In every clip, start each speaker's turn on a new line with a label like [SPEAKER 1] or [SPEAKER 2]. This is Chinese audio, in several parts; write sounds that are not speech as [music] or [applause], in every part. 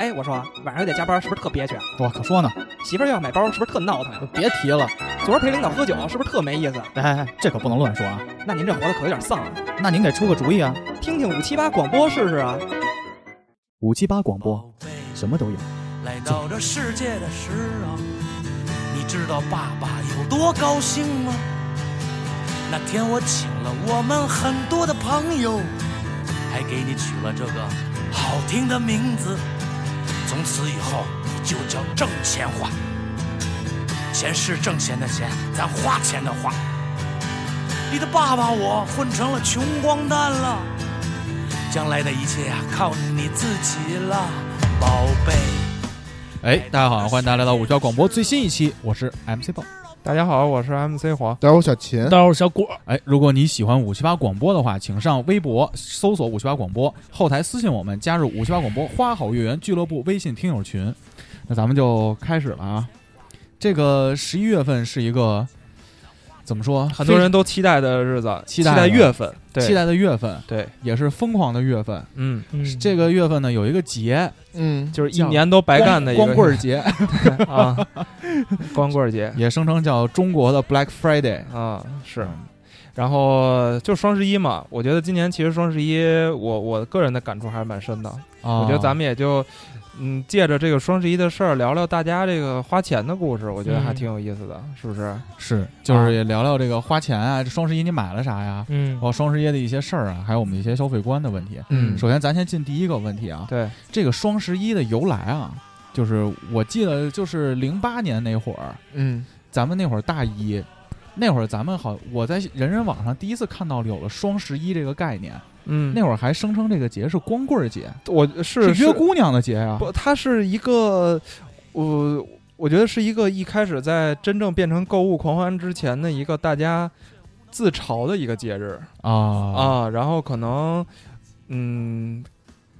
[SPEAKER 1] 哎，我说晚上又得加班，是不是特憋屈啊？
[SPEAKER 2] 我可说呢，
[SPEAKER 1] 媳妇儿又要买包，是不是特闹腾呀？
[SPEAKER 2] 别提了，
[SPEAKER 1] 昨儿陪领导喝酒，是不是特没意思？
[SPEAKER 2] 哎哎，哎这可不能乱说啊。
[SPEAKER 1] 那您这活的可有点丧啊！
[SPEAKER 2] 那您给出个主意啊？
[SPEAKER 1] 听听五七八广播试试啊！
[SPEAKER 2] 五七八广播，
[SPEAKER 3] 贝，
[SPEAKER 2] 什么都有。
[SPEAKER 3] 来到这世界的时候，你知道爸爸有多高兴吗？那天我请了我们很多的朋友，还给你取了这个好听的名字。从此以后，你就叫挣钱花，钱是挣钱的钱，咱花钱的花。你的爸爸我混成了穷光蛋了。将来的一切呀、靠你自己了，宝贝。
[SPEAKER 2] 哎，大家好，欢迎大家来到五七八广播最新一期，我是 MC 豹。
[SPEAKER 4] 大家好，我是 MC 黄。
[SPEAKER 5] 大家好，我小秦。
[SPEAKER 6] 待会儿小果儿
[SPEAKER 2] 哎，如果你喜欢五七八广播的话，请上微博搜索五七八广播，后台私信我们，加入五七八广播花好月圆俱乐部微信听友群。那咱们就开始了啊。这个十一月份是一个怎么说？
[SPEAKER 4] 很多人都期待的日子，
[SPEAKER 2] 期
[SPEAKER 4] 期
[SPEAKER 2] 待的
[SPEAKER 4] 月份，
[SPEAKER 2] 非
[SPEAKER 4] 对，
[SPEAKER 2] 期待的月份，
[SPEAKER 4] 对，
[SPEAKER 2] 也是疯狂的月份。
[SPEAKER 4] 嗯，
[SPEAKER 2] 这个月份呢，有一个节，
[SPEAKER 5] 嗯，
[SPEAKER 4] 就是一
[SPEAKER 2] 叫
[SPEAKER 4] 年都白干的一个
[SPEAKER 2] 光光棍儿
[SPEAKER 4] [laughs]
[SPEAKER 2] 节，
[SPEAKER 4] 节啊，光棍儿节
[SPEAKER 2] 也声称叫中国的 Black Friday。
[SPEAKER 4] 啊，是。
[SPEAKER 2] 嗯
[SPEAKER 4] 然后就双十一嘛，我觉得今年其实双十一，我我个人的感触还是蛮深的。
[SPEAKER 2] 啊，
[SPEAKER 4] 我觉得咱们也就，嗯，借着这个双十一的事儿，聊聊大家这个花钱的故事，我觉得还
[SPEAKER 6] 嗯
[SPEAKER 4] 挺有意思的，是不是？
[SPEAKER 2] 哦是
[SPEAKER 4] 啊
[SPEAKER 2] 就是也聊聊这个花钱啊，这双十一你买了啥呀？
[SPEAKER 6] 嗯
[SPEAKER 2] 包括双十一的一些事儿啊，还有我们的一些消费观的问题。
[SPEAKER 4] 嗯
[SPEAKER 2] 首先，咱先进第一个问题啊，
[SPEAKER 4] 对，
[SPEAKER 2] 这个双十一的由来啊，就是我记得就是零八年那会儿，
[SPEAKER 5] 嗯，
[SPEAKER 2] 咱们那会儿大一，那会儿咱们好，我在人人网上第一次看到有了双十一这个概念，
[SPEAKER 4] 嗯，
[SPEAKER 2] 那会儿还声称这个节是光棍儿节，
[SPEAKER 4] 我是
[SPEAKER 2] 约姑娘的节呀、
[SPEAKER 4] 不，它是一个，我我觉得是一个一开始在真正变成购物狂欢之前的一个大家自嘲的一个节日
[SPEAKER 2] 啊啊
[SPEAKER 4] 啊，然后可能，嗯。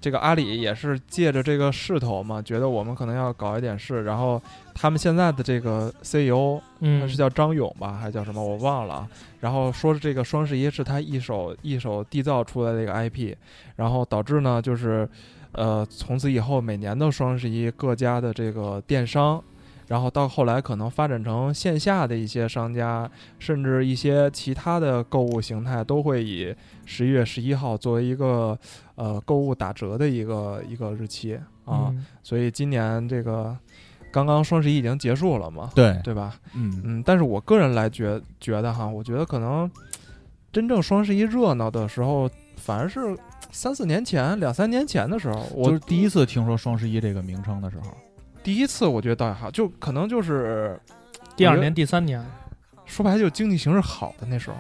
[SPEAKER 4] 这个阿里也是借着这个势头嘛，觉得我们可能要搞一点事，然后他们现在的这个 E CEO 他
[SPEAKER 1] 啊
[SPEAKER 6] 嗯
[SPEAKER 4] 呃是叫张勇吧，还是叫什么我忘了啊。然后说这个双十一是他一手一手缔造出来的一个 IP，然后导致呢就是，呃，从此以后每年的双十一各家的这个电商。然后到后来可能发展成线下的一些商家，甚至一些其他的购物形态，都会以十一月十一号作为一个呃购物打折的一个一个日期啊。
[SPEAKER 6] 嗯
[SPEAKER 4] 所以今年这个刚刚双十一已经结束了嘛，
[SPEAKER 2] 对，
[SPEAKER 4] 对吧？
[SPEAKER 2] 嗯，
[SPEAKER 4] 嗯，但是我个人来觉觉得哈，我觉得可能真正双十一热闹的时候，反而是三四年前、两三年前的时候，
[SPEAKER 2] 我就
[SPEAKER 4] 我
[SPEAKER 2] 是第一次听说双十一这个名称的时候，
[SPEAKER 4] 第一次我觉得倒也好，就可能就是
[SPEAKER 6] 第
[SPEAKER 4] 我觉
[SPEAKER 6] 二
[SPEAKER 4] 得
[SPEAKER 6] 年、第三年
[SPEAKER 4] 说白了就是经济形势好的那时候，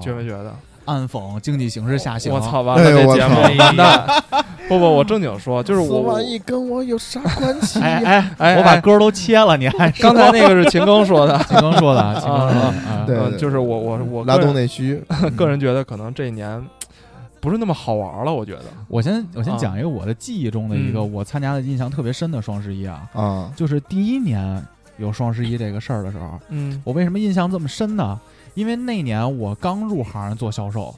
[SPEAKER 2] 哦
[SPEAKER 4] 觉没觉得？
[SPEAKER 2] 暗讽经济形势下行，[laughs]
[SPEAKER 4] 我操，完了
[SPEAKER 5] 哎呦
[SPEAKER 4] 这
[SPEAKER 5] 我
[SPEAKER 4] 节目
[SPEAKER 6] 操
[SPEAKER 4] 完蛋！不不，我正经说，就是我我
[SPEAKER 5] 跟我有啥关系
[SPEAKER 2] 哎哎
[SPEAKER 4] 哎
[SPEAKER 2] 我把
[SPEAKER 4] 哎
[SPEAKER 2] 歌都切了，你还
[SPEAKER 4] 刚才那个是秦庚说的，
[SPEAKER 2] 秦刚说的
[SPEAKER 4] [laughs]
[SPEAKER 2] 啊， [laughs] 秦刚说的啊，嗯
[SPEAKER 5] 对
[SPEAKER 4] 嗯
[SPEAKER 5] 对
[SPEAKER 4] 就是我我我
[SPEAKER 5] 拉
[SPEAKER 4] 个人 [laughs]
[SPEAKER 5] 动内需，
[SPEAKER 4] 个人觉得可能这一年不是那么好玩了，我觉得
[SPEAKER 2] 我先我先
[SPEAKER 4] 啊
[SPEAKER 2] 讲一个我的记忆中的一个
[SPEAKER 4] 嗯
[SPEAKER 2] 我参加的印象特别深的双十一啊，
[SPEAKER 5] 啊，
[SPEAKER 2] 就是第一年有双十一这个事儿的时候，
[SPEAKER 4] 嗯
[SPEAKER 2] 我为什么印象这么深呢？因为那年我刚入行做销售，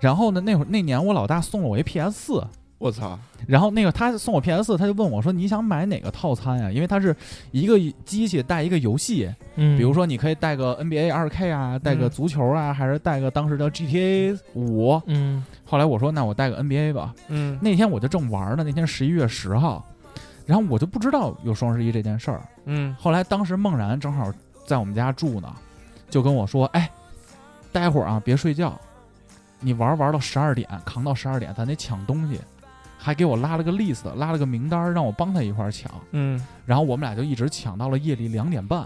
[SPEAKER 2] 然后呢那会儿那年我老大送了我一 PS 四。
[SPEAKER 5] 我操，
[SPEAKER 2] 然后那个他送我 PS 四，他就问我说：“你想买哪个套餐呀、因为它是一个机器带一个游戏，
[SPEAKER 6] 嗯，
[SPEAKER 2] 比如说你可以带个 NBA 二 K 啊，带个
[SPEAKER 6] 嗯
[SPEAKER 2] 足球啊，还是带个当时的 GTA 五。
[SPEAKER 6] 嗯
[SPEAKER 2] 后来我说：“那我带个 NBA 吧。”
[SPEAKER 4] 嗯
[SPEAKER 2] 那天我就正玩呢，那天十一月十号，然后我就不知道有双十一这件事儿。
[SPEAKER 4] 嗯
[SPEAKER 2] 后来当时梦然正好在我们家住呢，就跟我说：“哎，待会儿啊，别睡觉，你玩玩到十二点，扛到十二点，咱得抢东西。”还给我拉了个 list，拉了个名单，让我帮他一块儿抢。
[SPEAKER 4] 嗯，
[SPEAKER 2] 然后我们俩就一直抢到了夜里两点半，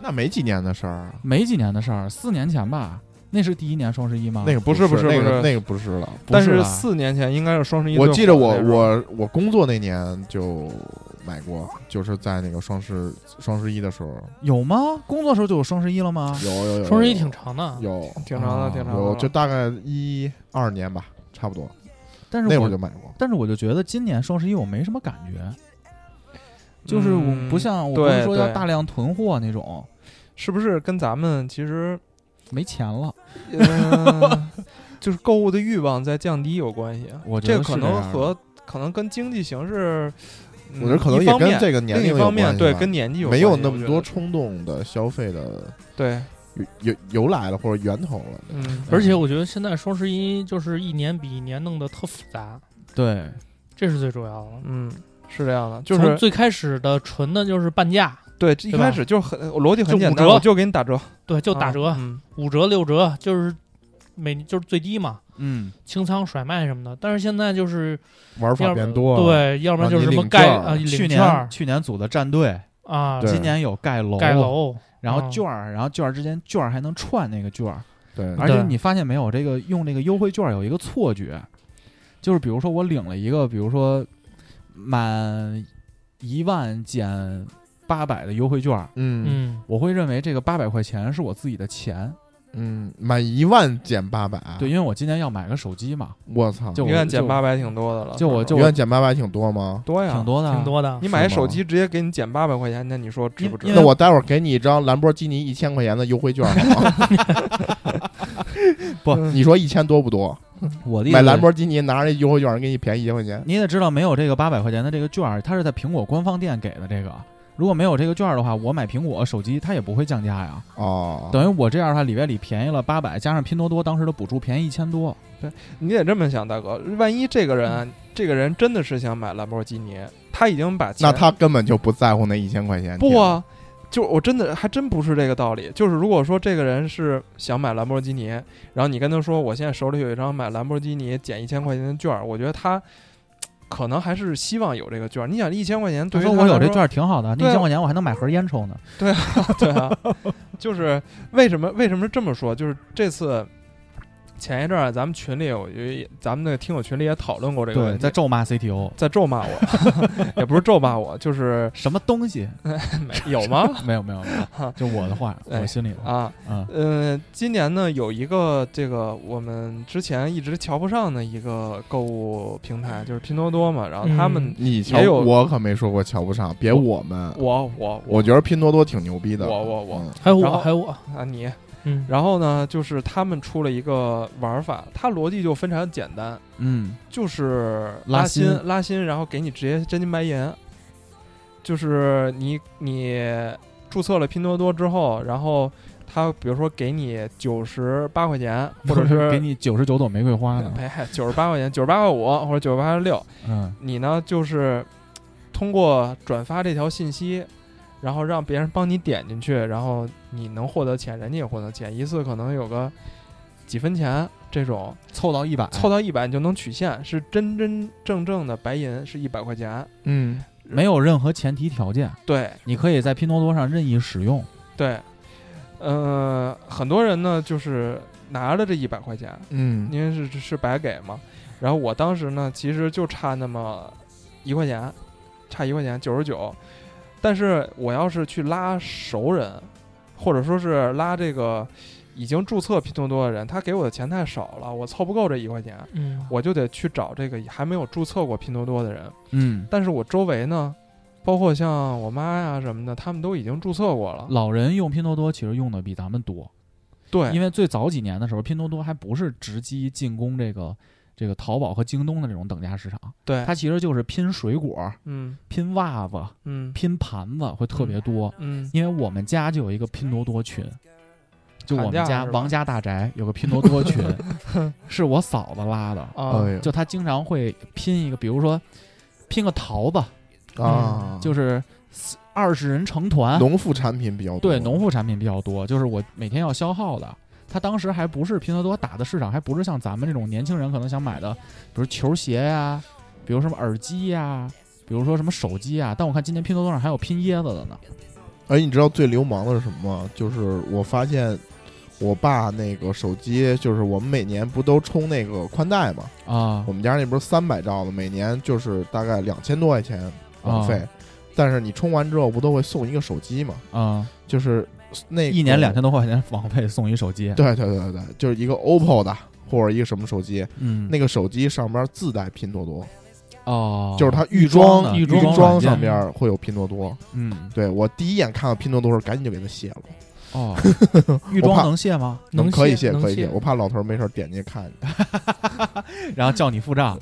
[SPEAKER 5] 那没几年的事儿啊，
[SPEAKER 2] 没几年的事儿，四年前吧。那是第一年双十一吗？
[SPEAKER 5] 那个
[SPEAKER 4] 不
[SPEAKER 5] 是
[SPEAKER 4] 是不是
[SPEAKER 5] 那
[SPEAKER 4] 不
[SPEAKER 5] 个
[SPEAKER 4] 是
[SPEAKER 5] 那个不是啊了。
[SPEAKER 2] 不
[SPEAKER 4] 但
[SPEAKER 2] 是
[SPEAKER 4] 是
[SPEAKER 2] 吧
[SPEAKER 4] 四年前应该是双十一最火
[SPEAKER 5] 我
[SPEAKER 4] 的那
[SPEAKER 5] 记
[SPEAKER 4] 时
[SPEAKER 5] 着
[SPEAKER 4] 候，
[SPEAKER 5] 我我我工作那年就买过，就是在那个双十双十一的时候，
[SPEAKER 2] 有吗？工作时候就有双十一了吗？
[SPEAKER 5] 有有有有
[SPEAKER 6] 双十一挺长的，
[SPEAKER 5] 有
[SPEAKER 4] 挺长
[SPEAKER 2] 啊
[SPEAKER 4] 的，挺长的
[SPEAKER 5] 有，
[SPEAKER 4] 了，
[SPEAKER 5] 就大概一二年吧，差不多
[SPEAKER 2] 但是
[SPEAKER 5] 那会
[SPEAKER 2] 我
[SPEAKER 5] 儿就买过。
[SPEAKER 2] 但是我就觉得今年双十一我没什么感觉，就是我
[SPEAKER 4] 嗯
[SPEAKER 2] 不像我不
[SPEAKER 4] 对
[SPEAKER 2] 是说要
[SPEAKER 4] 对
[SPEAKER 2] 大量囤货那种，
[SPEAKER 4] 是不是跟咱们其
[SPEAKER 5] [laughs]
[SPEAKER 4] 实，
[SPEAKER 2] 没钱了。
[SPEAKER 4] 呃就是购物的欲望在降低有关系？
[SPEAKER 2] 我觉得
[SPEAKER 4] 这
[SPEAKER 2] 是
[SPEAKER 4] 可
[SPEAKER 2] 这
[SPEAKER 4] 能
[SPEAKER 2] 样的嗯
[SPEAKER 4] 和可能跟经济形势，嗯
[SPEAKER 5] 我觉得可能
[SPEAKER 4] 一
[SPEAKER 5] 也
[SPEAKER 4] 方面
[SPEAKER 5] 跟这个年龄
[SPEAKER 4] 另一
[SPEAKER 5] 有
[SPEAKER 4] 方
[SPEAKER 5] 关
[SPEAKER 4] 面
[SPEAKER 5] 系
[SPEAKER 4] 对
[SPEAKER 5] 吧
[SPEAKER 4] 跟年纪有
[SPEAKER 5] 没
[SPEAKER 4] 有
[SPEAKER 5] 有那么多冲动的消费的
[SPEAKER 4] 对，
[SPEAKER 5] 由由由来了或者源头了。
[SPEAKER 4] 嗯
[SPEAKER 6] 而且我觉得现在双十一就是一年比一年弄得特复杂，
[SPEAKER 2] 对，
[SPEAKER 6] 这是最重要的。
[SPEAKER 4] 嗯是这样的，就
[SPEAKER 6] 从
[SPEAKER 4] 是
[SPEAKER 6] 最开始的纯的就是半价，
[SPEAKER 4] 对一
[SPEAKER 6] 对吧
[SPEAKER 4] 开始就很逻辑很
[SPEAKER 6] 就
[SPEAKER 4] 简
[SPEAKER 6] 五
[SPEAKER 4] 单，
[SPEAKER 6] 折
[SPEAKER 4] 我就给你打折，
[SPEAKER 6] 对，就打折，
[SPEAKER 4] 啊嗯
[SPEAKER 6] 五折六折，就是每就是最低嘛，
[SPEAKER 2] 嗯，
[SPEAKER 6] 清仓甩卖什么的。但是现在就是
[SPEAKER 5] 玩法
[SPEAKER 6] 要
[SPEAKER 5] 变多了，
[SPEAKER 6] 对，要不然就是什么
[SPEAKER 5] 让你领
[SPEAKER 6] 盖
[SPEAKER 5] 券儿
[SPEAKER 6] 啊领
[SPEAKER 2] 去
[SPEAKER 6] 券
[SPEAKER 2] 年
[SPEAKER 6] 儿
[SPEAKER 2] 去年组的战队，
[SPEAKER 6] 啊，
[SPEAKER 5] 对
[SPEAKER 2] 今年有盖楼，
[SPEAKER 6] 盖楼，
[SPEAKER 2] 然后
[SPEAKER 6] 嗯
[SPEAKER 2] 券儿，然后券儿之间券儿还能串那个券儿，
[SPEAKER 5] 对
[SPEAKER 2] 而且你发现没有，这个用这个优惠券儿有一个错觉，就是比如说我领了一个，比如说满一万减八百的优惠券儿，
[SPEAKER 5] 嗯
[SPEAKER 6] 嗯，
[SPEAKER 2] 我会认为这个八百块钱是我自己的钱，
[SPEAKER 5] 嗯，满一万减八百，
[SPEAKER 2] 对，，因为我今年要买个手机嘛，
[SPEAKER 5] 我操，
[SPEAKER 2] 就
[SPEAKER 4] 一
[SPEAKER 2] 我
[SPEAKER 4] 万减
[SPEAKER 2] 就
[SPEAKER 4] 八百挺多的了，
[SPEAKER 2] 就我
[SPEAKER 4] 是吧
[SPEAKER 2] 就
[SPEAKER 5] 一万减八百挺多吗？
[SPEAKER 4] 多呀，
[SPEAKER 2] 挺。多的啊，
[SPEAKER 6] 挺多的。
[SPEAKER 4] 你买
[SPEAKER 5] 是吗
[SPEAKER 4] 手机直接给你减八百块钱，那你说值不值
[SPEAKER 6] 因？为
[SPEAKER 5] 那我待会儿给你一张兰博基尼一千块钱的优惠券，好吗？
[SPEAKER 2] 不
[SPEAKER 5] 你说一千多不多？
[SPEAKER 2] 我的意思
[SPEAKER 5] 买兰博基尼拿着优惠券给你便宜一千块钱，
[SPEAKER 2] 你也得知道，没有这个八百块钱的这个券儿，它是在苹果官方店给的这个。如果没有这个券儿的话，我买苹果手机它也不会降价呀。
[SPEAKER 5] 哦，
[SPEAKER 2] 等于我这样的话，里外里便宜了八百，加上拼多多当时的补助便宜一千多。
[SPEAKER 4] 你得这么想，大哥，万一这个人，这个人真的是想买兰博基尼，他已经把钱
[SPEAKER 5] 那他根本就不在乎那一千块钱。
[SPEAKER 4] 不啊，就我真的还真不是这个道理。就是如果说这个人是想买兰博基尼，然后你跟他说我现在手里有一张买兰博基尼减一千块钱的券儿，我觉得他嘖可能还是希望有这个券儿。你想一千块钱
[SPEAKER 2] 他
[SPEAKER 4] 对于
[SPEAKER 2] 说
[SPEAKER 4] 他
[SPEAKER 2] 我有
[SPEAKER 4] 来
[SPEAKER 2] 这券儿挺好的，
[SPEAKER 4] 对
[SPEAKER 2] 那
[SPEAKER 4] 啊
[SPEAKER 2] 一千块钱我还能买盒烟抽呢。
[SPEAKER 4] [laughs] 对啊，就是为什么为什么这么说？就是这次前一阵儿咱们群里有有咱们那个听友群里也讨论过这个问
[SPEAKER 2] 对，
[SPEAKER 4] 题，
[SPEAKER 2] 在咒骂 CTO，
[SPEAKER 4] 在咒骂我， [laughs] 也不是咒骂我，就是
[SPEAKER 2] 什么东西？
[SPEAKER 4] 有吗？
[SPEAKER 2] [laughs] 没有没有没有，就我的话，
[SPEAKER 4] 哎
[SPEAKER 2] 我心里的话，
[SPEAKER 4] 啊，
[SPEAKER 2] 嗯
[SPEAKER 4] 呃，今年呢有一个这个我们之前一直瞧不上的一个购物平台，就是拼多多嘛。然后他
[SPEAKER 2] 嗯
[SPEAKER 4] 们，
[SPEAKER 5] 你瞧
[SPEAKER 4] 也，有
[SPEAKER 5] 我可没说过瞧不上，别我们，
[SPEAKER 4] 我我
[SPEAKER 5] 我觉得拼多多挺牛逼的。
[SPEAKER 4] 我我我
[SPEAKER 5] 嗯
[SPEAKER 6] 还有
[SPEAKER 4] 然
[SPEAKER 6] 我，
[SPEAKER 4] 后
[SPEAKER 6] 还有我，
[SPEAKER 4] 啊你，
[SPEAKER 6] 嗯，
[SPEAKER 4] 然后呢就是他们出了一个玩法，它逻辑就非常简单，
[SPEAKER 2] 嗯，
[SPEAKER 4] 就是
[SPEAKER 2] 拉
[SPEAKER 4] 拉新
[SPEAKER 2] 新
[SPEAKER 4] 拉新，然后给你直接真金白银，就是你你注册了拼多多之后，然后他比如说给你九十八块钱，
[SPEAKER 2] [laughs]
[SPEAKER 4] 或者哎是
[SPEAKER 2] 给你九十九朵玫瑰花呢。
[SPEAKER 4] 赔九十八块钱、九十八块五或者九十八块六，
[SPEAKER 2] 嗯，
[SPEAKER 4] 你呢就是通过转发这条信息，然后让别人帮你点进去，然后你能获得钱，人家也获得钱，一次可能有个几分钱这种，
[SPEAKER 2] 凑到一百，
[SPEAKER 4] 凑到一百你就能取现，是真真正正的白银，是一百块钱。
[SPEAKER 5] 嗯，
[SPEAKER 2] 没有任何前提条件，
[SPEAKER 4] 对
[SPEAKER 2] 你可以在拼多多上任意使用。
[SPEAKER 4] 对，呃，很多人呢就是拿了这一百块钱，
[SPEAKER 5] 嗯，
[SPEAKER 4] 因为是是白给嘛。然后我当时呢，其实就差那么一块钱，差一块钱九十九。但是我要是去拉熟人，或者说是拉这个已经注册拼多多的人，他给我的钱太少了，我凑不够这一块钱，
[SPEAKER 6] 嗯，
[SPEAKER 4] 我就得去找这个还没有注册过拼多多的人。
[SPEAKER 2] 嗯，
[SPEAKER 4] 但是我周围呢，包括像我妈呀什么的，他们都已经注册过了。
[SPEAKER 2] 老人用拼多多其实用的比咱们多，
[SPEAKER 4] 对，
[SPEAKER 2] 因
[SPEAKER 4] 为
[SPEAKER 2] 为最早几年的时候，拼多多还不是直击进攻这个这个淘宝和京东的这种等价市场，
[SPEAKER 4] 对，
[SPEAKER 2] 它其实就是拼水果、
[SPEAKER 4] 嗯
[SPEAKER 2] 拼袜子、
[SPEAKER 4] 嗯
[SPEAKER 2] 拼盘子会特别多。
[SPEAKER 4] 嗯
[SPEAKER 2] 因为我们家就有一个拼多多群，就我们
[SPEAKER 4] 砍价
[SPEAKER 2] 家
[SPEAKER 4] 是吧
[SPEAKER 2] 王家大宅有个拼多多
[SPEAKER 4] [laughs]
[SPEAKER 2] 群，是我嫂子拉的，
[SPEAKER 4] 啊
[SPEAKER 5] 哎
[SPEAKER 2] 就她经常会拼一个，比如说拼个桃子，
[SPEAKER 4] 嗯
[SPEAKER 5] 呦啊，
[SPEAKER 2] 嗯就是四二十人成团，
[SPEAKER 5] 农副产品比较多。
[SPEAKER 2] 对，农副产品比较多，就是我每天要消耗的。它当时还不是拼多多打的市场，还不是像咱们这种年轻人可能想买的，比如球鞋呀、比如什么耳机呀、比如说什么手机啊。但我看今年拼多多上还有拼椰子的呢。
[SPEAKER 5] 哎，你知道最流氓的是什么吗？就是我发现我爸那个手机，就是我们每年不都充那个宽带吗？
[SPEAKER 2] 啊
[SPEAKER 5] 我们家那不是三百兆的，每年就是大概两千多块钱网费，但是你充完之后不都会送一个手机吗？
[SPEAKER 2] 啊！
[SPEAKER 5] 就是那
[SPEAKER 2] 一年
[SPEAKER 5] 个
[SPEAKER 2] 两千多块钱网费送一手机，
[SPEAKER 5] 对对对对对，就是一个 OPPO 的或者一个什么手机，
[SPEAKER 2] 嗯，
[SPEAKER 5] 那个手机上边自带拼多多，
[SPEAKER 2] 哦，
[SPEAKER 5] 就是它
[SPEAKER 2] 预
[SPEAKER 5] 预装
[SPEAKER 2] 的
[SPEAKER 6] 预
[SPEAKER 5] 预
[SPEAKER 6] 装
[SPEAKER 2] 装
[SPEAKER 5] 装
[SPEAKER 2] 软件
[SPEAKER 5] 上边会有拼多多。
[SPEAKER 2] 嗯，
[SPEAKER 5] 对我第一眼看到拼多多时候，赶紧就给它卸了。
[SPEAKER 2] [laughs] 哦，预装能卸吗？
[SPEAKER 6] 能
[SPEAKER 5] 可以
[SPEAKER 6] 卸
[SPEAKER 5] 卸
[SPEAKER 6] 能
[SPEAKER 5] 可以
[SPEAKER 6] 卸
[SPEAKER 5] 卸，我怕老头儿没事儿点进去看去。
[SPEAKER 2] 然后叫你付 [laughs] 账。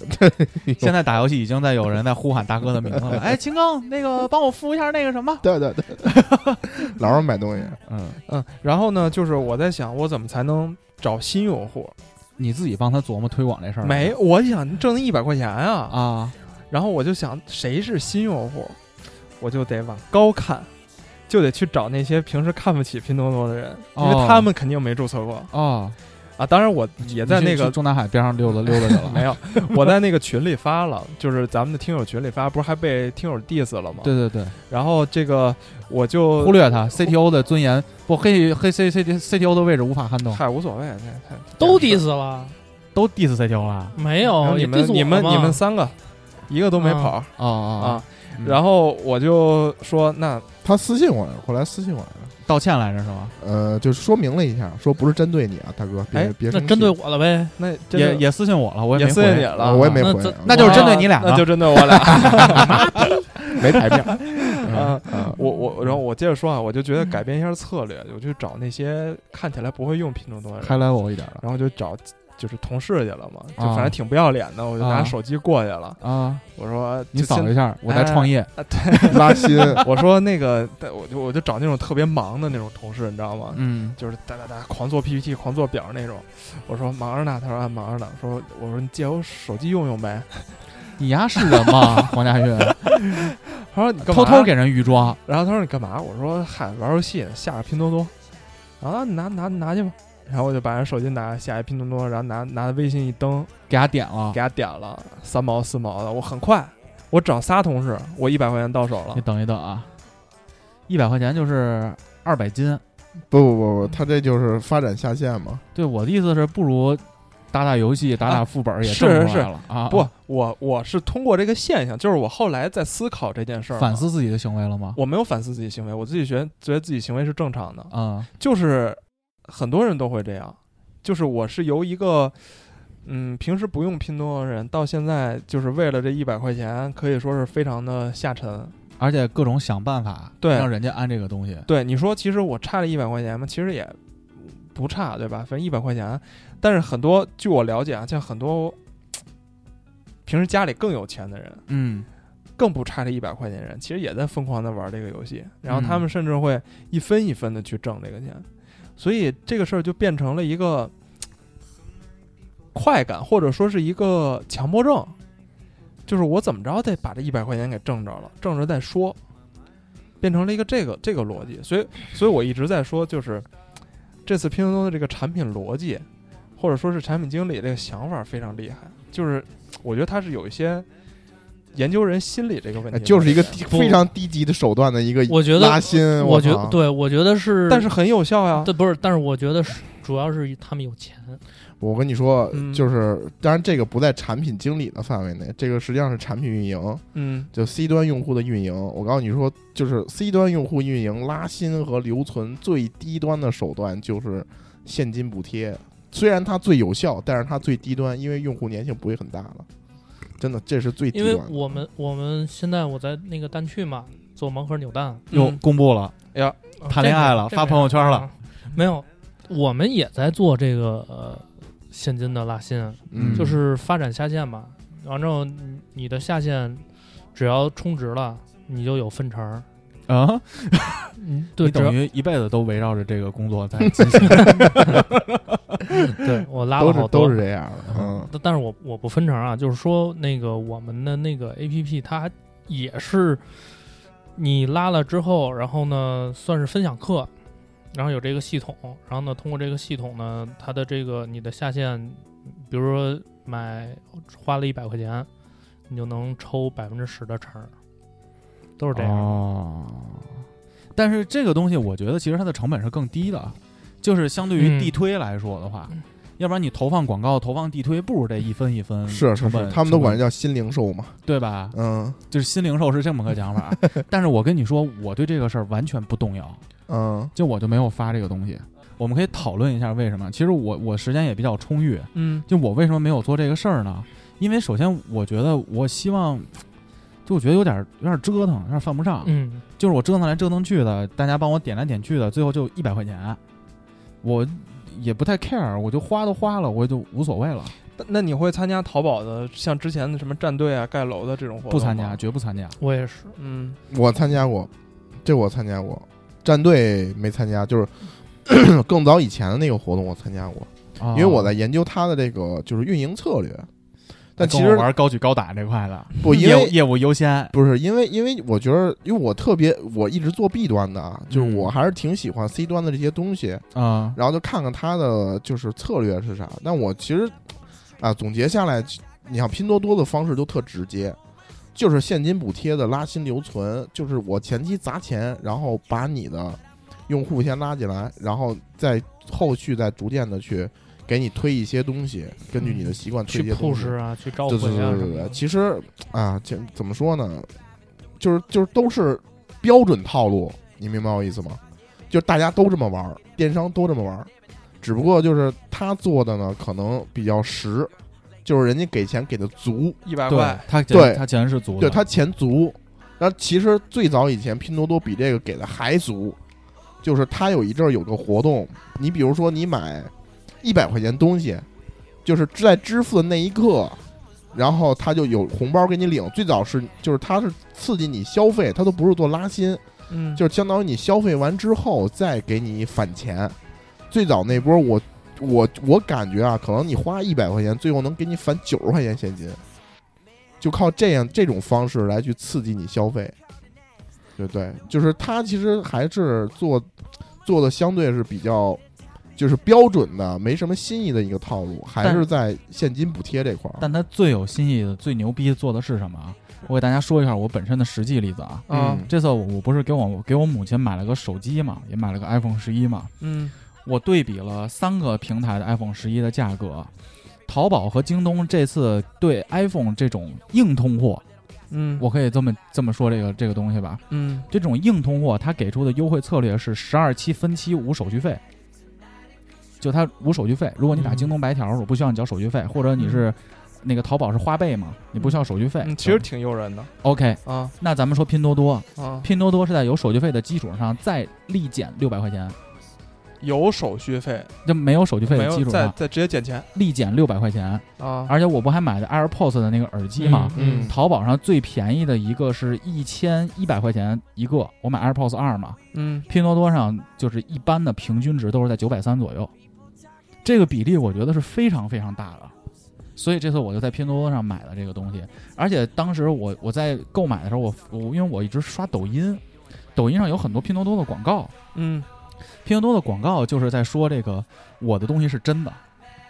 [SPEAKER 2] 现在打游戏已经在有人在呼喊大哥的名字了。 [laughs] 哎，秦刚，那 [laughs] 个帮我付一下那个什么。
[SPEAKER 5] [laughs] 对对 [laughs] 对，老让买东西，
[SPEAKER 2] 嗯，
[SPEAKER 4] 嗯，然后呢，就是我在想，我怎么才能找新用户？
[SPEAKER 2] 你自己帮他琢磨推广这事儿了吗
[SPEAKER 4] 没，我想挣那一百块钱啊，
[SPEAKER 2] 嗯啊？
[SPEAKER 4] 然后我就想谁是新用户，我就得往高看，就得去找那些平时看不起拼多多的人，因为
[SPEAKER 2] 哦
[SPEAKER 4] 他们肯定没注册过
[SPEAKER 2] 哦，
[SPEAKER 4] 啊。当然，我也在
[SPEAKER 2] 你去
[SPEAKER 4] 那个
[SPEAKER 2] 去中南海边上溜达溜达去了
[SPEAKER 4] [laughs] 。没有，我在那个群里发了，就是咱们的听友群里发，不是还被听友 diss 了吗？
[SPEAKER 2] 对。对对，
[SPEAKER 4] 然后这个我就
[SPEAKER 2] 忽略他 CTO 的尊严，不黑黑 C C CTO 的位置无法撼动，
[SPEAKER 4] 嗨，无所谓，太太
[SPEAKER 6] 都 diss 了，
[SPEAKER 2] 都 diss CTO 了。
[SPEAKER 6] 没
[SPEAKER 4] 然
[SPEAKER 6] 有
[SPEAKER 4] 后你
[SPEAKER 6] 也 diss
[SPEAKER 4] 们
[SPEAKER 6] 我
[SPEAKER 4] 你们
[SPEAKER 6] 嘛
[SPEAKER 4] 你们三个，一个都没
[SPEAKER 6] 啊
[SPEAKER 4] 跑
[SPEAKER 2] 哦哦
[SPEAKER 4] 啊。
[SPEAKER 2] 嗯
[SPEAKER 4] 然后我就说，那
[SPEAKER 5] 他私信我来，后来私信我来了，
[SPEAKER 2] 道歉来着是吗？
[SPEAKER 5] 呃，就说明了一下，说不是针对你啊，大哥，别
[SPEAKER 4] 哎
[SPEAKER 5] 别生
[SPEAKER 6] 那
[SPEAKER 5] 气呃
[SPEAKER 6] 针对我了呗，
[SPEAKER 4] 那真的
[SPEAKER 2] 也也私信我了，我也
[SPEAKER 4] 也
[SPEAKER 2] 没
[SPEAKER 4] 私信你
[SPEAKER 2] 回。啊
[SPEAKER 4] 了，啊
[SPEAKER 5] 我也没
[SPEAKER 6] 啊那
[SPEAKER 5] 回啊
[SPEAKER 6] 这，
[SPEAKER 2] 那就是针对你俩
[SPEAKER 4] 那
[SPEAKER 2] 了
[SPEAKER 4] 就针
[SPEAKER 2] [laughs]
[SPEAKER 4] 对我俩。
[SPEAKER 5] 没台面
[SPEAKER 6] [laughs]
[SPEAKER 5] 儿嗯
[SPEAKER 4] 啊
[SPEAKER 5] 嗯
[SPEAKER 4] 我我然后我接着说啊，我就觉得改变一下策略，我去找那些看起来不会用拼多多的人，
[SPEAKER 2] 开 level 一点了
[SPEAKER 4] 然后就找就是同事去了嘛，就
[SPEAKER 2] 啊
[SPEAKER 4] 反正挺不要脸的，我就
[SPEAKER 2] 啊
[SPEAKER 4] 拿手机过去了，
[SPEAKER 2] 啊！
[SPEAKER 4] 我说
[SPEAKER 2] 你
[SPEAKER 4] 就
[SPEAKER 2] 扫
[SPEAKER 4] 现
[SPEAKER 2] 一下，我在创业。
[SPEAKER 4] 啊对，
[SPEAKER 5] 拉新，
[SPEAKER 2] [laughs]
[SPEAKER 4] 我说那个，但我就我就找那种特别忙的那种同事，你知道吗？
[SPEAKER 2] 嗯，
[SPEAKER 4] 就是哒哒哒狂做 PPT、狂做表那种。我说忙着呢，他说啊忙着呢。说我说你借我手机用用呗。 [laughs]
[SPEAKER 2] 你丫是人吗？黄家韵
[SPEAKER 4] 他说你干嘛
[SPEAKER 2] 偷偷给人预装，
[SPEAKER 4] 然后他说你干嘛？我说嗨，玩游戏呢，下个拼多多。啊，你拿拿拿去吧。然后我就把人手机拿下一拼多多，然后拿拿微信一登，
[SPEAKER 2] 给他点了
[SPEAKER 4] 给。他点了三毛四毛的。我很快，我找仨同事，我一百块钱到手了
[SPEAKER 2] 你。等一等啊，一百块钱就是二百斤。
[SPEAKER 5] 不不不不，他这就是发展下线嘛，
[SPEAKER 2] 对我的意思是，不如打打游戏，打打副本儿也
[SPEAKER 4] 是
[SPEAKER 2] 挣出
[SPEAKER 4] 是
[SPEAKER 2] 来了啊。
[SPEAKER 4] 不，我我是通过这个现象，就是我后来在思考这件事儿嘛，啊
[SPEAKER 2] 反思自己的行为了吗？
[SPEAKER 4] 我没有反思自己行为，我自己觉得觉得自己行为是正常的，
[SPEAKER 2] 啊，
[SPEAKER 4] 就是很多人都会这样，就是我是由一个嗯平时不用拼多多的人，到现在就是为了这一百块钱，可以说是非常的下沉。
[SPEAKER 2] 而且各种想办法，
[SPEAKER 4] 对
[SPEAKER 2] 让人家安这个东西。
[SPEAKER 4] 对你说，其实我差了一百块钱吗？其实也不差，对吧？反正一百块钱，但是很多据我了解啊，像很多平时家里更有钱的人，
[SPEAKER 2] 嗯，
[SPEAKER 4] 更不差这一百块钱的人，其实也在疯狂的玩这个游戏，然后他们甚至会一分一分的去挣这个钱，所以这个事儿就变成了一个嘖快感，或者说是一个强迫症，就是我怎么着得把这一百块钱给挣着了，挣着再说，变成了一个这个这个逻辑，所以所以我一直在说，就是嘖这次拼多多的这个产品逻辑，或者说是产品经理这个想法非常厉害，就是嘖我觉得他是有一些。研究人心理这个问
[SPEAKER 5] 哎
[SPEAKER 4] 题，
[SPEAKER 5] 就是一个低
[SPEAKER 6] 不
[SPEAKER 5] 非常低级的手段的一个
[SPEAKER 6] 我觉得
[SPEAKER 5] 拉新，
[SPEAKER 6] 我觉
[SPEAKER 5] 靠
[SPEAKER 6] 得对，我觉得是，
[SPEAKER 4] 但是很有效呀。
[SPEAKER 6] 对不是，但是我觉得是主要是他们有钱，
[SPEAKER 5] 我跟你说，
[SPEAKER 4] 嗯
[SPEAKER 5] 就是当然这个不在产品经理的范围内，这个实际上是产品运营，
[SPEAKER 4] 嗯，
[SPEAKER 5] 就 C 端用户的运营。我告诉你说，就是 C 端用户运营拉新和留存最低端的手段就是现金补贴，虽然它最有效，但是它最低端，因为用户粘性不会很大了。真的，这是最低
[SPEAKER 6] 因为
[SPEAKER 5] 端的。
[SPEAKER 6] 我们我们现在我在那个单去嘛做盲盒扭蛋，
[SPEAKER 2] 又
[SPEAKER 4] 嗯
[SPEAKER 2] 公布了，
[SPEAKER 5] 哦
[SPEAKER 6] 啊
[SPEAKER 2] 谈恋爱了
[SPEAKER 6] 这个
[SPEAKER 2] 发朋友圈了，
[SPEAKER 6] 这个没有啊没有，我们也在做这个呃现金的拉新，
[SPEAKER 5] 嗯，
[SPEAKER 6] 就
[SPEAKER 2] 嗯
[SPEAKER 6] 是发展下线嘛。完之后，你你的下线只要充值了，你就有分成儿。
[SPEAKER 2] 啊，
[SPEAKER 6] 嗯，对，
[SPEAKER 2] 你
[SPEAKER 6] 只要
[SPEAKER 2] 等于一辈子都围绕着这个工作
[SPEAKER 5] [laughs]
[SPEAKER 2] 在进行。
[SPEAKER 6] 对我拉了
[SPEAKER 5] 都
[SPEAKER 6] 好
[SPEAKER 5] 是
[SPEAKER 6] 多
[SPEAKER 5] 都是这样的。嗯，
[SPEAKER 6] 但但是我我不分成啊，就是说那个我们的那个 A P P 它也是你拉了之后，然后呢算是分享课，然后有这个系统，然后呢通过这个系统呢，它的这个你的下线，比如说买花了一百块钱，你就能抽百分之十的成儿，都是这样。
[SPEAKER 2] 哦，但是这个东西，我觉得其实它的成本是更低的，就是相对于
[SPEAKER 6] 嗯
[SPEAKER 2] 地推来说的话，要不然你投放广告、投放地推，不如这一分一分
[SPEAKER 5] 嗯是是
[SPEAKER 2] 成
[SPEAKER 5] 是，
[SPEAKER 2] 本，
[SPEAKER 5] 他们都管
[SPEAKER 2] 成
[SPEAKER 5] 这叫新零售嘛。
[SPEAKER 2] 本对吧？
[SPEAKER 5] 嗯
[SPEAKER 2] 就是新零售是这么个讲法
[SPEAKER 5] [laughs]
[SPEAKER 2] 儿。但是我跟你说，我对这个事儿完全不动摇，
[SPEAKER 5] 嗯，
[SPEAKER 2] 就我就没有发这个东西。我们可以讨论一下为什么。其实我我时间也比较充裕，
[SPEAKER 4] 嗯
[SPEAKER 2] 就我为什么没有做这个事儿呢？因为首先我觉得我希望就我觉得有点有点折腾，有点犯不上。
[SPEAKER 6] 嗯，
[SPEAKER 2] 就是我折腾来折腾去的，大家帮我点来点去的，最后就一百块钱，我也不太 care，我就花都花了，我就无所谓了，
[SPEAKER 4] 那那你会参加淘宝的像之前的什么战队啊、盖楼的这种活动
[SPEAKER 2] 不参
[SPEAKER 4] 吗
[SPEAKER 2] 加，。绝不参加。
[SPEAKER 6] 我也是，
[SPEAKER 4] 嗯，
[SPEAKER 5] 我参加过，这我参加过，战队没参加，就是 [coughs] 更早以前的那个活动我参加过，
[SPEAKER 2] 啊
[SPEAKER 5] 因为我在研究它的这个就是运营策略。但其
[SPEAKER 2] 哎跟我
[SPEAKER 5] 实
[SPEAKER 2] 玩高举高打这块的，
[SPEAKER 5] 不，因
[SPEAKER 2] 业务
[SPEAKER 5] 为
[SPEAKER 2] 业务优先。
[SPEAKER 5] 不是因为，因为我觉得，因为我特别，我一直做 B 端的啊，
[SPEAKER 2] 嗯
[SPEAKER 5] 就是我还是挺喜欢 C 端的这些东西，
[SPEAKER 2] 啊、
[SPEAKER 5] 然后就看看它的就是策略是啥。但我其实啊，总结下来，你像拼多多的方式都特直接，就是现金补贴的拉新留存，就是我前期砸钱，然后把你的用户先拉进来，然后再后续再逐渐的去给你推一些东西，根据你的习惯推
[SPEAKER 6] 去
[SPEAKER 5] 一些东西。
[SPEAKER 6] push 啊，去召
[SPEAKER 5] 对
[SPEAKER 6] 回
[SPEAKER 5] 对对
[SPEAKER 6] 啊
[SPEAKER 5] 对
[SPEAKER 6] 什
[SPEAKER 5] 对
[SPEAKER 6] 么
[SPEAKER 5] 对，
[SPEAKER 6] 的。
[SPEAKER 5] 其实啊，这怎么说呢？就是就是都是标准套路，你明白我意思吗？就是大家都这么玩儿，电商都这么玩儿，只不过就是他做的呢可能比较实，就是人家给钱给的足，
[SPEAKER 4] 一百
[SPEAKER 2] 对
[SPEAKER 4] 块，，
[SPEAKER 2] 他
[SPEAKER 5] 对
[SPEAKER 2] 他钱是足的，
[SPEAKER 5] 对他钱足。那其实最早以前拼多多比这个给的还足，就是他有一阵儿有个活动，你比如说你买一百块钱东西，就是在支付的那一刻，然后他就有红包给你领。最早是就是他是刺激你消费，他都不是做拉新，
[SPEAKER 4] 嗯，
[SPEAKER 5] 就是相当于你消费完之后再给你返钱。最早那波我我我感觉啊，可能你花一百块钱，最后能给你返九十块钱现金，就靠这样这种方式来去刺激你消费，对不对？就是他其实还是做做的相对是比较。就是标准的，没什么新意的一个套路，还
[SPEAKER 2] 但
[SPEAKER 5] 是在现金补贴这块儿。
[SPEAKER 2] 但他最有新意的、最牛逼的做的是什么啊？我给大家说一下我本身的实际例子啊。
[SPEAKER 5] 嗯
[SPEAKER 4] 啊，
[SPEAKER 2] 这次我我不是给我给我母亲买了个手机嘛，也买了个 iPhone 十一嘛。
[SPEAKER 4] 嗯
[SPEAKER 2] 我对比了三个平台的 iPhone 十一的价格，淘宝和京东这次对 iPhone 这种硬通货，
[SPEAKER 4] 嗯，
[SPEAKER 2] 我可以这么这么说这个这个东西吧，
[SPEAKER 4] 嗯
[SPEAKER 2] 这种硬通货它给出的优惠策略是十二期分期无手续费，就它无手续费。如果你打
[SPEAKER 4] 嗯
[SPEAKER 2] 京东白条，我不需要你交手续费，或者你是那个淘宝是花呗嘛，你不需要手续费。
[SPEAKER 4] 嗯，其实挺诱人的
[SPEAKER 2] OK，
[SPEAKER 4] 啊
[SPEAKER 2] 那咱们说拼多多，
[SPEAKER 4] 啊，
[SPEAKER 2] 拼多多是在有手续费的基础上再立减六百块钱，
[SPEAKER 4] 有手续费，
[SPEAKER 2] 就没有手续费
[SPEAKER 4] 没
[SPEAKER 2] 的基
[SPEAKER 4] 有
[SPEAKER 2] 础
[SPEAKER 4] 再
[SPEAKER 2] 上
[SPEAKER 4] 再直接减钱
[SPEAKER 2] 立减六百块钱，
[SPEAKER 4] 啊，
[SPEAKER 2] 而且我不还买的 AirPods 的那个耳机嘛。
[SPEAKER 5] 嗯
[SPEAKER 2] 淘宝上最便宜的一个是一千一百块钱一个，我买 AirPods 二嘛，
[SPEAKER 4] 嗯
[SPEAKER 2] 拼多多上就是一般的平均值都是在九百三左右，这个比例我觉得是非常非常大的。所以这次我就在拼多多上买了这个东西，而且当时我我在购买的时候，我我因为我一直刷抖音，抖音上有很多拼多多的广告，
[SPEAKER 4] 嗯
[SPEAKER 2] 拼多多的广告就是在说这个我的东西是真的，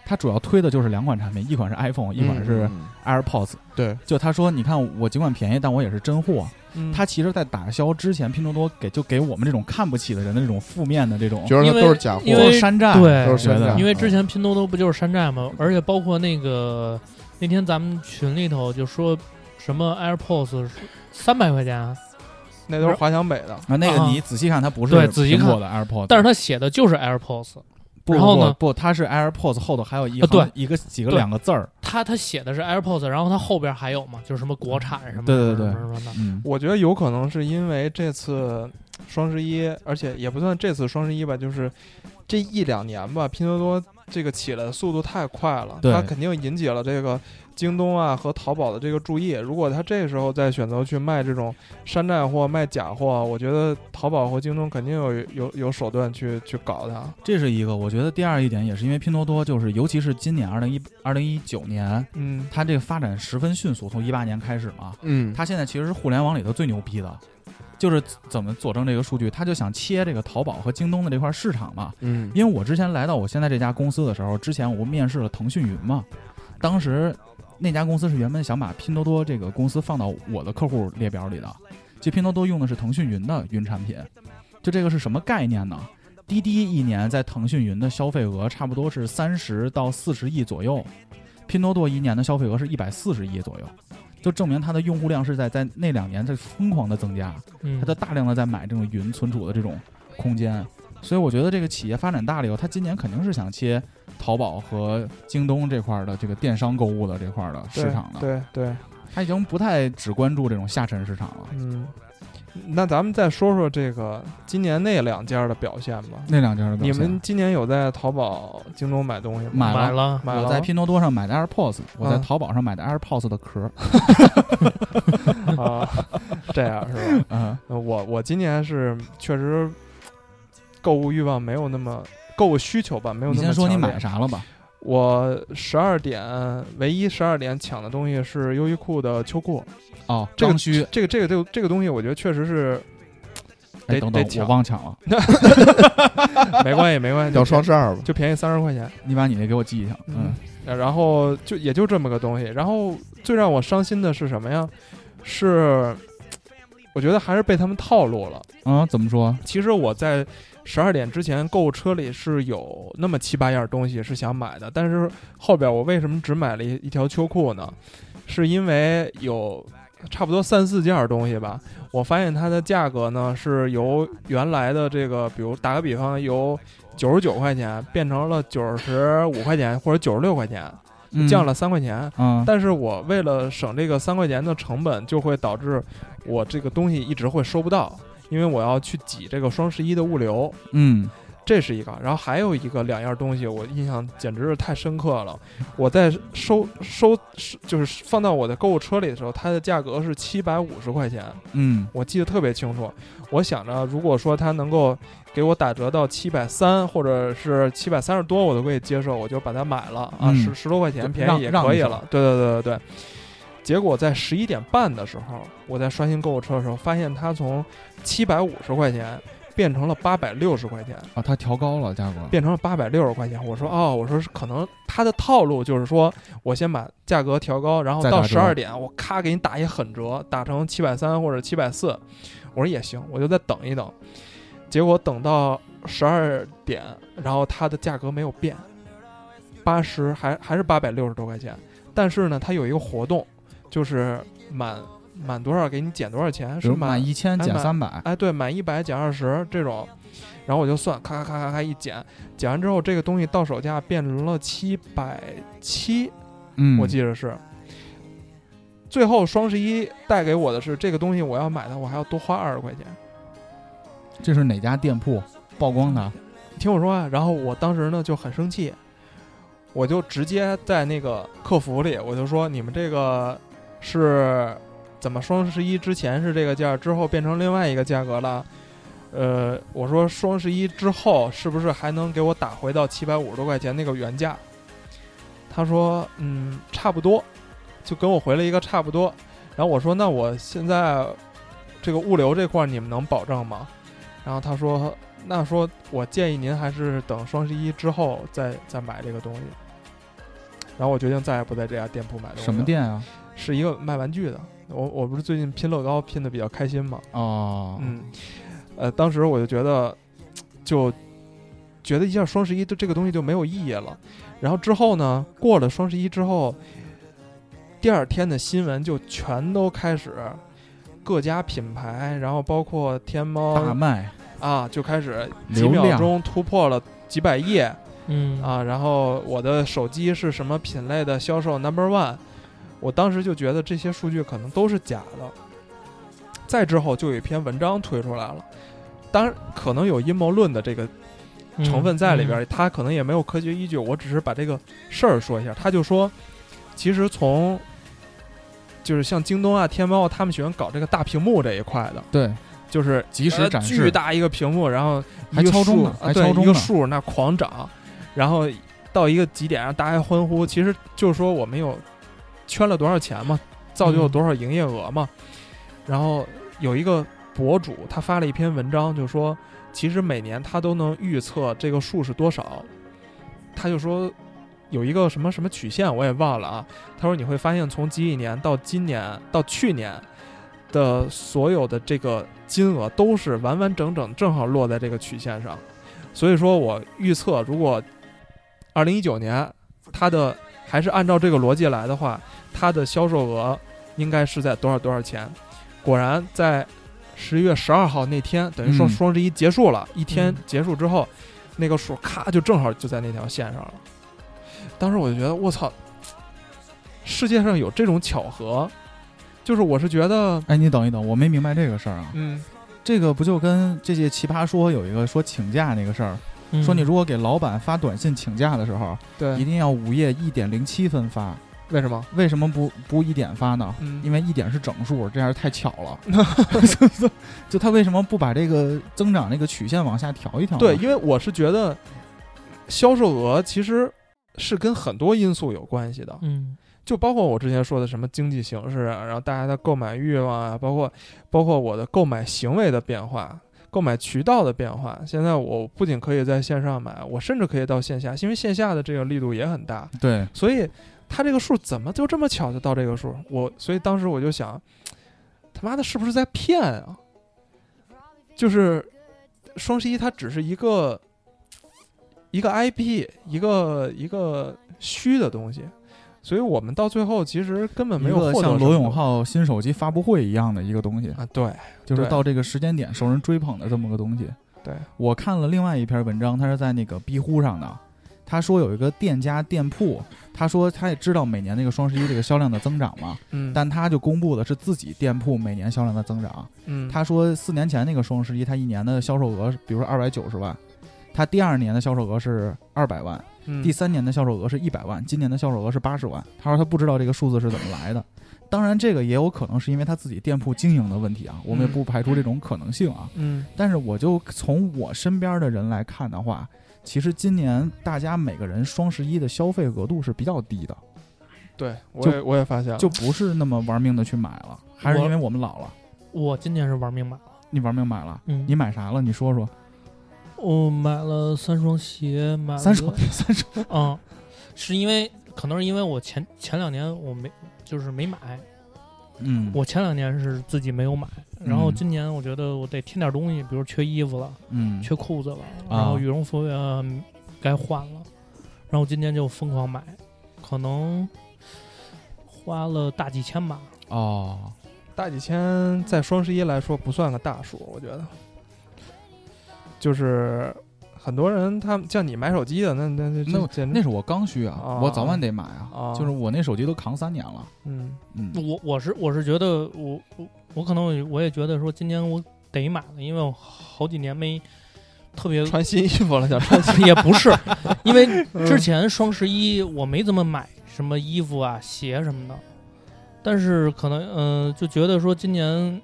[SPEAKER 2] 它主要推的就是两款产品，一款是 iPhone，一款是
[SPEAKER 5] 嗯嗯
[SPEAKER 2] AirPods。
[SPEAKER 5] 对，
[SPEAKER 2] 就他说，你看我尽管便宜，但我也是真货。
[SPEAKER 4] 嗯，
[SPEAKER 2] 他其实，在打消之前，拼多多给就给我们这种看不起的人的这种负面的这种
[SPEAKER 5] 觉得
[SPEAKER 6] 因
[SPEAKER 5] 它
[SPEAKER 6] 为
[SPEAKER 5] 都是假货，
[SPEAKER 6] 因
[SPEAKER 2] 做
[SPEAKER 6] 为
[SPEAKER 2] 山寨，
[SPEAKER 6] 对
[SPEAKER 5] 嗯都是山
[SPEAKER 2] 觉得
[SPEAKER 5] 寨。
[SPEAKER 6] 因为之
[SPEAKER 5] 嗯
[SPEAKER 6] 前拼多多不就是山寨吗？而且包括那个那天咱们群里头就说什么 AirPods 三百块钱啊，
[SPEAKER 4] 那都是华强北的，
[SPEAKER 2] 啊，那个
[SPEAKER 6] 啊
[SPEAKER 2] 你仔细看，它不是
[SPEAKER 6] 对仔细
[SPEAKER 2] 苹
[SPEAKER 6] 看
[SPEAKER 2] 果的 AirPods，
[SPEAKER 6] 但是它写的就是 AirPods，
[SPEAKER 2] 不
[SPEAKER 6] 然后呢
[SPEAKER 2] 不不，它是 AirPods 后头还有一
[SPEAKER 6] 啊
[SPEAKER 2] 行
[SPEAKER 6] 对
[SPEAKER 2] 一个几个
[SPEAKER 6] 对
[SPEAKER 2] 两个字儿，
[SPEAKER 6] 它它写的是 AirPods，然后它后边还有嘛，就是什么国产什么
[SPEAKER 2] 对对
[SPEAKER 6] 什么
[SPEAKER 2] 对
[SPEAKER 6] 什么什么的。
[SPEAKER 2] 嗯，
[SPEAKER 4] 我觉得有可能是因为这次双十一，而且也不算这次双十一吧，就是这一两年吧，拼多多这个起来的速度太快了，
[SPEAKER 2] 对
[SPEAKER 4] 它肯定引起了这个京东啊和淘宝的这个注意。如果它这时候再选择去卖这种山寨货、卖假货，我觉得淘宝和京东肯定有有有手段去去搞它。
[SPEAKER 2] 这是一个。我觉得第二一点也是因为拼多多，就是尤其是今年二零一二零一九年，
[SPEAKER 4] 嗯
[SPEAKER 2] 它这个发展十分迅速，从一八年开始嘛，
[SPEAKER 5] 嗯，
[SPEAKER 2] 它现在其实是互联网里头最牛逼的。就是怎么佐证这个数据，它就想切这个淘宝和京东的这块市场嘛，
[SPEAKER 5] 嗯
[SPEAKER 2] 因为我之前来到我现在这家公司的时候，之前我不面试了腾讯云嘛，当时那家公司是原本想把拼多多这个公司放到我的客户列表里的，就拼多多用的是腾讯云的云产品，就这个是什么概念呢？滴滴一年在腾讯云的消费额差不多是三十到四十亿左右，拼多多一年的消费额是一百四十亿左右，就证明它的用户量是在在那两年在疯狂的增加。
[SPEAKER 6] 嗯，
[SPEAKER 2] 它在大量的在买这种云存储的这种空间，所以我觉得这个企业发展大了以后，它今年肯定是想切淘宝和京东这块儿的这个电商购物的这块儿的市场了。
[SPEAKER 4] 对对对，
[SPEAKER 2] 他已经不太只关注这种下沉市场了。
[SPEAKER 4] 嗯，那咱们再说说这个今年那两家的表现吧。
[SPEAKER 2] 那两家的表
[SPEAKER 4] 你
[SPEAKER 2] 现
[SPEAKER 4] 们今年有在淘宝、京东买东西吗？
[SPEAKER 2] 买
[SPEAKER 6] 买
[SPEAKER 2] 了。
[SPEAKER 6] 了，
[SPEAKER 4] 买了
[SPEAKER 2] 我在拼多多上买的 AirPods，我在
[SPEAKER 4] 嗯
[SPEAKER 2] 淘宝上买的 AirPods 的壳。
[SPEAKER 4] [laughs] 啊， [laughs] 这样是吧？
[SPEAKER 2] [laughs] 嗯，
[SPEAKER 4] 呃我我今年是确实购物欲望没有那么购物需求吧，没有
[SPEAKER 2] 你
[SPEAKER 4] 那么
[SPEAKER 2] 先说你
[SPEAKER 4] 强烈
[SPEAKER 2] 买啥了
[SPEAKER 4] [laughs]
[SPEAKER 2] 吧？
[SPEAKER 4] 我十二点唯一十二点抢的东西是优衣库的秋裤，
[SPEAKER 2] 哦，
[SPEAKER 4] 这个
[SPEAKER 2] 刚需，
[SPEAKER 4] 这个这个这个这个东西，我觉得确实是
[SPEAKER 2] 哎，
[SPEAKER 4] 得
[SPEAKER 2] 等等，
[SPEAKER 4] 得
[SPEAKER 2] 我
[SPEAKER 4] 抢
[SPEAKER 2] 忘抢了，
[SPEAKER 4] [laughs] 没关系没关系，
[SPEAKER 5] 要
[SPEAKER 4] 就
[SPEAKER 5] 双十二吧？
[SPEAKER 4] 就便宜三十块钱。
[SPEAKER 2] 你把你那给我记一下。嗯，
[SPEAKER 4] 呃然后就也就这么个东西。然后最让我伤心的是什么呀？是我觉得还是被他们套路了。
[SPEAKER 2] 啊，怎么说？
[SPEAKER 4] 其实我在十二点之前购物车里是有那么七八样东西是想买的，但是后边我为什么只买了一一条秋裤呢？是因为有差不多三四件东西吧，我发现它的价格呢是由原来的这个，比如打个比方，由九十九块钱变成了九十五块钱或者九十六块钱，
[SPEAKER 2] 嗯
[SPEAKER 4] 降了三块钱。
[SPEAKER 2] 嗯，
[SPEAKER 4] 但是我为了省这个三块钱的成本，就会导致我这个东西一直会收不到，因为我要去挤这个双十一的物流，
[SPEAKER 2] 嗯
[SPEAKER 4] 这是一个。然后还有一个两样东西，我印象简直是太深刻了。我在收收是就是放到我的购物车里的时候，它的价格是七百五十块钱，
[SPEAKER 2] 嗯
[SPEAKER 4] 我记得特别清楚。我想着，如果说它能够给我打折到七百三，或者是七百三十多，我都可以接受，我就把它买了啊，
[SPEAKER 2] 嗯
[SPEAKER 4] 十十多块钱
[SPEAKER 2] 就
[SPEAKER 4] 便
[SPEAKER 2] 让
[SPEAKER 4] 宜也
[SPEAKER 2] 让
[SPEAKER 4] 可
[SPEAKER 2] 一
[SPEAKER 4] 以
[SPEAKER 2] 手
[SPEAKER 4] 了。对对对对对。结果在十一点半的时候，我在刷新购物车的时候，发现它从七百五十块钱变成了八百六十块钱，
[SPEAKER 2] 啊，它调高了价格。
[SPEAKER 4] 变成了八百六十块钱。我说哦，我说是可能它的套路就是说我先把价格调高，然后
[SPEAKER 2] 再
[SPEAKER 4] 到
[SPEAKER 2] 打
[SPEAKER 4] 十
[SPEAKER 2] 折
[SPEAKER 4] 二点我咔给你打一狠折，打成七百三或者七百四。我说也行，我就再等一等。结果等到十二点，然后它的价格没有变，八十还还是八百六十多块钱。但是呢，它有一个活动，就是满满多少给你减多少钱，
[SPEAKER 2] 比
[SPEAKER 4] 是
[SPEAKER 2] 如
[SPEAKER 4] 满
[SPEAKER 2] 满一千
[SPEAKER 4] 哎
[SPEAKER 2] 减
[SPEAKER 4] 满
[SPEAKER 2] 三百，
[SPEAKER 4] 哎，对，满一百减二十这种，然后我就算，咔咔咔咔咔一减，减完之后这个东西到手价变成了七百七，
[SPEAKER 2] 嗯，
[SPEAKER 4] 我记着是。最后双十一带给我的是这个东西，我要买它，我还要多花二十块钱。
[SPEAKER 2] 这是哪家店铺曝光的？
[SPEAKER 4] 你听我说啊，然后我当时呢就很生气，我就直接在那个客服里，我就说你们这个是怎么双十一之前是这个价儿，之后变成另外一个价格了？呃，我说双十一之后是不是还能给我打回到七百五十多块钱那个原价？他说嗯，差不多，就跟我回了一个差不多。然后我说那我现在这个物流这块儿你们能保证吗？然后他说那说我建议您还是等双十一之后再再买这个东西。然后我决定再也不在这家店铺买东西。
[SPEAKER 2] 什么？店啊？
[SPEAKER 4] 是一个卖玩具的。我我不是最近拼乐高拼的比较开心嘛，
[SPEAKER 2] 哦，
[SPEAKER 4] 嗯，呃，当时我就觉得，就觉得一下双十一就这个东西就没有意义了。然后之后呢，过了双十一之后，第二天的新闻就全都开始各家品牌，然后包括天
[SPEAKER 2] 大
[SPEAKER 4] 猫
[SPEAKER 2] 卖
[SPEAKER 4] 啊，就开始几
[SPEAKER 2] 流
[SPEAKER 4] 秒
[SPEAKER 2] 量，
[SPEAKER 4] 钟突破了几百亿
[SPEAKER 6] 嗯，
[SPEAKER 4] 啊。然后我的手机是什么品类的销售 number one，我当时就觉得这些数据可能都是假的。再之后就有一篇文章推出来了，当然可能有阴谋论的这个
[SPEAKER 6] 嗯
[SPEAKER 4] 成分在里边，，他可能也没有科学依据。我只是把这个事儿说一下。他就说，其实从就是像京东啊、天猫啊，他们喜欢搞这个大屏幕这一块的，
[SPEAKER 2] 对，
[SPEAKER 4] 就是
[SPEAKER 2] 及时
[SPEAKER 4] 呃
[SPEAKER 2] 展示
[SPEAKER 4] 巨大一个屏幕，然后一
[SPEAKER 2] 还
[SPEAKER 4] 个
[SPEAKER 2] 敲钟
[SPEAKER 4] 数
[SPEAKER 2] 呢
[SPEAKER 4] 啊
[SPEAKER 2] 还
[SPEAKER 4] 对
[SPEAKER 2] 敲钟
[SPEAKER 4] 一个
[SPEAKER 2] 呢
[SPEAKER 4] 数那狂涨，然后到一个极点让大家欢呼，其实就是说我们有圈了多少钱嘛，造就了
[SPEAKER 6] 嗯
[SPEAKER 4] 多少营业额嘛。然后有一个博主他发了一篇文章，就说其实每年他都能预测这个数是多少，他就说有一个什么什么曲线我也忘了啊，他说你会发现从几几年到今年到去年。的所有的这个金额都是完完整整正好落在这个曲线上，所以说我预测，如果二零一九年它的还是按照这个逻辑来的话，它的销售额应该是在多少多少钱。果然在十一月十二号那天，等于说
[SPEAKER 2] 嗯
[SPEAKER 4] 双十一结束了，一天
[SPEAKER 6] 嗯
[SPEAKER 4] 结束之后，那个数咔就正好就在那条线上了。当时我就觉得，我操，世界上有这种巧合，就是我是觉得，
[SPEAKER 2] 哎，你等一等，我没明白这个事儿啊。
[SPEAKER 4] 嗯，
[SPEAKER 2] 这个不就跟这届奇葩说有一个说请假那个事儿，
[SPEAKER 6] 嗯
[SPEAKER 2] 说你如果给老板发短信请假的时候，一
[SPEAKER 4] 对，
[SPEAKER 2] 定要午夜一点零七分发。
[SPEAKER 4] 为什么？
[SPEAKER 2] 为什么不不一点发呢？
[SPEAKER 4] 嗯
[SPEAKER 2] 因为一点是整数，这样太巧
[SPEAKER 4] [laughs]
[SPEAKER 2] 了。 [laughs] 就他为什么不把这个增长那个曲线往下调一调呢？
[SPEAKER 4] 对，因为我是觉得销售额其实是跟很多因素有关系的，
[SPEAKER 6] 嗯
[SPEAKER 4] 就包括我之前说的什么经济形势啊，然后大家的购买欲望啊，包括包括我的购买行为的变化。购买渠道的变化，现在我不仅可以在线上买，我甚至可以到线下，因为线下的这个力度也很大。
[SPEAKER 2] 对，
[SPEAKER 4] 所以他这个数怎么就这么巧就到这个数？我所以当时我就想，他妈的是不是在骗啊？就是双十一它只是一个一个 IP，一个一个虚的东西，所以我们到最后其实根本 [laughs] 没有
[SPEAKER 2] 一
[SPEAKER 4] 获
[SPEAKER 2] 个
[SPEAKER 4] 得
[SPEAKER 2] 像罗永
[SPEAKER 4] 什么
[SPEAKER 2] 浩新手机发布会一样的一个东西，
[SPEAKER 4] 啊，对，
[SPEAKER 2] 就是
[SPEAKER 4] 对
[SPEAKER 2] 到这个时间点受人追捧的这么个东西。
[SPEAKER 4] 对
[SPEAKER 2] 我看了另外一篇文章，他是在那个逼乎上的，他说有一个店家店铺，他说他也知道每年那个双十一这个销量的增长嘛，
[SPEAKER 4] 嗯，
[SPEAKER 2] 但他就公布的是自己店铺每年销量的增长。
[SPEAKER 4] 嗯，
[SPEAKER 2] 他说四年前那个双十一，他一年的销售额，比如说二百九十万，他第二年的销售额是二百万，
[SPEAKER 4] 嗯
[SPEAKER 2] 第三年的销售额是一百万，今年的销售额是八十万。他说他不知道这个数字是怎么来的，当然这个也有可能是因为他自己店铺经营的问题啊，我们也不排除这种可能性啊。
[SPEAKER 4] 嗯
[SPEAKER 2] 但是我就从我身边的人来看的话，其实今年大家每个人双十一的消费额度是比较低的，
[SPEAKER 4] 对，我
[SPEAKER 2] 就
[SPEAKER 4] 也我也发现了
[SPEAKER 2] 就不是那么玩命的去买了，还是因为我们老了，
[SPEAKER 6] 我今年是玩命买了，
[SPEAKER 2] 你玩命买了。
[SPEAKER 6] 嗯，
[SPEAKER 2] 你买啥了？你说说。
[SPEAKER 6] 我买了三双鞋，买了
[SPEAKER 2] 三
[SPEAKER 6] [laughs]
[SPEAKER 2] 手，三手，
[SPEAKER 6] 嗯，是因为可能是因为我前前两年我没就是没买，
[SPEAKER 2] 嗯，
[SPEAKER 6] 我前两年是自己没有买，然后
[SPEAKER 2] 嗯
[SPEAKER 6] 今年我觉得我得添点东西，比如缺衣服了，
[SPEAKER 2] 嗯，
[SPEAKER 6] 缺裤子了，然后羽绒服也、呃该换了，然后我今年就疯狂买，可能花了大几千吧。
[SPEAKER 2] 哦，
[SPEAKER 4] 大几千在双十一来说不算个大数，我觉得。就是很多人他们像你买手机的，那那那
[SPEAKER 2] 那
[SPEAKER 4] 这简直
[SPEAKER 2] 那是我刚需啊
[SPEAKER 4] 啊，
[SPEAKER 2] 我早晚得买啊
[SPEAKER 4] 啊，
[SPEAKER 2] 就是我那手机都扛三年了，
[SPEAKER 4] 嗯
[SPEAKER 2] 嗯
[SPEAKER 6] 我我是我是觉得我我我可能我也我也觉得说今年我得买了，因为我好几年没特别
[SPEAKER 4] 穿新衣服了，想穿
[SPEAKER 6] 也不是，因为
[SPEAKER 4] 嗯
[SPEAKER 6] 之前双十一我没怎么买什么衣服啊、鞋什么的，但是可能嗯、呃就觉得说今年，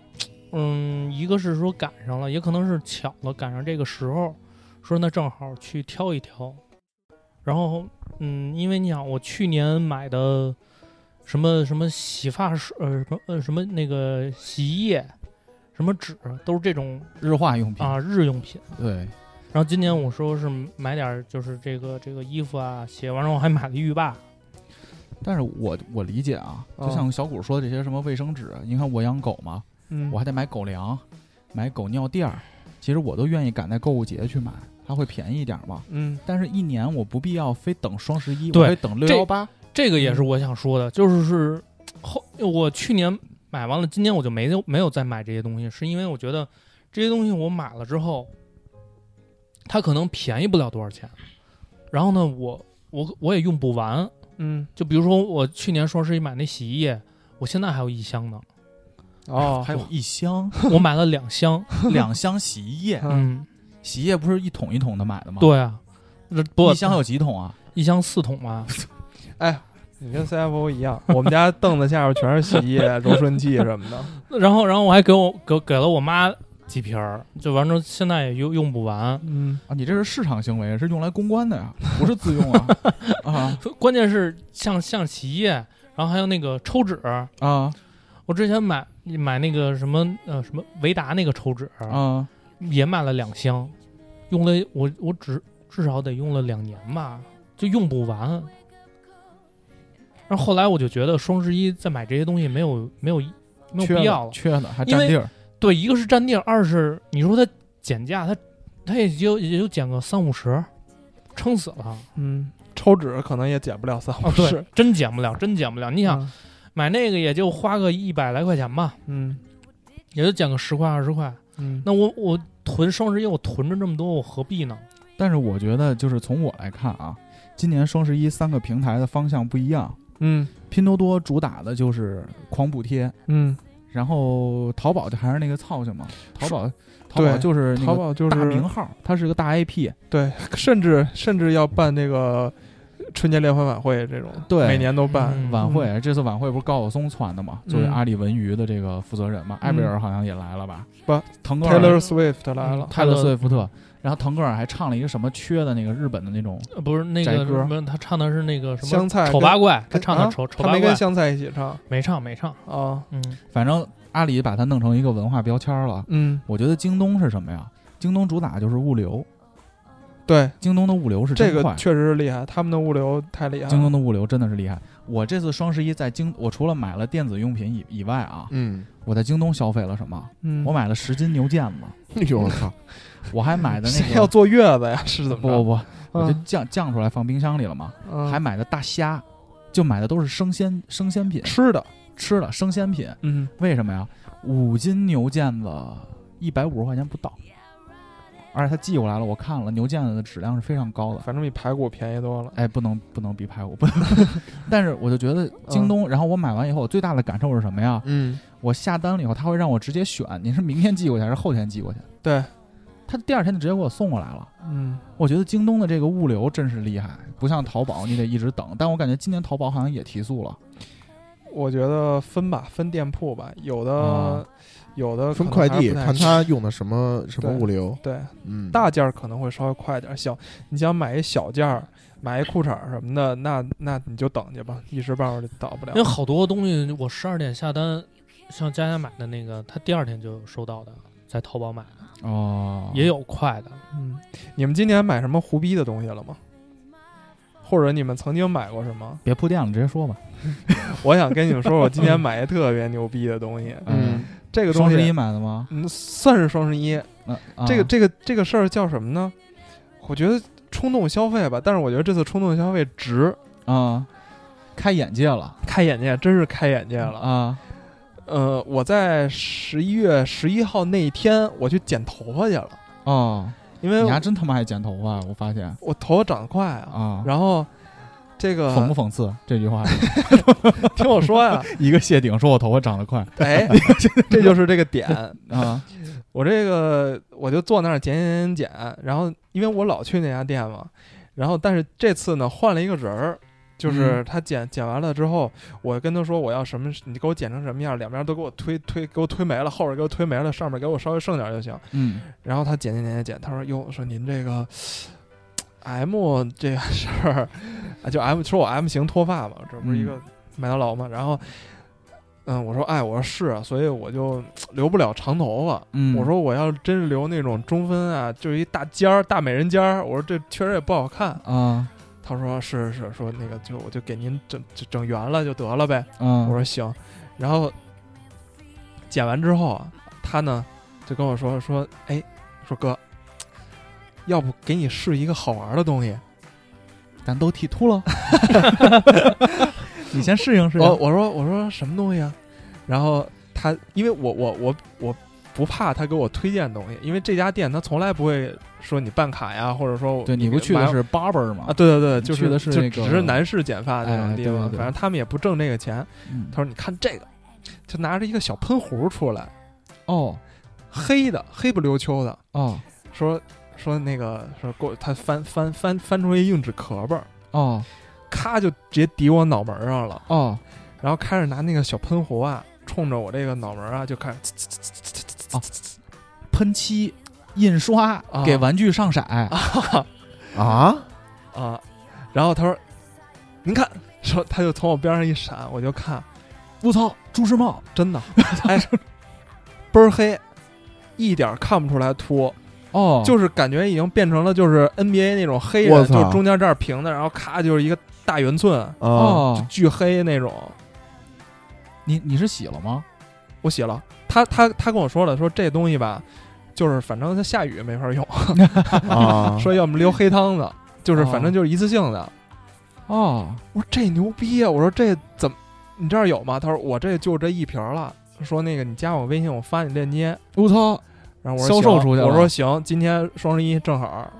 [SPEAKER 6] 嗯，一个是说赶上了，也可能是巧了赶上这个时候，说那正好去挑一挑，然后嗯，因为你想我去年买的什么什么洗发水，呃什么呃什么那个洗衣液，什么纸，都是这种
[SPEAKER 2] 日化用品，
[SPEAKER 6] 啊日用品。
[SPEAKER 2] 对，
[SPEAKER 6] 然后今年我说是买点儿就是这个这个衣服啊鞋，完了我还买了浴霸，
[SPEAKER 2] 但是我我理解啊，
[SPEAKER 4] 啊
[SPEAKER 2] 就像小谷说的这些什么卫生纸，你看我养狗嘛，
[SPEAKER 4] 嗯，
[SPEAKER 2] 我还得买狗粮，买狗尿垫儿，其实我都愿意赶在购物节去买，它会便宜一点嘛。
[SPEAKER 4] 嗯
[SPEAKER 2] 但是，一年我不必要非等双十一，我
[SPEAKER 6] 对
[SPEAKER 2] 可以等六幺八。
[SPEAKER 6] 这
[SPEAKER 2] 嗯
[SPEAKER 6] 个也是我想说的，就是是后我去年买完了，今年我就没有没有再买这些东西，是因为我觉得这些东西我买了之后，它可能便宜不了多少钱，然后呢，我我我也用不完，
[SPEAKER 4] 嗯
[SPEAKER 6] 就比如说我去年双十一买那洗衣液，我现在还有一箱
[SPEAKER 2] [laughs]
[SPEAKER 6] 呢，
[SPEAKER 4] 哦，
[SPEAKER 2] 还有一箱
[SPEAKER 6] 我买了两箱，
[SPEAKER 2] 两箱洗衣液，
[SPEAKER 4] 嗯
[SPEAKER 6] 嗯，
[SPEAKER 2] 洗衣液不是一桶一桶的买的吗？，
[SPEAKER 6] 对啊，这不
[SPEAKER 2] 一箱有几桶啊？
[SPEAKER 6] 一箱四桶吧，
[SPEAKER 4] 哎，你跟 CFO 一样，我们家凳子下边全是洗衣液、柔顺剂
[SPEAKER 2] [laughs]
[SPEAKER 4] 什么的。
[SPEAKER 6] 然后，然后我还给我给给了我妈几瓶儿，就完之后现在也用用不完。
[SPEAKER 4] 嗯，
[SPEAKER 2] 啊，你这是市场行为，是用来公关的呀，不是自用啊啊
[SPEAKER 6] 关键是像像洗衣液，然后还有那个抽纸，
[SPEAKER 2] 啊
[SPEAKER 6] 我之前买买那个什么呃什么维达那个抽纸，
[SPEAKER 2] 啊！
[SPEAKER 6] 也买了两箱，用了我我只至少得用了两年吧，就用不完。然后后来我就觉得双十一再买这些东西没有没有没有
[SPEAKER 2] 缺
[SPEAKER 6] 必要
[SPEAKER 2] 的
[SPEAKER 6] 了，
[SPEAKER 2] 缺的还
[SPEAKER 6] 因
[SPEAKER 2] 占
[SPEAKER 6] 为
[SPEAKER 2] 地儿，
[SPEAKER 6] 对，一个是占地儿，二是你说它减价，它它也就也就减个三五十，撑死了啊！
[SPEAKER 4] 嗯，抽纸可能也减不了三
[SPEAKER 2] 哦
[SPEAKER 4] 五
[SPEAKER 6] 对
[SPEAKER 4] 十。，
[SPEAKER 6] 真减不了，真减不了。你
[SPEAKER 4] 你
[SPEAKER 6] 想、，买那个也就花个一百来块钱吧，
[SPEAKER 4] 嗯
[SPEAKER 6] 也就减个十块二十块。
[SPEAKER 4] 嗯，
[SPEAKER 6] 那我我囤双十一，我囤着这么多，我何必呢？
[SPEAKER 2] 但是我觉得就是从我来看啊，今年双十一三个平台的方向不一样，
[SPEAKER 4] 嗯
[SPEAKER 2] 拼多多主打的就是狂补贴，
[SPEAKER 4] 嗯，
[SPEAKER 2] 然后淘宝就还是那个操性嘛，淘宝淘
[SPEAKER 4] 对
[SPEAKER 2] 宝就是那
[SPEAKER 4] 淘
[SPEAKER 2] 个
[SPEAKER 4] 宝就
[SPEAKER 2] 大名
[SPEAKER 4] 是
[SPEAKER 2] 号，它是个大 IP，
[SPEAKER 4] 对，甚至甚至要办这个春节联欢晚会这种，
[SPEAKER 2] 对
[SPEAKER 4] 每年都办。
[SPEAKER 6] 嗯
[SPEAKER 2] 晚会，这次晚会不是高晓松传的嘛？作为
[SPEAKER 4] 嗯
[SPEAKER 2] 阿里文娱的这个负责人嘛，艾薇儿好像也来了吧？
[SPEAKER 4] 不，
[SPEAKER 2] 腾格尔、
[SPEAKER 4] Taylor Swift 来了，
[SPEAKER 2] 泰勒斯
[SPEAKER 6] 泰勒
[SPEAKER 2] 威夫特，然后腾格尔还唱了一个什么缺的那个日本的那种，
[SPEAKER 6] 呃不是那
[SPEAKER 2] 宅
[SPEAKER 6] 个
[SPEAKER 2] 歌
[SPEAKER 6] 什么，他唱的是那个什么
[SPEAKER 4] 香菜跟
[SPEAKER 6] 丑八怪，他
[SPEAKER 4] 跟
[SPEAKER 6] 唱的
[SPEAKER 4] 啊
[SPEAKER 6] 丑丑
[SPEAKER 4] 他
[SPEAKER 6] 八
[SPEAKER 4] 没
[SPEAKER 6] 怪
[SPEAKER 4] 跟，香菜一起唱
[SPEAKER 6] 没唱没唱，
[SPEAKER 4] 啊。
[SPEAKER 6] 嗯，
[SPEAKER 2] 反正阿里把它弄成一个文化标签了。
[SPEAKER 4] 嗯，
[SPEAKER 2] 我觉得京东是什么呀？京东主打就是物流，
[SPEAKER 4] 对，
[SPEAKER 2] 京东的物流是
[SPEAKER 4] 这
[SPEAKER 2] 真
[SPEAKER 4] 个
[SPEAKER 2] 快，
[SPEAKER 4] 确实是厉害，他们的物流太厉害
[SPEAKER 2] 京东
[SPEAKER 4] 了。
[SPEAKER 2] 的物流真的是厉害。我这次双十一在京，我除了买了电子用品以以外啊，
[SPEAKER 5] 嗯，
[SPEAKER 2] 我在京东消费了什么？
[SPEAKER 4] 嗯，
[SPEAKER 2] 我买了十斤牛腱子，
[SPEAKER 5] [laughs] 哎呦我
[SPEAKER 4] [laughs]
[SPEAKER 5] 操，
[SPEAKER 2] 我还买的那
[SPEAKER 4] 谁
[SPEAKER 2] 个
[SPEAKER 4] [laughs] 要坐月子呀？是怎
[SPEAKER 2] 不不
[SPEAKER 4] 么着？
[SPEAKER 2] 不，我就
[SPEAKER 4] 嗯
[SPEAKER 2] 酱酱出来放冰箱里了嘛，
[SPEAKER 4] 嗯
[SPEAKER 2] 还买的大虾，就买的都是生鲜生鲜品，
[SPEAKER 4] 嗯吃的，
[SPEAKER 2] 吃的生鲜品。
[SPEAKER 4] 嗯，
[SPEAKER 2] 为什么呀？五斤牛腱子一百五十块钱不到，而且他寄过来了，我看了牛腱子的质量是非常高的。
[SPEAKER 4] 反正比排骨便宜多了。
[SPEAKER 2] 哎，不能不能比排骨，不能。 [laughs] 但是我就觉得京东，
[SPEAKER 4] 嗯
[SPEAKER 2] 然后我买完以后，我最大的感受是什么呀？
[SPEAKER 5] 嗯，
[SPEAKER 2] 我下单了以后，他会让我直接选，你是明天寄过去还是后天寄过去？
[SPEAKER 4] 对，
[SPEAKER 2] 他第二天就直接给我送过来了。
[SPEAKER 4] 嗯，
[SPEAKER 2] 我觉得京东的这个物流真是厉害，不像淘宝你得一直等。但我感觉今年淘宝好像也提速了，
[SPEAKER 4] 我觉得分吧，分店铺吧，有
[SPEAKER 2] 啊
[SPEAKER 4] 的有的
[SPEAKER 5] 分
[SPEAKER 4] 可能
[SPEAKER 5] 快
[SPEAKER 4] 还是
[SPEAKER 5] 递，
[SPEAKER 4] 不太
[SPEAKER 5] 看他用的什么什么
[SPEAKER 4] 对
[SPEAKER 5] 物流，
[SPEAKER 4] 对
[SPEAKER 5] 嗯，
[SPEAKER 4] 大件儿可能会稍微快点儿，小你想买一小件儿，买一裤衩儿什么的，那那你就等去吧，一时半会儿就到不
[SPEAKER 6] 因为
[SPEAKER 4] 了。
[SPEAKER 6] 好多东西我十二点下单，像佳佳买的那个，他第二天就收到的，在淘宝买的，
[SPEAKER 2] 哦
[SPEAKER 6] 也有快的，
[SPEAKER 4] 嗯，你们今年买什么胡逼的东西了吗？或者你们曾经买过什么？
[SPEAKER 2] 别铺垫了，直接说吧。
[SPEAKER 4] 我想跟你们说，我今年买一特别牛逼的东西，
[SPEAKER 5] 嗯，
[SPEAKER 4] 这个
[SPEAKER 2] 双
[SPEAKER 4] 东
[SPEAKER 2] 十一
[SPEAKER 4] 西，
[SPEAKER 2] 买的吗？
[SPEAKER 4] 嗯，算是双十一。
[SPEAKER 2] 那、啊
[SPEAKER 4] 这个这个这个事儿叫什么呢？我觉得冲动消费吧，但是我觉得这次冲动消费值，
[SPEAKER 2] 啊、开眼界了
[SPEAKER 4] 开眼界，真是开眼界了。
[SPEAKER 2] 啊！
[SPEAKER 4] 呃，我在十一月十一号那一天，我去剪头发去了，
[SPEAKER 2] 哦，
[SPEAKER 4] 因为
[SPEAKER 2] 你还真他妈爱剪头发，我发现
[SPEAKER 4] 我头发长得快啊。
[SPEAKER 2] 啊。
[SPEAKER 4] 然后
[SPEAKER 2] [laughs]
[SPEAKER 4] 这个
[SPEAKER 2] 讽不讽刺这句话？
[SPEAKER 4] 听我说 [laughs] 呀，
[SPEAKER 2] 呃 [laughs] 一个谢顶说我头发长得快
[SPEAKER 4] 哎， [laughs] 这就是这个点。
[SPEAKER 2] 啊
[SPEAKER 4] 我这个我就坐那儿剪剪剪剪，然后因为我老去那家店嘛，然后但是这次呢换了一个人儿，就是他剪、剪完了之后，我跟他说我要什么，你给我剪成什么样，两边都给我推推给我推没了，后边给我推没了，上面给我稍微剩点儿就行。
[SPEAKER 2] 嗯
[SPEAKER 4] 然后他剪剪剪剪剪，他说哟，说您这个 M 这个事儿，啊就 M 说我 M 型脱发嘛，这不是一个麦当劳嘛，然后。嗯，我说，哎，我说是啊，所以我就留不了长头发，
[SPEAKER 2] 嗯，
[SPEAKER 4] 我说我要真是留那种中分啊，就是一大尖儿、大美人尖儿，我说这确实也不好看。
[SPEAKER 2] 啊
[SPEAKER 4] 他说是是，说那个就我就给您整就整圆了就得了呗。
[SPEAKER 2] 嗯，
[SPEAKER 4] 我说行，然后剪完之后啊，他呢就跟我说说，哎，说哥，要不给你试一个好玩的东西？
[SPEAKER 2] 咱都剃秃 [laughs] 了，你先适应适
[SPEAKER 4] 我
[SPEAKER 2] 应。
[SPEAKER 4] 哦我说我说什么东西啊？然后他因为我我我我不怕他给我推荐东西，因为这家店他从来不会说你办卡呀，或者说
[SPEAKER 2] 对你不
[SPEAKER 4] 给
[SPEAKER 2] 去的
[SPEAKER 4] 买
[SPEAKER 2] 是 barber 吗
[SPEAKER 4] 啊，？对对对，
[SPEAKER 2] 你
[SPEAKER 4] 就
[SPEAKER 2] 去
[SPEAKER 4] 是
[SPEAKER 2] 的是
[SPEAKER 4] 就
[SPEAKER 2] 那
[SPEAKER 4] 只
[SPEAKER 2] 个
[SPEAKER 4] 是男士剪发那
[SPEAKER 2] 哎
[SPEAKER 4] 种地
[SPEAKER 2] 对对
[SPEAKER 4] 方，
[SPEAKER 2] 对
[SPEAKER 4] 反正他们也不挣这个钱。
[SPEAKER 2] 嗯
[SPEAKER 4] 他说：“你看这个，就拿着一个小喷壶出来，
[SPEAKER 2] 哦
[SPEAKER 4] 黑的，黑不溜秋的。
[SPEAKER 2] 哦
[SPEAKER 4] 说说那个说给我，他翻翻翻翻出一硬纸壳儿吧，
[SPEAKER 2] 哦
[SPEAKER 4] 咔就直接抵我脑门儿上了，
[SPEAKER 2] 哦
[SPEAKER 4] 然后开始拿那个小喷壶啊，冲着我这个脑门儿啊就开始呲呲呲呲呲呲呲呲
[SPEAKER 2] 喷漆、印刷
[SPEAKER 4] 啊
[SPEAKER 2] 给玩具上色，
[SPEAKER 4] 嗯
[SPEAKER 5] 啊，
[SPEAKER 4] 呲啊，然后他说：‘您看，说他就从我边上一闪，我就看，
[SPEAKER 2] 我操，朱时茂
[SPEAKER 4] 真的，哎，倍儿黑，一点儿看不出来秃，
[SPEAKER 2] 哦，
[SPEAKER 4] 就是感觉已经变成了就是 NBA 那种黑
[SPEAKER 5] 我
[SPEAKER 4] 人，
[SPEAKER 5] 操
[SPEAKER 4] 就中间这儿平的，然后咔就是一个大圆寸，
[SPEAKER 5] 啊，
[SPEAKER 2] 哦，
[SPEAKER 4] 巨黑那种。
[SPEAKER 2] 你你是洗了吗？
[SPEAKER 4] 我洗了，他他他跟我说了，说这东西吧，就是反正它下雨没法用， [laughs]
[SPEAKER 5] 啊，
[SPEAKER 4] 说要么留黑汤子，就是反正就是一次性的。
[SPEAKER 2] 哦，
[SPEAKER 4] 我说这牛逼啊！我说这怎么你这儿有吗？他说我这就这一瓶儿了。说那个你加我微信，我发你链接。
[SPEAKER 2] 我操，
[SPEAKER 4] 然后我说
[SPEAKER 2] 销售
[SPEAKER 4] 行
[SPEAKER 2] 出去了
[SPEAKER 4] 我说行，今天双十一正好，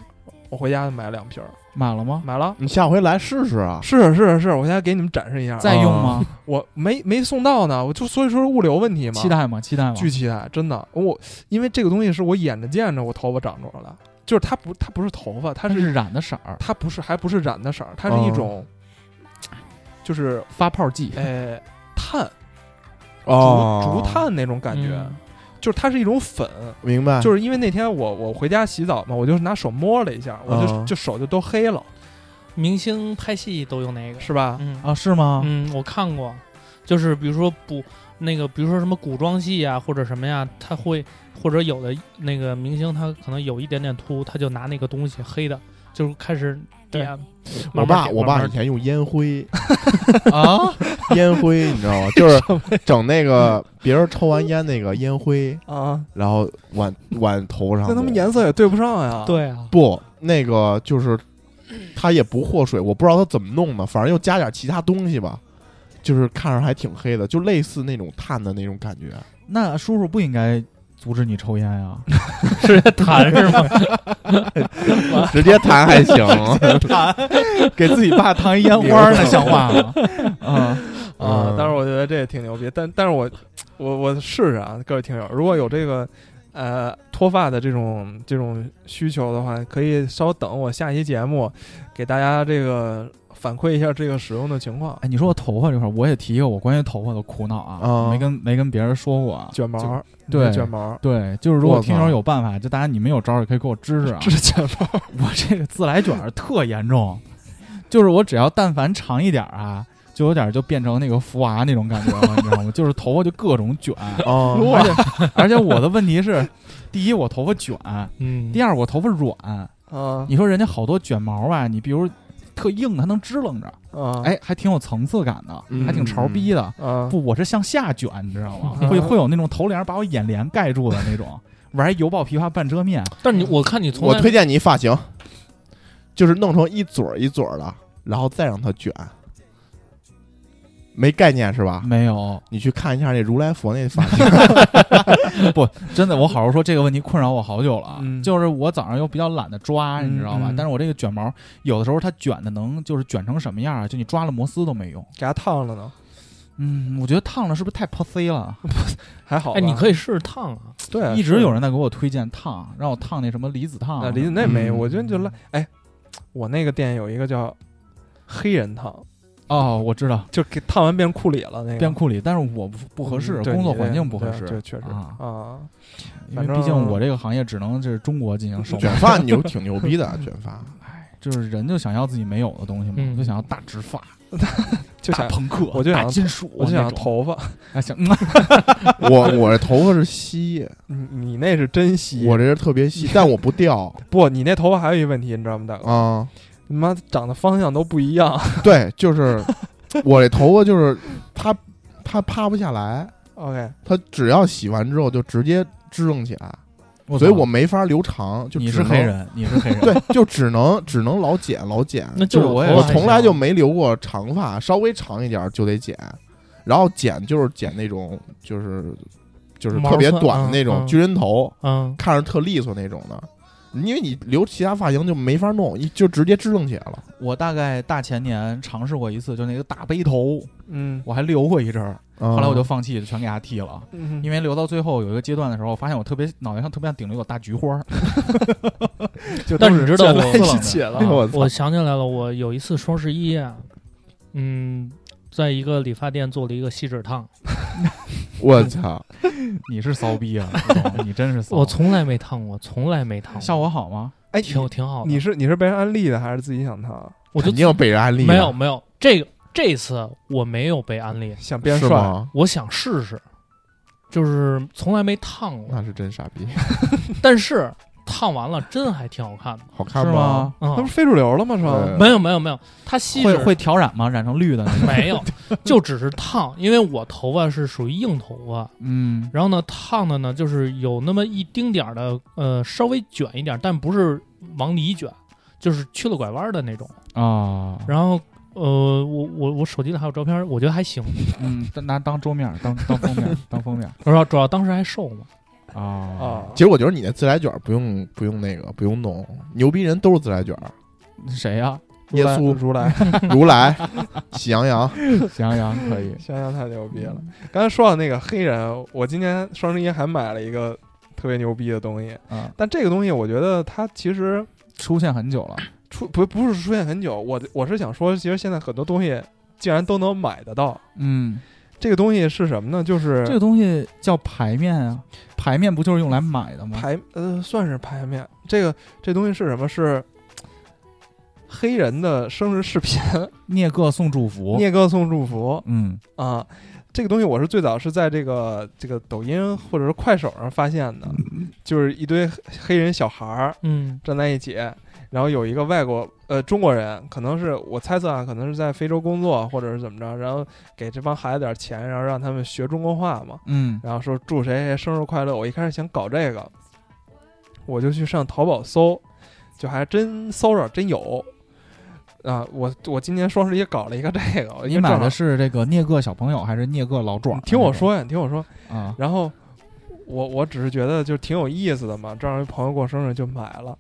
[SPEAKER 4] 我回家就买了两瓶儿，
[SPEAKER 2] 买了吗？
[SPEAKER 4] 买了。
[SPEAKER 5] 你下回来试试啊。
[SPEAKER 4] 是是是，我现在给你们展示一下啊，
[SPEAKER 2] 再用吗？
[SPEAKER 4] 我没没送到呢，我就所以说是物流问题嘛。
[SPEAKER 2] 期待吗？期待吗？
[SPEAKER 4] 巨期待，真的，我因为这个东西是我眼着见着我头发长出来了，就是它不它不是头发，它
[SPEAKER 2] 它
[SPEAKER 4] 是
[SPEAKER 2] 是染的色儿，
[SPEAKER 4] 它不是还不是染的色儿，它是一
[SPEAKER 5] 嗯
[SPEAKER 4] 种，就是
[SPEAKER 2] 发泡剂，
[SPEAKER 4] 呃碳
[SPEAKER 5] 哦，
[SPEAKER 4] 竹竹，炭那种感觉，
[SPEAKER 6] 嗯
[SPEAKER 4] 就是它是一种粉，
[SPEAKER 5] 明白，
[SPEAKER 4] 就是因为那天我我回家洗澡嘛，我就拿手摸了一下，我就、
[SPEAKER 5] 嗯
[SPEAKER 4] 就手就都黑了，
[SPEAKER 6] 明星拍戏都用那个，
[SPEAKER 4] 是吧？
[SPEAKER 6] 嗯
[SPEAKER 2] 啊，是吗？
[SPEAKER 6] 嗯，我看过，就是比如说补那个，比如说什么古装戏啊，或者什么呀，他会或者有的那个明星他可能有一点点秃，他就拿那个东西黑的，就是开始
[SPEAKER 4] 对
[SPEAKER 6] 点。
[SPEAKER 5] 我
[SPEAKER 6] 慢慢
[SPEAKER 5] 爸，
[SPEAKER 6] 点
[SPEAKER 5] 我爸
[SPEAKER 6] 慢慢
[SPEAKER 5] 以前用
[SPEAKER 4] [laughs]
[SPEAKER 5] 烟灰，
[SPEAKER 2] 啊， [laughs]
[SPEAKER 5] 烟灰你知道吗？就是整那个别人抽完烟那个烟灰，
[SPEAKER 4] 啊，
[SPEAKER 5] 然后往往头上
[SPEAKER 4] 但
[SPEAKER 5] 抹。
[SPEAKER 4] 他们颜色也对不上呀。，
[SPEAKER 6] 对啊，
[SPEAKER 5] 不，那个就是它也不和水，我不知道它怎么弄的，反正又加点其他东西吧，就是看着还挺黑的，就类似那种碳的那种感觉。
[SPEAKER 2] 那叔叔不应该阻止你抽烟呀？
[SPEAKER 6] 是痰是吗？
[SPEAKER 5] [laughs] 直接弹还行，
[SPEAKER 2] 给 [laughs] 自己爸烫一烟花 [laughs] 呢，像话吗？啊，
[SPEAKER 4] 啊
[SPEAKER 5] 嗯，
[SPEAKER 4] 但是我觉得这也挺牛逼，但但是我我我试试啊，各位听友，如果有这个呃脱发的这种这种需求的话，可以稍等我下期节目给大家这个反馈一下这个使用的情况。
[SPEAKER 2] 哎，你说我头发这块儿，我也提一个我关于头发的苦恼啊，
[SPEAKER 5] 啊
[SPEAKER 2] 没跟没跟别人说过啊。
[SPEAKER 4] 卷毛儿，
[SPEAKER 2] 对啊
[SPEAKER 4] 你是卷毛儿，
[SPEAKER 2] 对，就是如
[SPEAKER 5] 我
[SPEAKER 2] 果
[SPEAKER 5] 操
[SPEAKER 2] 听友有办法，就大家你们有招儿也可以给我支支啊
[SPEAKER 4] 这。是卷毛儿，
[SPEAKER 2] [laughs] 我这个自来卷儿特严重，就是我只要但凡长一点儿啊，就有点儿就变成那个福娃那种感觉了，你知道吗？就是头发就各种卷，
[SPEAKER 5] 哦，
[SPEAKER 2] 而且而且我的问题是，第一我头发卷，
[SPEAKER 6] 嗯
[SPEAKER 2] 第，二我头发软。
[SPEAKER 4] 啊
[SPEAKER 2] 你说人家好多卷毛吧，你比如特硬的，它能支棱着，
[SPEAKER 4] 啊，
[SPEAKER 2] 哎，还挺有层次感的，还挺潮逼的。
[SPEAKER 4] 啊，
[SPEAKER 2] 不，我是向下卷，你知道吗？
[SPEAKER 4] 嗯
[SPEAKER 2] 会会有那种头帘把我眼帘盖住的那种，玩油爆琵琶半遮面。
[SPEAKER 6] 但是你我看你从
[SPEAKER 5] 我
[SPEAKER 6] 来
[SPEAKER 5] 推荐你发型，就是弄成一撮儿一撮儿的，然后再让它卷。没概念是吧？
[SPEAKER 2] 没有，
[SPEAKER 5] 你去看一下那如来佛那发型，
[SPEAKER 2] 真的，我好好说这个问题困扰我好久了啊。
[SPEAKER 4] 嗯
[SPEAKER 2] 就是我早上又比较懒得抓，你知道吧？
[SPEAKER 4] 嗯嗯
[SPEAKER 2] 但是我这个卷毛，有的时候它卷的能就是卷成什么样啊？就你抓了摩丝都没用。
[SPEAKER 4] 给它烫了呢，
[SPEAKER 2] 嗯，我觉得烫了是不是太 p C 了？
[SPEAKER 4] 还好吧。
[SPEAKER 6] 哎，你可以试试烫啊，
[SPEAKER 4] 对，
[SPEAKER 2] 一直
[SPEAKER 4] 是
[SPEAKER 2] 有人在给我推荐烫，让我烫那什么离子烫
[SPEAKER 4] 那
[SPEAKER 2] 啊。
[SPEAKER 4] 离子那没，
[SPEAKER 5] 嗯
[SPEAKER 4] 我觉得就烂。哎，我那个店有一个叫黑人烫，
[SPEAKER 2] 哦，我知道，
[SPEAKER 4] 就给烫完变库里了那个，
[SPEAKER 2] 变库里，但是我不不合适，
[SPEAKER 4] 嗯对
[SPEAKER 2] 工作
[SPEAKER 4] 你这
[SPEAKER 2] 环境不合
[SPEAKER 4] 对
[SPEAKER 2] 适，
[SPEAKER 4] 对，确实
[SPEAKER 2] 啊，
[SPEAKER 4] 啊。
[SPEAKER 2] 因为
[SPEAKER 4] 反
[SPEAKER 2] 毕竟
[SPEAKER 4] 正
[SPEAKER 2] 我这个行业只能是中国进行售
[SPEAKER 5] 卷
[SPEAKER 2] 卖，
[SPEAKER 5] 发牛挺牛逼的，卷发。
[SPEAKER 2] 就是人就想要自己没有的东西嘛，
[SPEAKER 6] 嗯
[SPEAKER 2] 就想要大直发、
[SPEAKER 4] 就
[SPEAKER 2] 大
[SPEAKER 4] 想
[SPEAKER 2] 朋克、
[SPEAKER 4] 我就想
[SPEAKER 2] 大金属，
[SPEAKER 4] 我就想
[SPEAKER 2] 那种
[SPEAKER 4] 头发，
[SPEAKER 2] 啊，想嗯
[SPEAKER 5] 我我这头发是稀，
[SPEAKER 4] 你你那是真稀，
[SPEAKER 5] 我这是特别稀，但我不掉
[SPEAKER 4] 不，你那头发还有一问题，你知道吗，大哥？
[SPEAKER 5] 啊。
[SPEAKER 4] 你妈长的方向都不一样
[SPEAKER 5] 对，就是我这头发就是它它趴不下来，
[SPEAKER 4] ，OK，
[SPEAKER 5] 它只要洗完之后就直接支棱起来，
[SPEAKER 2] 我
[SPEAKER 5] 所以
[SPEAKER 2] 操
[SPEAKER 5] 我没法留长，就
[SPEAKER 2] 你
[SPEAKER 5] 只
[SPEAKER 2] 是
[SPEAKER 5] 能
[SPEAKER 2] 黑，人，你是黑人，
[SPEAKER 5] [laughs] 对，就只能只能老剪老剪。
[SPEAKER 6] 那
[SPEAKER 2] 就是是我也
[SPEAKER 6] 头
[SPEAKER 5] 我
[SPEAKER 6] 发还
[SPEAKER 5] 从来
[SPEAKER 6] 行
[SPEAKER 5] 就没留过长发，稍微长一点儿就得剪，然后剪就是剪那种就是就是
[SPEAKER 6] 毛
[SPEAKER 5] 特别
[SPEAKER 6] 寸
[SPEAKER 5] 短的
[SPEAKER 6] 嗯
[SPEAKER 5] 那种
[SPEAKER 6] 嗯
[SPEAKER 5] 军人头，
[SPEAKER 6] 嗯，
[SPEAKER 5] 看着特利索那种的。因为你留其他发型就没法弄，你就直接支棱起来了。
[SPEAKER 2] [laughs] 我大概大前年尝试过一次，就那个大背头，
[SPEAKER 4] 嗯，
[SPEAKER 2] 我还留过一阵儿，
[SPEAKER 5] 后
[SPEAKER 2] 后来
[SPEAKER 4] [laughs]
[SPEAKER 2] 我就放弃，就全给它剃了。
[SPEAKER 4] 嗯
[SPEAKER 2] 因为留到最后有一个阶段的时候，我发现我特别脑袋上特别像顶了一朵大菊花儿， [laughs]
[SPEAKER 4] 就
[SPEAKER 6] 但
[SPEAKER 4] 都
[SPEAKER 6] 是你知道
[SPEAKER 4] 卷
[SPEAKER 6] 我
[SPEAKER 4] 在一起了
[SPEAKER 2] 哎呦
[SPEAKER 4] 啊，
[SPEAKER 2] 我
[SPEAKER 6] 我想起来了，我有一次双十一啊，嗯，在一个理发店做了一个锡纸烫，
[SPEAKER 5] 我操，
[SPEAKER 2] 你是骚逼啊！我懂你真是骚。
[SPEAKER 6] 我从来没烫过，从来没烫过，
[SPEAKER 2] 效果好吗？
[SPEAKER 4] 哎，
[SPEAKER 6] 挺挺好的。
[SPEAKER 4] 你是你是被人安利的还是自己想烫？
[SPEAKER 6] 我就
[SPEAKER 5] 肯定要被人安利
[SPEAKER 6] 没
[SPEAKER 5] 啊
[SPEAKER 6] 有没有这个这次我没有被安利，
[SPEAKER 4] 想变
[SPEAKER 5] 是
[SPEAKER 4] 帅，
[SPEAKER 5] 吗？
[SPEAKER 6] 我想试试，就是从来没烫过，
[SPEAKER 5] 那是真傻逼，
[SPEAKER 6] [laughs] 但是烫完了真还挺好看的。
[SPEAKER 5] 好看
[SPEAKER 2] 是？
[SPEAKER 5] 啊
[SPEAKER 2] 吗？
[SPEAKER 4] 那不是
[SPEAKER 6] 嗯，
[SPEAKER 4] 非主流了吗？是吧？
[SPEAKER 6] 没有没有没有，它锡
[SPEAKER 2] 会
[SPEAKER 6] 纸
[SPEAKER 2] 会调染吗？染成绿的
[SPEAKER 5] [laughs]
[SPEAKER 2] 那种？
[SPEAKER 6] 没有，就只是烫，因为我头发是属于硬头发，
[SPEAKER 2] 嗯，
[SPEAKER 6] 然后呢，烫的呢就是有那么一丁点儿的，呃，稍微卷一点儿，但不是往里卷，就是去了拐弯儿的那种。
[SPEAKER 2] 啊，
[SPEAKER 6] 然后，呃，我我我手机里还有照片儿，我觉得还行。
[SPEAKER 2] 嗯，当拿当桌面儿，当当封面儿，当封面儿。
[SPEAKER 6] 主要主要当时还瘦嘛，
[SPEAKER 2] 啊
[SPEAKER 4] 啊，
[SPEAKER 5] 其实我觉得你的自来卷儿不用不用那个不用弄，牛逼人都是自来卷儿，
[SPEAKER 2] 谁
[SPEAKER 5] [laughs]
[SPEAKER 2] 呀？
[SPEAKER 5] 耶稣
[SPEAKER 2] [laughs]
[SPEAKER 4] 如来，，
[SPEAKER 5] 如来、 [laughs] 喜羊羊，
[SPEAKER 2] 想想可以
[SPEAKER 4] 想想太牛逼了。刚才说到那个黑人，我今年双十一还买了一个特别牛逼的东西，
[SPEAKER 5] 啊
[SPEAKER 2] 嗯，
[SPEAKER 4] 但这个东西我觉得它其实
[SPEAKER 2] 出现很久了，
[SPEAKER 4] 出不不是出现很久，我我是想说，其实现在很多东西竟然都能买得到。
[SPEAKER 2] 嗯，
[SPEAKER 4] 这个东西是什么呢？就是
[SPEAKER 2] 这个东西叫牌面啊，牌面不就是用来买的吗？
[SPEAKER 4] 排呃，算是排面。这个这东西是什么？是黑人的生日视频，
[SPEAKER 2] 聂个送祝福，
[SPEAKER 4] 聂哥送祝福
[SPEAKER 2] 嗯
[SPEAKER 4] 啊。这个东西我是最早是在这个这个抖音或者是快手上发现的，
[SPEAKER 2] 嗯
[SPEAKER 4] 就是一堆黑黑人小孩儿
[SPEAKER 6] 嗯
[SPEAKER 4] 站在一起，然后有一个外国呃中国人，可能是我猜测啊，可能是在非洲工作或者是怎么着，然后给这帮孩子点钱，然后让他们学中国话嘛。
[SPEAKER 2] 嗯
[SPEAKER 4] 然后说祝谁谁生日快乐。我一开始想搞这个，我就去上淘宝搜，就还真搜着真有。啊，我我今年双十一搞了一个这个，因
[SPEAKER 2] 你
[SPEAKER 4] 为
[SPEAKER 2] 买
[SPEAKER 4] 正好
[SPEAKER 2] 的是这个聂个小朋友还是聂个老壮
[SPEAKER 4] 你？听我说呀，你听我说。
[SPEAKER 2] 啊，
[SPEAKER 4] 然后我我只是觉得就挺有意思的嘛，正好一朋友过生日就买了，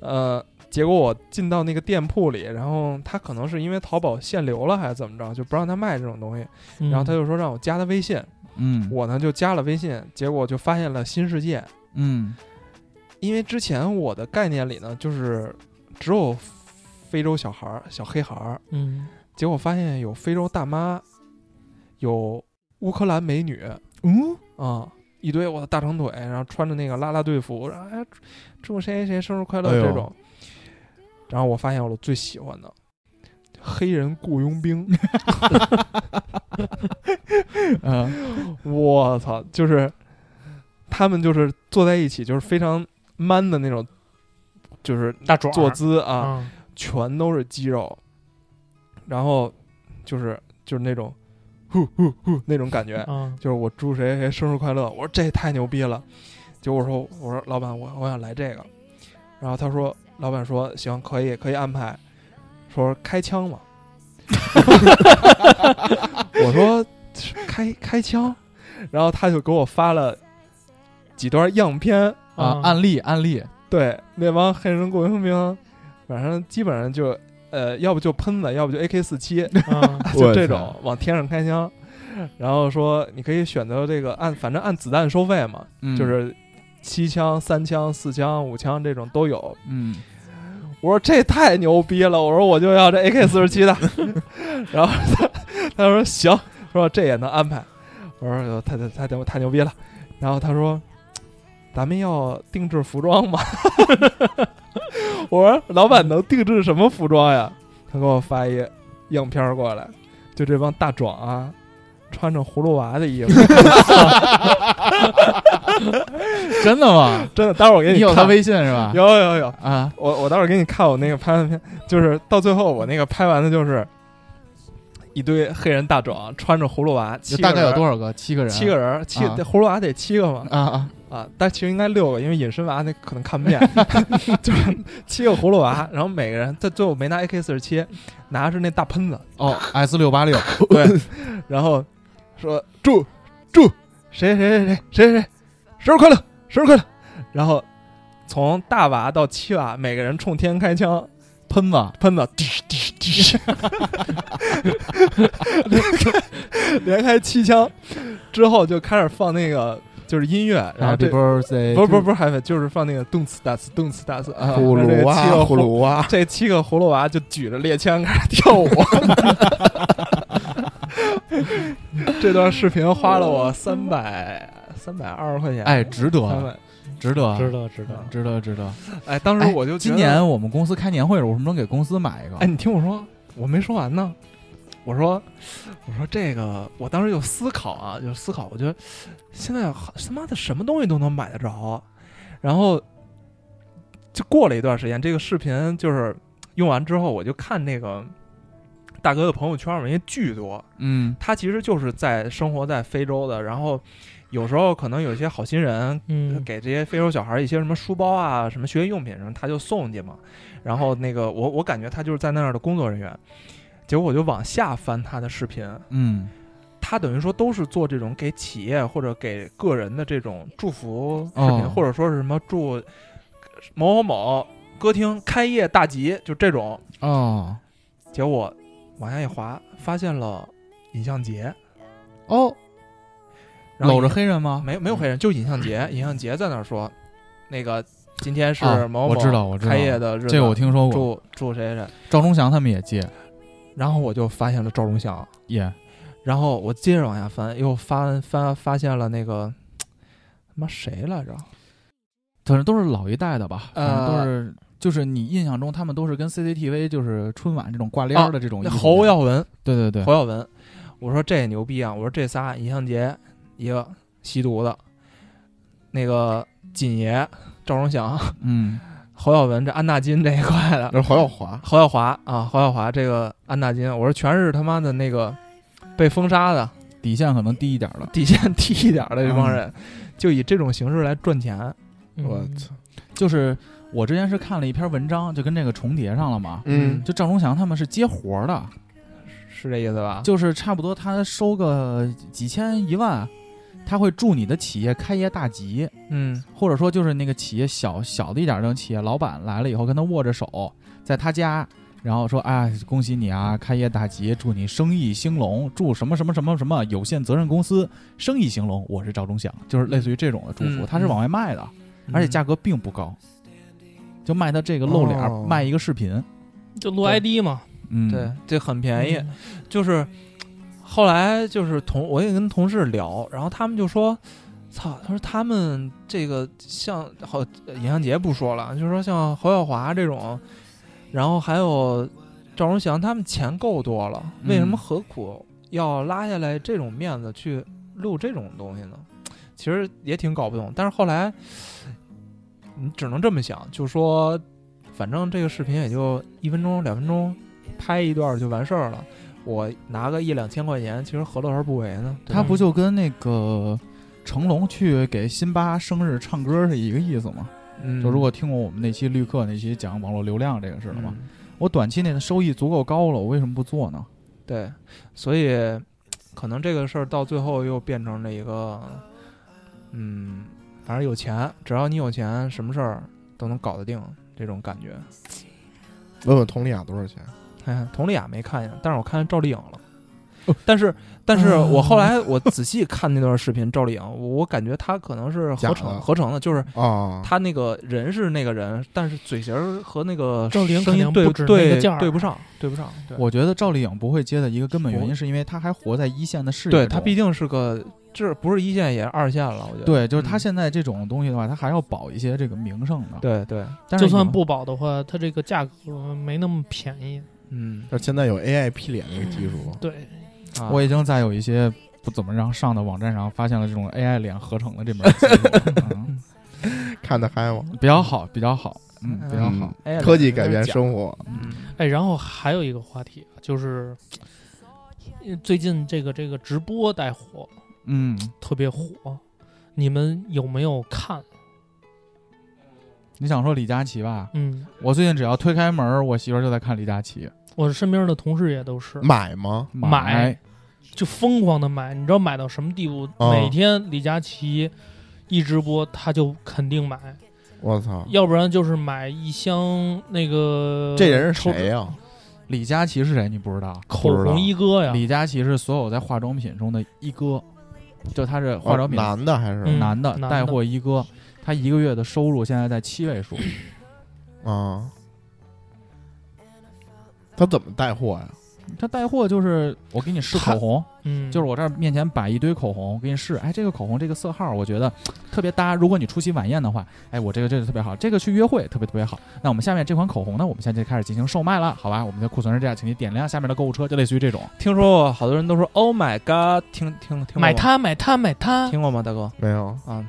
[SPEAKER 4] 呃，结果我进到那个店铺里，然后他可能是因为淘宝限流了还是怎么着，就不让他卖这种东西，
[SPEAKER 6] 嗯，
[SPEAKER 4] 然后他就说让我加他微信，
[SPEAKER 2] 嗯
[SPEAKER 4] 我呢就加了微信，结果就发现了新世界， [laughs]
[SPEAKER 2] 嗯
[SPEAKER 4] 因为之前我的概念里呢，就是只有非洲小孩儿、小黑孩儿，
[SPEAKER 6] 嗯
[SPEAKER 4] 结果发现有非洲大妈，有乌克兰美女啊、
[SPEAKER 2] 嗯，
[SPEAKER 4] 一堆我的大长腿，然后穿着那个啦啦队服，然后哎祝谁谁谁生日快乐
[SPEAKER 5] 哎呦
[SPEAKER 4] 这种。然后我发现我最喜欢的黑人雇佣兵，啊
[SPEAKER 2] 嗯
[SPEAKER 4] 我操，就是他们就是坐在一起，就是非常 man 的那种，就是
[SPEAKER 6] 大爪儿
[SPEAKER 4] 坐姿啊。
[SPEAKER 6] 啊，
[SPEAKER 4] 全都是肌肉，然后就是就是那种呼呼呼那种感觉，
[SPEAKER 6] 嗯
[SPEAKER 4] 就是我祝谁谁生日快乐，我说这太牛逼了，结果我说我说老板我我想来这个，然后他说老板说行可以可以安排，说开枪嘛， [laughs] 我说开开枪，然后他就给我发了几段样片，
[SPEAKER 2] 啊，案例案例，
[SPEAKER 4] 对，那帮黑人雇佣兵，反正基本上就呃，要不就喷子，要不就 AK 四
[SPEAKER 5] [laughs]
[SPEAKER 4] 七，
[SPEAKER 6] 啊
[SPEAKER 4] 就
[SPEAKER 5] 我
[SPEAKER 4] 这
[SPEAKER 5] 操
[SPEAKER 4] 种往天上开枪。然后说你可以选择这个按，反正按子弹收费嘛，
[SPEAKER 2] 嗯
[SPEAKER 4] 就是七枪、三枪、四枪、五枪这种都有。 [laughs]
[SPEAKER 2] 嗯
[SPEAKER 4] 我说这太牛逼了，我说我就要这 AK 四十七的。 [laughs] 然后他他说行，说这也能安排。我说太太太太太牛逼了。然后他说咱们要定制服装吗？ [laughs] 我说老板能定制什么服装呀？他给我发一样片儿过来，就这帮大壮啊，穿着葫芦娃的衣服，
[SPEAKER 2] 真的吗？
[SPEAKER 4] 真的。待会儿我给
[SPEAKER 2] 你有
[SPEAKER 4] 看
[SPEAKER 2] 他微信是吧？
[SPEAKER 4] 有有有，
[SPEAKER 2] 啊，
[SPEAKER 4] 我我待会儿给你看我那个拍完片，就是到最后我那个拍完的就是一堆黑人大壮穿着葫芦娃，
[SPEAKER 2] 就
[SPEAKER 4] 七
[SPEAKER 2] 大概有多
[SPEAKER 4] 少？
[SPEAKER 2] 少个？七个人？
[SPEAKER 4] 七个人儿，七、
[SPEAKER 2] 啊
[SPEAKER 4] 葫芦娃得七个嘛
[SPEAKER 2] 啊啊！
[SPEAKER 4] 啊！但其实应该六个，因为隐身娃那可能看不见， [laughs] 就是七个葫芦娃，然后每个人在最后没拿 AK 四十七，拿的是那大喷子，
[SPEAKER 2] 哦，S 六八六，
[SPEAKER 4] 然后说祝祝谁谁谁谁谁谁谁生日快乐，生日快乐，然后从大娃到七娃，每个人冲天开枪，
[SPEAKER 2] 喷子，
[SPEAKER 4] 喷子，滴滴滴， [laughs] 连开连开七枪之后就开始放那个就是音乐， [laughs] 然
[SPEAKER 2] Happy
[SPEAKER 4] 后啊这
[SPEAKER 2] birthday，
[SPEAKER 4] 不是不是不是还没就是放那个动次打次动次打次
[SPEAKER 2] 啊
[SPEAKER 5] 葫芦
[SPEAKER 4] 这个
[SPEAKER 5] 娃，
[SPEAKER 4] 气候
[SPEAKER 5] 葫芦娃，
[SPEAKER 4] 这七个葫芦娃就举着猎枪开始跳舞。这段视频花了我三百三百二十块钱，
[SPEAKER 2] 哎，值
[SPEAKER 4] 三
[SPEAKER 2] 得，
[SPEAKER 4] 百，
[SPEAKER 2] 值 [laughs] 得，
[SPEAKER 6] 知道知道，
[SPEAKER 2] 值得，值得。
[SPEAKER 4] 哎，当时我就觉
[SPEAKER 2] 今
[SPEAKER 4] 得
[SPEAKER 2] 年我们公司开年会的时候，我什么时候给公司买一个？
[SPEAKER 4] 哎，你听我说，我没说完呢。我说，我说这个，我当时就思考啊，就思考，我觉得现在好他妈的什么东西都能买得着。然后就过了一段时间，这个视频就是用完之后，我就看那个大哥的朋友圈嘛，因为巨多，
[SPEAKER 2] 嗯
[SPEAKER 4] 他其实就是在生活在非洲的，然后有时候可能有一些好心人
[SPEAKER 6] 嗯
[SPEAKER 4] 给这些非洲小孩一些什么书包啊、什么学习用品什么，他就送去嘛。然后那个我我感觉他就是在那儿的工作人员，结果我就往下翻他的视频，
[SPEAKER 2] 嗯，
[SPEAKER 4] 它等于说都是做这种给企业或者给个人的这种祝福视频，
[SPEAKER 2] 哦
[SPEAKER 4] 或者说是什么祝某某某歌厅开业大吉，就这种。
[SPEAKER 2] 哦
[SPEAKER 4] 结果往下一滑，发现了尹相杰，
[SPEAKER 2] 哦，
[SPEAKER 4] 然后
[SPEAKER 2] 搂着黑人吗？
[SPEAKER 4] 啊没没有黑人，就尹相杰，尹相杰在那儿说，那个今天是
[SPEAKER 2] 啊
[SPEAKER 4] 某
[SPEAKER 2] 我
[SPEAKER 4] 某
[SPEAKER 2] 知道我知道
[SPEAKER 4] 开业的日子，
[SPEAKER 2] 这个我听说过，
[SPEAKER 4] 祝祝谁谁谁，
[SPEAKER 2] 赵忠祥他们也接，
[SPEAKER 4] 然后我就发现了赵忠祥。
[SPEAKER 2] 也
[SPEAKER 4] 然后我接着往下翻，又翻翻发现了那个他妈谁来着？
[SPEAKER 2] 反正都是老一代的吧，反正
[SPEAKER 4] 呃
[SPEAKER 2] 都是就是你印象中他们都是跟 CCTV 就是春晚这种挂帘儿的这种艺
[SPEAKER 4] 啊那
[SPEAKER 2] 术家。
[SPEAKER 4] 侯耀文，
[SPEAKER 2] 对对对
[SPEAKER 4] 侯，耀文。我说这牛逼啊！我说这仨，尹相杰一个吸毒的，那个锦爷赵忠祥，
[SPEAKER 2] 嗯，
[SPEAKER 4] 侯耀文这安纳金这一块的，
[SPEAKER 5] 那是侯耀华，
[SPEAKER 4] 侯耀华啊，侯耀华这个安纳金，我说全是他妈的那个被封杀的
[SPEAKER 2] 底线可能低一点了，
[SPEAKER 4] 底线低一点的这
[SPEAKER 2] 嗯
[SPEAKER 4] 帮人，就以这种形式来赚钱。
[SPEAKER 5] 我
[SPEAKER 6] 嗯
[SPEAKER 5] 操，
[SPEAKER 2] 就是我之前是看了一篇文章，就跟这个重叠上了嘛。
[SPEAKER 5] 嗯
[SPEAKER 2] 就赵忠祥他们是接活儿
[SPEAKER 4] 啊
[SPEAKER 2] 的，
[SPEAKER 4] 是这意思吧？
[SPEAKER 2] 就是差不多他收个几千一万，他会祝你的企业开业大吉，
[SPEAKER 4] 嗯
[SPEAKER 2] 或者说就是那个企业小小的一点儿的企业老板来了以后，跟他握着手，在他家，然后说啊、恭喜你啊，开业大吉，祝你生意兴隆，祝什么什么什么什么有限责任公司生意兴隆，我是赵忠祥，就是类似于这种的祝福，
[SPEAKER 4] 嗯
[SPEAKER 2] 他是往外卖的，而且价格并不高，就卖他这个露脸儿，
[SPEAKER 4] 哦
[SPEAKER 2] 卖一个视频，
[SPEAKER 6] 就录
[SPEAKER 4] 对
[SPEAKER 6] ID 嘛，
[SPEAKER 2] 嗯，
[SPEAKER 4] 对，这很便宜。
[SPEAKER 6] 嗯
[SPEAKER 4] 就是后来就是同我也跟同事聊，然后他们就说：“操！”他说他们这个像好尹相杰不说了，就是说像侯耀华这种，然后还有赵忠祥，他们钱够多了，
[SPEAKER 2] 嗯
[SPEAKER 4] 为什么何苦要拉下来这种面子去录这种东西呢？其实也挺搞不懂，但是后来你嗯只能这么想，就说反正这个视频也就一分钟、两分钟，拍一段就完事儿了。我拿个一两千块钱，其实何乐而不为呢？对吧
[SPEAKER 2] 他不就跟那个成龙去给辛巴生日唱歌是一个意思吗？
[SPEAKER 4] 嗯
[SPEAKER 2] 就如果听过我们那期绿客那期讲网络流量这个事
[SPEAKER 4] 是
[SPEAKER 2] 了吗？
[SPEAKER 4] 嗯？
[SPEAKER 2] 我短期内的收益足够高了，我为什么不做呢？
[SPEAKER 4] 对，所以可能这个事儿到最后又变成了一个，嗯，反正有钱，只要你有钱，什么事儿都能搞得定这种感觉。
[SPEAKER 5] 问问佟丽娅多少钱？
[SPEAKER 4] 哎，佟丽娅没看见，但是我看见赵丽颖了。
[SPEAKER 6] 哦
[SPEAKER 4] 但是，但
[SPEAKER 6] 哎
[SPEAKER 4] 是我后来我仔细看那段视频，赵丽颖，我我感觉她可能是
[SPEAKER 5] 假
[SPEAKER 4] 合
[SPEAKER 5] 的
[SPEAKER 4] 成合成的，就是
[SPEAKER 5] 啊，
[SPEAKER 4] 他那个人是那个人，但是嘴型儿和那个
[SPEAKER 6] 赵丽颖
[SPEAKER 4] 声
[SPEAKER 6] 肯
[SPEAKER 4] 音
[SPEAKER 6] 定
[SPEAKER 4] 对
[SPEAKER 6] 不止那
[SPEAKER 4] 对
[SPEAKER 6] 个价儿
[SPEAKER 4] 对不上，对不上。对
[SPEAKER 2] 我觉得赵丽颖不会接的一个根本原因，
[SPEAKER 4] 我
[SPEAKER 2] 是因为她还活在一线的事业中。
[SPEAKER 4] 对他毕竟是个，这不是一线也是二线了，我觉得。
[SPEAKER 2] 对，就是她
[SPEAKER 4] 嗯
[SPEAKER 2] 现在这种东西的话，她还要保一些这个名声的。，
[SPEAKER 4] 对对，
[SPEAKER 2] 但是
[SPEAKER 6] 就
[SPEAKER 2] 已经
[SPEAKER 6] 算不保的话，它这个价格没那么便宜。
[SPEAKER 4] 嗯，
[SPEAKER 5] 但是现在有 AI P 脸那个技术，
[SPEAKER 6] [laughs] 对，
[SPEAKER 4] 啊
[SPEAKER 2] 我已经在有一些不怎么让上的网站上发现了这种 AI 脸合成的这门技术、嗯
[SPEAKER 5] 看得嗨吗？
[SPEAKER 2] 比较好，比较好，嗯，比较好。
[SPEAKER 4] 哎呀
[SPEAKER 5] 科技改变生活，
[SPEAKER 4] 嗯
[SPEAKER 6] 哎，然后还有一个话题啊就是，呃最近这个这个直播带火，
[SPEAKER 2] 嗯，
[SPEAKER 6] 特别火，你们有没有看？
[SPEAKER 2] 你想说李佳琦吧？
[SPEAKER 6] 嗯，
[SPEAKER 2] 我最近只要推开门儿，我媳妇儿就在看李佳琦，
[SPEAKER 6] 我身边的同事也都是，
[SPEAKER 5] 买吗？
[SPEAKER 2] 买
[SPEAKER 6] 买就疯狂的买，你知道买到什么地步？
[SPEAKER 5] 哦
[SPEAKER 6] 每天李佳琦一直播，他就肯定买，
[SPEAKER 5] 嗯我操，
[SPEAKER 6] 要不然就是买一箱那个
[SPEAKER 5] 这人是
[SPEAKER 6] 抽
[SPEAKER 5] 谁呀？
[SPEAKER 2] 李佳琦是谁？你不知道？
[SPEAKER 6] 口红一哥呀，
[SPEAKER 2] 李佳琦是所有在化妆品中的一哥，就他是化妆品、
[SPEAKER 5] 哦男的还是
[SPEAKER 6] 嗯
[SPEAKER 2] 男的
[SPEAKER 6] 男的
[SPEAKER 2] 带货一哥，他一个月的收入现在在七位
[SPEAKER 6] 嗯
[SPEAKER 2] 数，
[SPEAKER 5] 啊？他怎么带货呀？
[SPEAKER 2] 他带货就是我给你试口红，
[SPEAKER 6] 嗯，
[SPEAKER 2] 就是我这儿面前摆一堆口红，给你试，哎，这个口红这个色号我觉得特别搭，如果你出席晚宴的话，哎，我这个这个特别好，这个去约会特别特别好。那我们下面这款口红呢，我们现在就开始进行售卖了，好吧？我们的库存是这样，请你点亮下面的购物车，就类似于这种。
[SPEAKER 4] 听说过，好多人都说 “Oh my God”，听听听过吗
[SPEAKER 6] 买，它买它买它，
[SPEAKER 4] 听过吗，大哥
[SPEAKER 5] 没有，
[SPEAKER 4] 啊？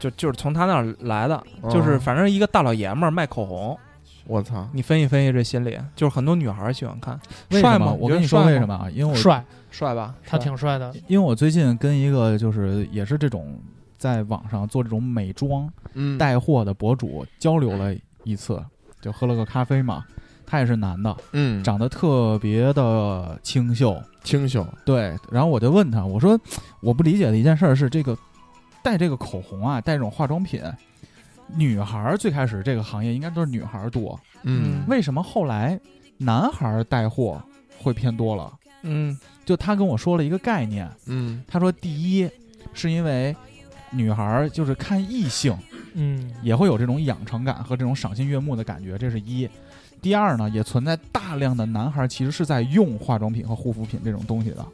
[SPEAKER 4] 就就是从他那儿来的，
[SPEAKER 5] 嗯
[SPEAKER 4] 就是反正一个大老爷们儿卖口红，
[SPEAKER 5] 我操，
[SPEAKER 4] 你分析分析这心理，就是很多女孩儿喜欢看，
[SPEAKER 2] 为
[SPEAKER 4] 帅
[SPEAKER 2] 什
[SPEAKER 4] 吗
[SPEAKER 2] 么？？
[SPEAKER 4] 你
[SPEAKER 2] 我
[SPEAKER 4] 觉
[SPEAKER 2] 跟
[SPEAKER 4] 得
[SPEAKER 2] 你说
[SPEAKER 4] 帅
[SPEAKER 2] 为
[SPEAKER 4] 吗
[SPEAKER 2] 什么？啊？因为我
[SPEAKER 6] 帅，
[SPEAKER 4] 帅吧？帅
[SPEAKER 6] 他挺帅的，
[SPEAKER 2] 因为我最近跟一个就是也是这种在网上做这种美妆
[SPEAKER 5] 嗯
[SPEAKER 2] 带货的博主交流了一次，就喝了个咖啡嘛。他也是男的，
[SPEAKER 5] 嗯，
[SPEAKER 2] 长得特别的清秀。
[SPEAKER 5] 清秀，
[SPEAKER 2] 对，然后我就问他，我说我不理解的一件事儿是这个带这个口红啊，带这种化妆品，女孩儿最开始这个行业应该都是女孩儿多，
[SPEAKER 5] 嗯
[SPEAKER 2] 为什么后来男孩儿带货会偏多了？
[SPEAKER 4] 嗯
[SPEAKER 2] 就他跟我说了一个概念，
[SPEAKER 5] 嗯
[SPEAKER 2] 他说第一是因为女孩儿就是看异性
[SPEAKER 6] 嗯
[SPEAKER 2] 也会有这种养成感和这种赏心悦目的感觉，这是一。第二呢，也存在大量的男孩儿其实是在用化妆品和护肤品这种东西的，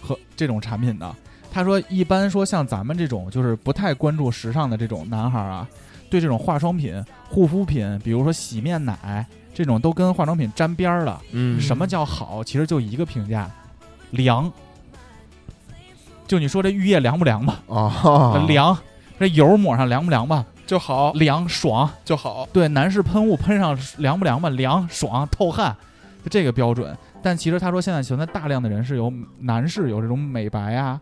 [SPEAKER 2] 和这种产品的。他说，一般说像咱们这种就是不太关注时尚的这种男孩儿啊，对这种化妆品、护肤品，比如说洗面奶这种都跟化妆品沾边儿了。
[SPEAKER 5] 嗯
[SPEAKER 2] 什么叫好？其实就一个评价，凉。就你说这浴液凉不凉吧？
[SPEAKER 5] 啊，
[SPEAKER 2] 凉。这油抹上凉不凉吧？
[SPEAKER 4] 就好
[SPEAKER 2] 凉爽。
[SPEAKER 4] 就好，
[SPEAKER 2] 对，男士喷雾喷上凉不凉吧？凉爽透汗，就这个标准。但其实他说，现在存在大量的人是有男士有这种美白啊、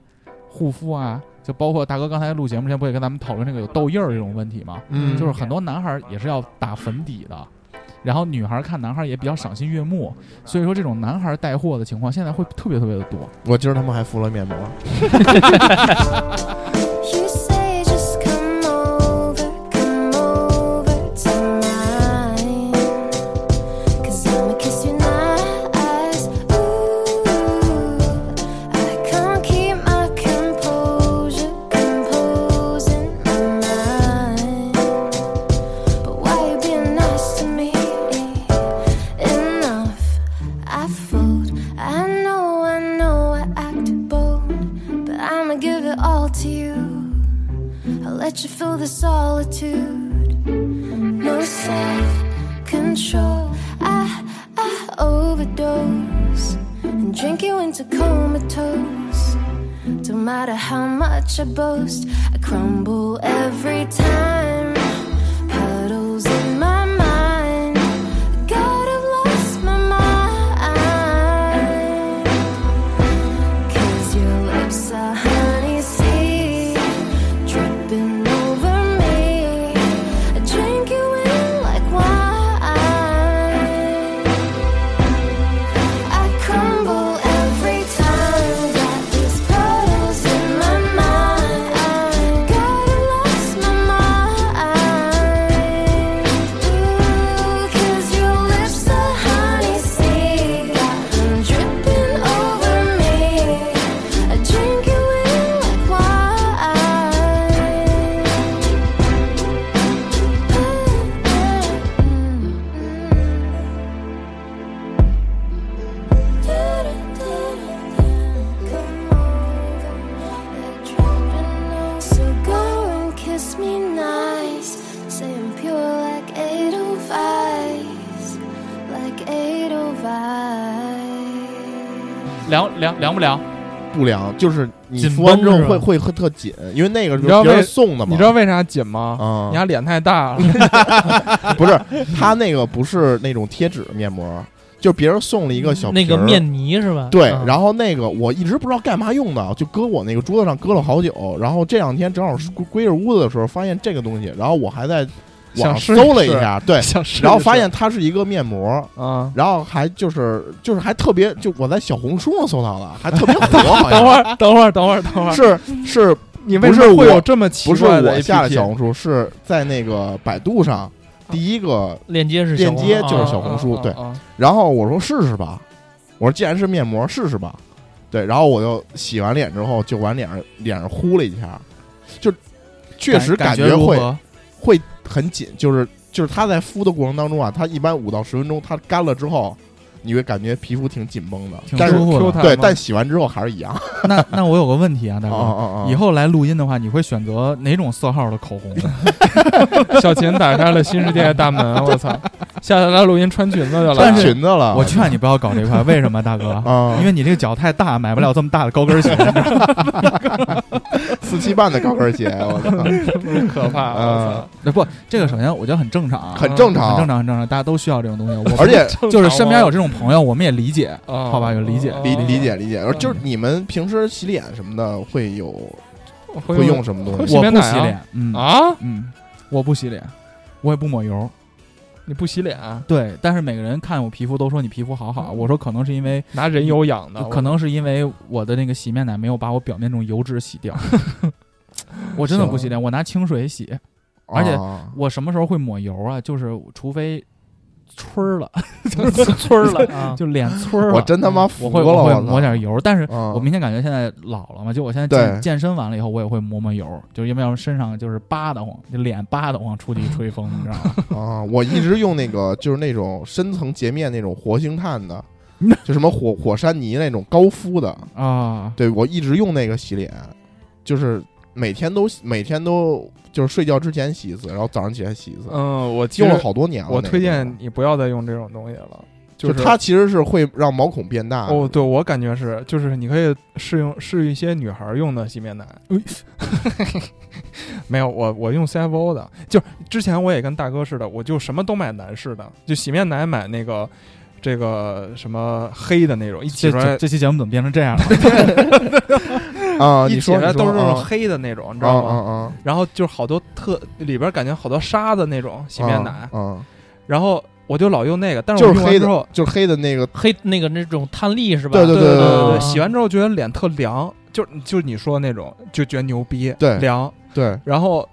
[SPEAKER 2] 护肤啊，就包括大哥刚才录节目之前不也跟咱们讨论这个有痘印儿这种问题吗？
[SPEAKER 5] 嗯，
[SPEAKER 2] 就是很多男孩儿也是要打粉底的，然后女孩儿看男孩儿也比较赏心悦目，所以说这种男孩儿带货的情况现在会特别特别的多。
[SPEAKER 5] 我今儿他妈还敷了面膜，
[SPEAKER 7] You say just come over, come over tonight. Cause I'ma kiss your eyes. Ooh, I can't keep my composure, composing my mind. But why you being nice to me? Enough, I fold. I know, I know, I act bold, but I'ma give it all to you. I'll let you feel the solitude. No self control. I, I overdose and drink you into comatose. Don't matter how much I boast, I crumble every time. Puddles in my mind. God, I've lost my mind. Cause your lips are honey sea dripping over me. I drink you in like wine. I crumble every time. Got these puddles in my mind. God, I lost my mind. Ooh, 'cause your lips are honey sea, dripping over me. I drink you in like Mm, wine. So go and kiss me nice. Say I'm pure like 805s, like 805s.
[SPEAKER 2] 凉凉凉不凉？
[SPEAKER 5] 不凉，就是你
[SPEAKER 6] 紧
[SPEAKER 5] 敷完之后
[SPEAKER 6] 绷是
[SPEAKER 5] 会
[SPEAKER 6] 吧
[SPEAKER 5] 会会特紧，因为那个是
[SPEAKER 4] 你知道
[SPEAKER 5] 别人
[SPEAKER 4] 为
[SPEAKER 5] 送的嘛，
[SPEAKER 4] 你知道为啥紧吗？
[SPEAKER 5] 啊
[SPEAKER 4] 你，家脸太大了，
[SPEAKER 5] 不是，他那个不是那种贴纸面膜，就别人送了一个小
[SPEAKER 6] 嗯那个
[SPEAKER 5] 瓶儿
[SPEAKER 6] 面泥是吧？
[SPEAKER 5] 对，
[SPEAKER 6] 嗯
[SPEAKER 5] 然后那个我一直不知道干嘛用的，就搁我那个桌子上搁了好久。然后这两天正好是归归着屋子的时候，发现这个东西，然后我还在网上
[SPEAKER 4] 想试
[SPEAKER 5] 搜了
[SPEAKER 4] 一试
[SPEAKER 5] 下，对，
[SPEAKER 4] 想试
[SPEAKER 5] 然后
[SPEAKER 4] 试
[SPEAKER 5] 发现它是一个面膜，
[SPEAKER 4] 啊，
[SPEAKER 5] 然后还就是就是还特别，就我在小红书上搜到的，还特别火，好
[SPEAKER 4] 等会
[SPEAKER 5] 像
[SPEAKER 4] 儿，等会儿，等会儿，等会儿，
[SPEAKER 5] 是是
[SPEAKER 4] 你为什么
[SPEAKER 5] 不
[SPEAKER 4] 会
[SPEAKER 5] 是我
[SPEAKER 4] 有这么奇
[SPEAKER 5] 不是
[SPEAKER 4] 怪的
[SPEAKER 5] 我下的小
[SPEAKER 4] APP？
[SPEAKER 5] 红书，是在那个百度上第一个
[SPEAKER 6] 链接是小
[SPEAKER 5] 链接
[SPEAKER 6] 黄
[SPEAKER 5] 就是
[SPEAKER 6] 啊
[SPEAKER 5] 小红
[SPEAKER 4] 啊
[SPEAKER 5] 书
[SPEAKER 4] 啊
[SPEAKER 5] 对
[SPEAKER 4] 啊啊
[SPEAKER 5] 然后我说试试吧，我说既然是面膜，试试吧。对，然后我就洗完脸之后，就往脸上脸上呼了一下，就确实
[SPEAKER 2] 感
[SPEAKER 5] 觉
[SPEAKER 2] 如
[SPEAKER 5] 会
[SPEAKER 2] 何？
[SPEAKER 5] [laughs] 会很紧，就是就是它在敷的过程当中啊，它一般五到十分钟，它干了之后，你会感觉皮肤挺紧绷的
[SPEAKER 2] 挺，
[SPEAKER 5] 但
[SPEAKER 2] 舒
[SPEAKER 5] 是
[SPEAKER 2] 服
[SPEAKER 4] ，Q
[SPEAKER 2] 的
[SPEAKER 4] 弹
[SPEAKER 5] 对，
[SPEAKER 4] 吗
[SPEAKER 5] 但洗完之后还是一样。啊
[SPEAKER 2] 那那我有个问题啊，大
[SPEAKER 5] 啊
[SPEAKER 2] 哥。
[SPEAKER 5] 啊！
[SPEAKER 2] 以后来录音的话，你会选择哪种色号的口红？
[SPEAKER 5] [laughs]
[SPEAKER 4] 小琴打开了新世界的大门，我操！下次来录音穿裙子去了，
[SPEAKER 5] 穿裙子了，
[SPEAKER 2] 我劝你不要搞这块，为什么，大
[SPEAKER 5] [laughs]
[SPEAKER 2] 哥？
[SPEAKER 5] 啊，
[SPEAKER 2] 因为你这个脚太大，买不了这么大的高
[SPEAKER 5] [laughs]
[SPEAKER 2] 跟鞋。
[SPEAKER 5] 四七半的高跟鞋，我操，
[SPEAKER 4] 可怕！我
[SPEAKER 2] 那不，这个首先我觉得很正常啊，
[SPEAKER 5] 很正常，
[SPEAKER 2] 很正常，很正常，大家都需要这种东西。 [laughs] 我
[SPEAKER 5] 而且
[SPEAKER 4] 操
[SPEAKER 2] 就是身边有这种朋友，我们也理解，
[SPEAKER 4] 啊
[SPEAKER 2] 好吧有理解
[SPEAKER 5] 理理解
[SPEAKER 4] 啊
[SPEAKER 5] 理解，就是
[SPEAKER 2] 嗯
[SPEAKER 5] 你们平时洗脸什么的会有
[SPEAKER 4] 会
[SPEAKER 5] 会用什么东
[SPEAKER 4] 会
[SPEAKER 5] 西？
[SPEAKER 4] 洗
[SPEAKER 2] 我
[SPEAKER 4] 面
[SPEAKER 2] 不
[SPEAKER 4] 奶啊
[SPEAKER 2] 洗脸，嗯
[SPEAKER 4] 啊？
[SPEAKER 2] 嗯，我不洗脸，我也不抹油，
[SPEAKER 4] 你不洗脸，
[SPEAKER 2] 对，但是每个人看我皮肤都说你皮肤好
[SPEAKER 5] 嗯
[SPEAKER 2] 好，我说可能是因为
[SPEAKER 4] 拿人油养的，
[SPEAKER 2] 可能是因为我的那个洗面奶没有把我表面那种油脂洗
[SPEAKER 5] [laughs]
[SPEAKER 2] 掉。我真的不洗脸，我拿清水洗。而且
[SPEAKER 5] 啊
[SPEAKER 2] 我什么时候会抹油啊？就是除非村儿了，
[SPEAKER 6] 村儿了啊，
[SPEAKER 2] 就脸村儿了。
[SPEAKER 5] 我真他妈服
[SPEAKER 2] 我
[SPEAKER 5] 了，
[SPEAKER 2] 会我会
[SPEAKER 5] 操
[SPEAKER 2] 抹点油，但是
[SPEAKER 5] 啊
[SPEAKER 2] 我明显感觉现在老了嘛，就我现在
[SPEAKER 5] 对
[SPEAKER 2] 健健身完了以后，我也会抹抹油，就是因为要是身上就是扒得慌，就脸扒得慌，出去一吹风，你知道吗？，
[SPEAKER 5] 啊！我一直用那个就是那种深层洁面那种活性炭的
[SPEAKER 2] [laughs]
[SPEAKER 5] 就什么火火山泥那种高敷的，
[SPEAKER 2] 啊，
[SPEAKER 5] 对我一直用那个洗脸，就是每天都洗每天都就是睡觉之前洗一次，然后早上起来洗一次，
[SPEAKER 4] 嗯，我其
[SPEAKER 5] 用
[SPEAKER 4] 实
[SPEAKER 5] 了好多年了。
[SPEAKER 4] 我
[SPEAKER 5] 那个
[SPEAKER 4] 推荐
[SPEAKER 5] 东西，
[SPEAKER 4] 你不要再用这种东西了，
[SPEAKER 5] 就是它其实是会让毛孔变大。
[SPEAKER 4] 哦，对我感觉是，就是你可以试用试一些女孩儿用的洗面奶。 [laughs] 没有，我我用 CFO 的，就是之前我也跟大哥似的，我就什么都买男士的，就洗面奶买那个这个什么黑的那种，一挤
[SPEAKER 2] 这
[SPEAKER 4] 出来
[SPEAKER 2] 这这期节目怎么变成这样了？
[SPEAKER 5] 啊，
[SPEAKER 4] 一
[SPEAKER 5] 你
[SPEAKER 4] 挤
[SPEAKER 5] 说
[SPEAKER 4] 出来
[SPEAKER 5] 你说
[SPEAKER 4] 都是那
[SPEAKER 5] 啊
[SPEAKER 4] 种黑的那种，你知
[SPEAKER 5] 啊
[SPEAKER 4] 道
[SPEAKER 5] 啊
[SPEAKER 4] 吗？
[SPEAKER 5] 啊！
[SPEAKER 4] 然后就是好多特里边感觉好多沙子那种洗面奶，
[SPEAKER 5] 啊，
[SPEAKER 4] 然后我就老用那个，但是
[SPEAKER 5] 就
[SPEAKER 4] 我
[SPEAKER 5] 是
[SPEAKER 4] 用
[SPEAKER 5] 黑
[SPEAKER 4] 完之后
[SPEAKER 5] 的，，就是黑的那个
[SPEAKER 6] 黑那个那种炭粒是吧？
[SPEAKER 5] 对对嗯
[SPEAKER 4] 对对
[SPEAKER 6] 对
[SPEAKER 4] 对，
[SPEAKER 6] 啊 [laughs]
[SPEAKER 4] 洗完之后觉得脸特凉，就就你说的那种，就觉得牛逼，
[SPEAKER 5] 对
[SPEAKER 4] 凉。
[SPEAKER 5] 对，
[SPEAKER 4] 然后，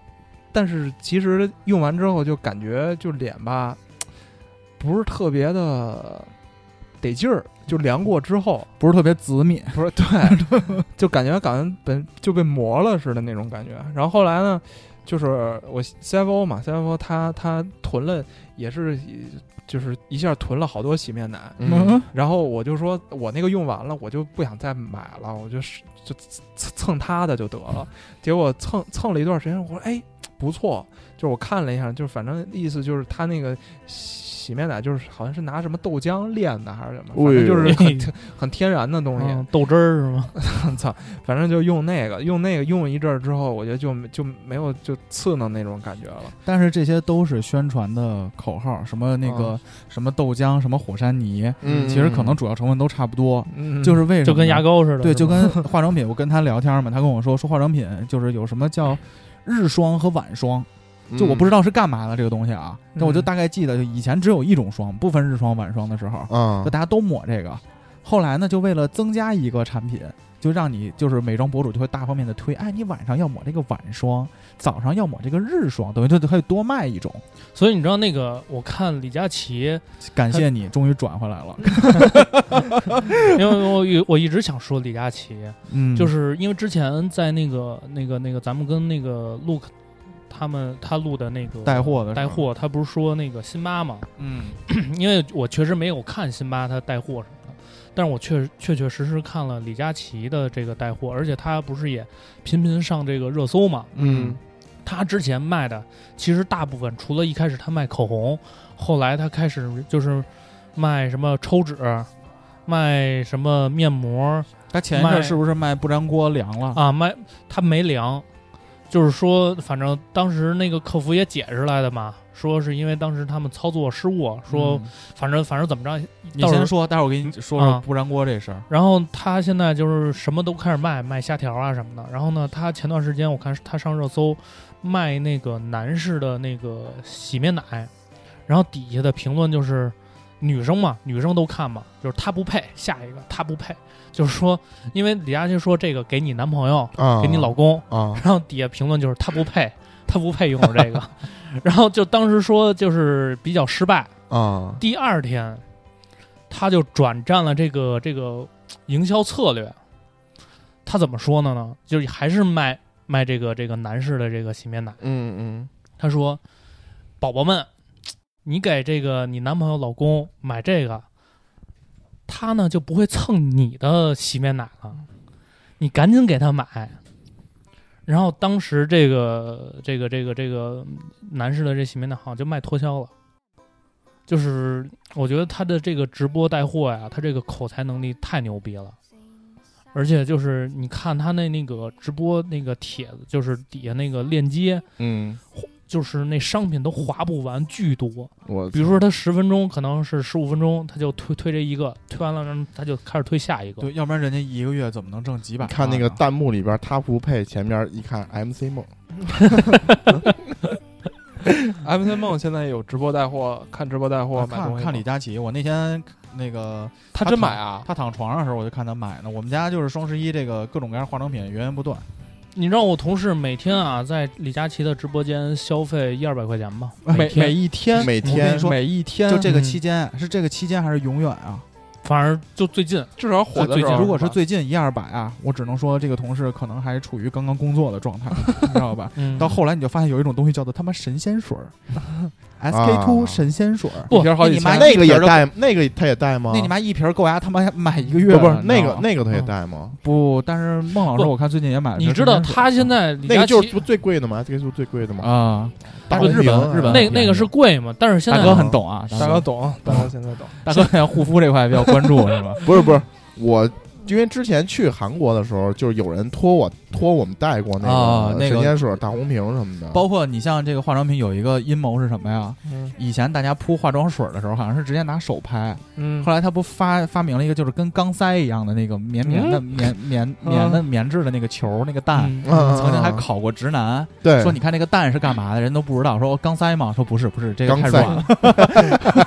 [SPEAKER 4] 但是其实用完之后就感觉就脸吧，不是特别的得劲儿，就凉过之后，
[SPEAKER 2] 不是特别紫敏，
[SPEAKER 4] 不是对，就感觉感觉本就被磨了似的那种感觉。然后后来呢，就是我 CFO 嘛，CFO 他他囤了，也是就是一下囤了好多洗面奶，
[SPEAKER 5] 嗯，
[SPEAKER 4] 然后我就说，我那个用完了，我就不想再买了，我就是就蹭蹭他的就得了。结果蹭蹭了一段时间，我说哎不错，就是我看了一下，就是反正意思就是他那个洗面奶就是好像是拿什么豆浆炼的还是怎么，反正就是很
[SPEAKER 6] 哎
[SPEAKER 4] 很天然的东
[SPEAKER 6] 嗯
[SPEAKER 4] 西。
[SPEAKER 6] 豆汁儿是吗？
[SPEAKER 2] 嗯
[SPEAKER 4] [laughs] 操，反正就用那个，用那个用一阵儿之后，我觉得就就没有就刺挠那种感觉了。
[SPEAKER 2] 但是这些都是宣传的口号，什么那个、什么豆浆，什么火山泥，
[SPEAKER 5] 嗯
[SPEAKER 2] 其实可能主要成分都差不多，
[SPEAKER 4] 嗯，
[SPEAKER 2] 就是为什么
[SPEAKER 6] 就跟牙
[SPEAKER 2] 膏。
[SPEAKER 6] 膏似的，
[SPEAKER 2] 对，
[SPEAKER 6] 是
[SPEAKER 2] 就
[SPEAKER 6] 吗 [laughs]
[SPEAKER 2] 跟化妆品，我跟他聊天嘛，他跟我说 [laughs] 说化妆品就是有什么叫日霜和晚霜，
[SPEAKER 5] 嗯
[SPEAKER 2] 就我不知道是干嘛的这个东西啊，但我就
[SPEAKER 4] 嗯
[SPEAKER 2] 大概记得，就以前只有一种霜，不分日霜晚霜的时候，
[SPEAKER 5] 啊
[SPEAKER 2] 就大家都抹这个。后来呢，就为了增加一个产品，就让你就是美妆博主就会大方面的推，哎，你晚上要抹这个晚霜，早上要抹这个日霜，等于就可以多卖一种。
[SPEAKER 6] 所以你知道那个，我看李佳琦，
[SPEAKER 2] 感谢你，终于转回来了。
[SPEAKER 6] 因为我有我一直想说李佳琦，
[SPEAKER 2] 嗯，
[SPEAKER 6] 就是因为之前在那个那个那个咱们跟那个 Look 他们他录的那个
[SPEAKER 2] 带货的时
[SPEAKER 6] 带
[SPEAKER 2] 候，
[SPEAKER 6] 货，他不是说那个辛巴吗？
[SPEAKER 2] 嗯，
[SPEAKER 6] 因为我确实没有看辛巴他带货什么的，但是我确确确实实看了李佳琦的这个带货，而且他不是也频频上这个热搜嘛？
[SPEAKER 4] 嗯
[SPEAKER 6] 他之前卖的其实大部分除了一开始他卖口红，后来他开始就是卖什么抽纸，卖什么面膜
[SPEAKER 2] 他前一阵儿
[SPEAKER 6] 卖
[SPEAKER 2] 是不是卖不粘锅凉了？
[SPEAKER 6] 啊，卖他没量，就是说反正当时那个客服也解释来的嘛，说是因为当时他们操作失误，说
[SPEAKER 2] 嗯
[SPEAKER 6] 反正反正怎么着，
[SPEAKER 2] 你
[SPEAKER 6] 到时候
[SPEAKER 2] 先说，待会儿我给你说说
[SPEAKER 6] 啊
[SPEAKER 2] 不粘锅这事儿。
[SPEAKER 6] 然后他现在就是什么都开始卖，卖虾条啊什么的。然后呢，他前段时间我看他上热搜，卖那个男士的那个洗面奶，然后底下的评论就是女生嘛，女生都看嘛，就是他不配，下一个他不配，就是说，因为李佳琦说这个给你男朋友，
[SPEAKER 5] 啊，
[SPEAKER 6] 给你老公，
[SPEAKER 5] 啊，
[SPEAKER 6] 然后底下评论就是他不配，他不配拥有这个， [laughs] 然后就当时说就是比较失败，
[SPEAKER 5] 啊
[SPEAKER 6] 第二天，他就转战了这个这个营销策略。他怎么说呢呢？就是还是卖卖这个这个男士的这个洗面奶。
[SPEAKER 5] 嗯
[SPEAKER 6] 他说：“宝宝们，你给这个你男朋友、老公买这个，他呢就不会蹭你的洗面奶了，你赶紧给他买。”然后当时这个这个这个这个男士的这洗面奶好像就卖脱销了，就是我觉得他的这个直播带货呀，他这个口才能力太牛逼了。而且就是你看他那那个直播那个帖子，就是底下那个链接，
[SPEAKER 5] 嗯嗯，
[SPEAKER 6] 就是那商品都划不完，巨多。
[SPEAKER 5] 我
[SPEAKER 6] 比如说他十分钟可能是十五分钟，他就推推这一个，推完了然后他就开始推下一个。
[SPEAKER 2] 对，要不然人家一个月怎么能挣几百万啊？
[SPEAKER 5] 看那个弹幕里边，他不配，前面一看 MC 梦，
[SPEAKER 4] 艾文森梦现在有直播带货，看直播带货买
[SPEAKER 2] 啊看
[SPEAKER 4] 东西吗。
[SPEAKER 2] 看李佳琦，我那天那个
[SPEAKER 4] 他真买啊？
[SPEAKER 2] 他躺床上的时候，我就看他买呢。我们家就是双十一这个各种各样化妆品源源不断。
[SPEAKER 6] 你让我同事每天啊在李佳琦的直播间消费一二百块钱吧，
[SPEAKER 4] 每
[SPEAKER 6] 天
[SPEAKER 4] 每一天，
[SPEAKER 5] 每
[SPEAKER 2] 我跟
[SPEAKER 5] 天
[SPEAKER 2] 你说
[SPEAKER 4] 每一天，
[SPEAKER 2] 就这个
[SPEAKER 4] 嗯
[SPEAKER 2] 期间，是这个期间还是永远啊？
[SPEAKER 6] 反正就最近
[SPEAKER 4] 至少火的时
[SPEAKER 2] 最近
[SPEAKER 4] 候，
[SPEAKER 2] 如果是
[SPEAKER 4] 吧
[SPEAKER 2] 最近一二百啊，我只能说这个同事可能还处于刚刚工作的状态，你知道吧？
[SPEAKER 6] 嗯
[SPEAKER 2] 到后来你就发现有一种东西叫做他妈神仙水儿
[SPEAKER 5] 啊
[SPEAKER 2] ，SK two 神仙水儿。
[SPEAKER 6] 不
[SPEAKER 4] 一瓶好几
[SPEAKER 2] 你妈
[SPEAKER 4] 千，
[SPEAKER 5] 那个也带，那个他也带吗？
[SPEAKER 2] 那你妈一瓶儿够牙他妈买一个月
[SPEAKER 5] 不
[SPEAKER 2] 了，
[SPEAKER 5] 是不是
[SPEAKER 2] 你
[SPEAKER 5] 那
[SPEAKER 2] 知道
[SPEAKER 5] 个
[SPEAKER 2] 吗
[SPEAKER 5] 那个他也
[SPEAKER 2] 嗯
[SPEAKER 5] 带吗？
[SPEAKER 2] 不，但是孟老师
[SPEAKER 6] 不
[SPEAKER 2] 我看最近也买了瓶
[SPEAKER 6] 你
[SPEAKER 2] 神
[SPEAKER 6] 知
[SPEAKER 2] 仙水
[SPEAKER 6] 道
[SPEAKER 2] 儿。
[SPEAKER 6] 他现在李
[SPEAKER 5] 那
[SPEAKER 6] 佳
[SPEAKER 5] 个就是
[SPEAKER 6] 琦
[SPEAKER 5] 不最贵的吗？这个就是最贵的吗？
[SPEAKER 2] 啊，
[SPEAKER 5] 大
[SPEAKER 2] 大
[SPEAKER 5] 红
[SPEAKER 2] 哥日
[SPEAKER 5] 瓶
[SPEAKER 2] 本
[SPEAKER 5] 啊
[SPEAKER 2] 日本很
[SPEAKER 6] 那
[SPEAKER 2] 便宜
[SPEAKER 6] 那个是贵吗？但是现
[SPEAKER 2] 嗯
[SPEAKER 6] 在
[SPEAKER 2] 大哥很懂啊，
[SPEAKER 4] 大哥懂，大哥现在懂。
[SPEAKER 2] 大哥在护肤这块比较关注是吧？
[SPEAKER 5] 不是不是，我因为之前去韩国的时候，就是有人托我托我们带过
[SPEAKER 2] 啊那
[SPEAKER 5] 那个
[SPEAKER 2] 个
[SPEAKER 5] 神仙水、大红瓶什么的，啊
[SPEAKER 2] 包括你像这个化妆品有一个阴谋是什么呀？
[SPEAKER 4] 嗯
[SPEAKER 2] 以前大家铺化妆水的时候，好像是直接拿手拍，
[SPEAKER 4] 嗯
[SPEAKER 2] 后来他不发发明了一个就是跟钢塞一样的那个绵绵的棉棉棉的棉质的那个球那个蛋。
[SPEAKER 6] 嗯
[SPEAKER 5] 嗯嗯
[SPEAKER 2] 曾经还
[SPEAKER 5] 嗯嗯
[SPEAKER 2] 考过直男，
[SPEAKER 5] 对
[SPEAKER 2] 说你看那个蛋是干嘛的，人都不知道。说哦钢塞吗？说不是，不是，这个
[SPEAKER 5] 钢
[SPEAKER 2] 太
[SPEAKER 5] 塞
[SPEAKER 2] 软了。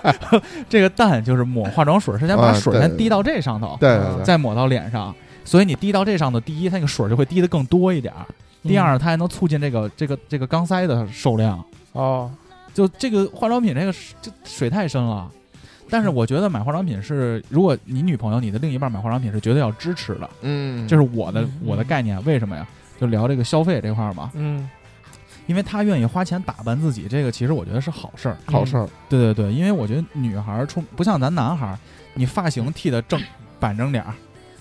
[SPEAKER 2] [laughs] 这个蛋就是抹化妆水，是先把
[SPEAKER 5] 啊
[SPEAKER 2] 水
[SPEAKER 5] 对
[SPEAKER 2] 先滴到这上头，
[SPEAKER 5] 对对对，
[SPEAKER 2] 再抹到脸上。所以你滴到这上头，第一，它那个水就会滴得更多一点儿；第
[SPEAKER 4] 嗯
[SPEAKER 2] 二，它还能促进这个这个这个钢塞的受量。
[SPEAKER 4] 哦，
[SPEAKER 2] 就这个化妆品，这个是这水太深了。但是我觉得买化妆品是，如果你女朋友、你的另一半买化妆品是绝对要支持的，
[SPEAKER 5] 嗯，
[SPEAKER 2] 这是我的
[SPEAKER 4] 嗯
[SPEAKER 2] 我的概念。为什么呀？就聊这个消费这块儿嘛，
[SPEAKER 4] 嗯，
[SPEAKER 2] 因为她愿意花钱打扮自己，这个其实我觉得是好事儿。
[SPEAKER 5] 好事儿。
[SPEAKER 2] 对对对，因为我觉得女孩儿出不像咱男孩儿，你发型剃的正板正点儿，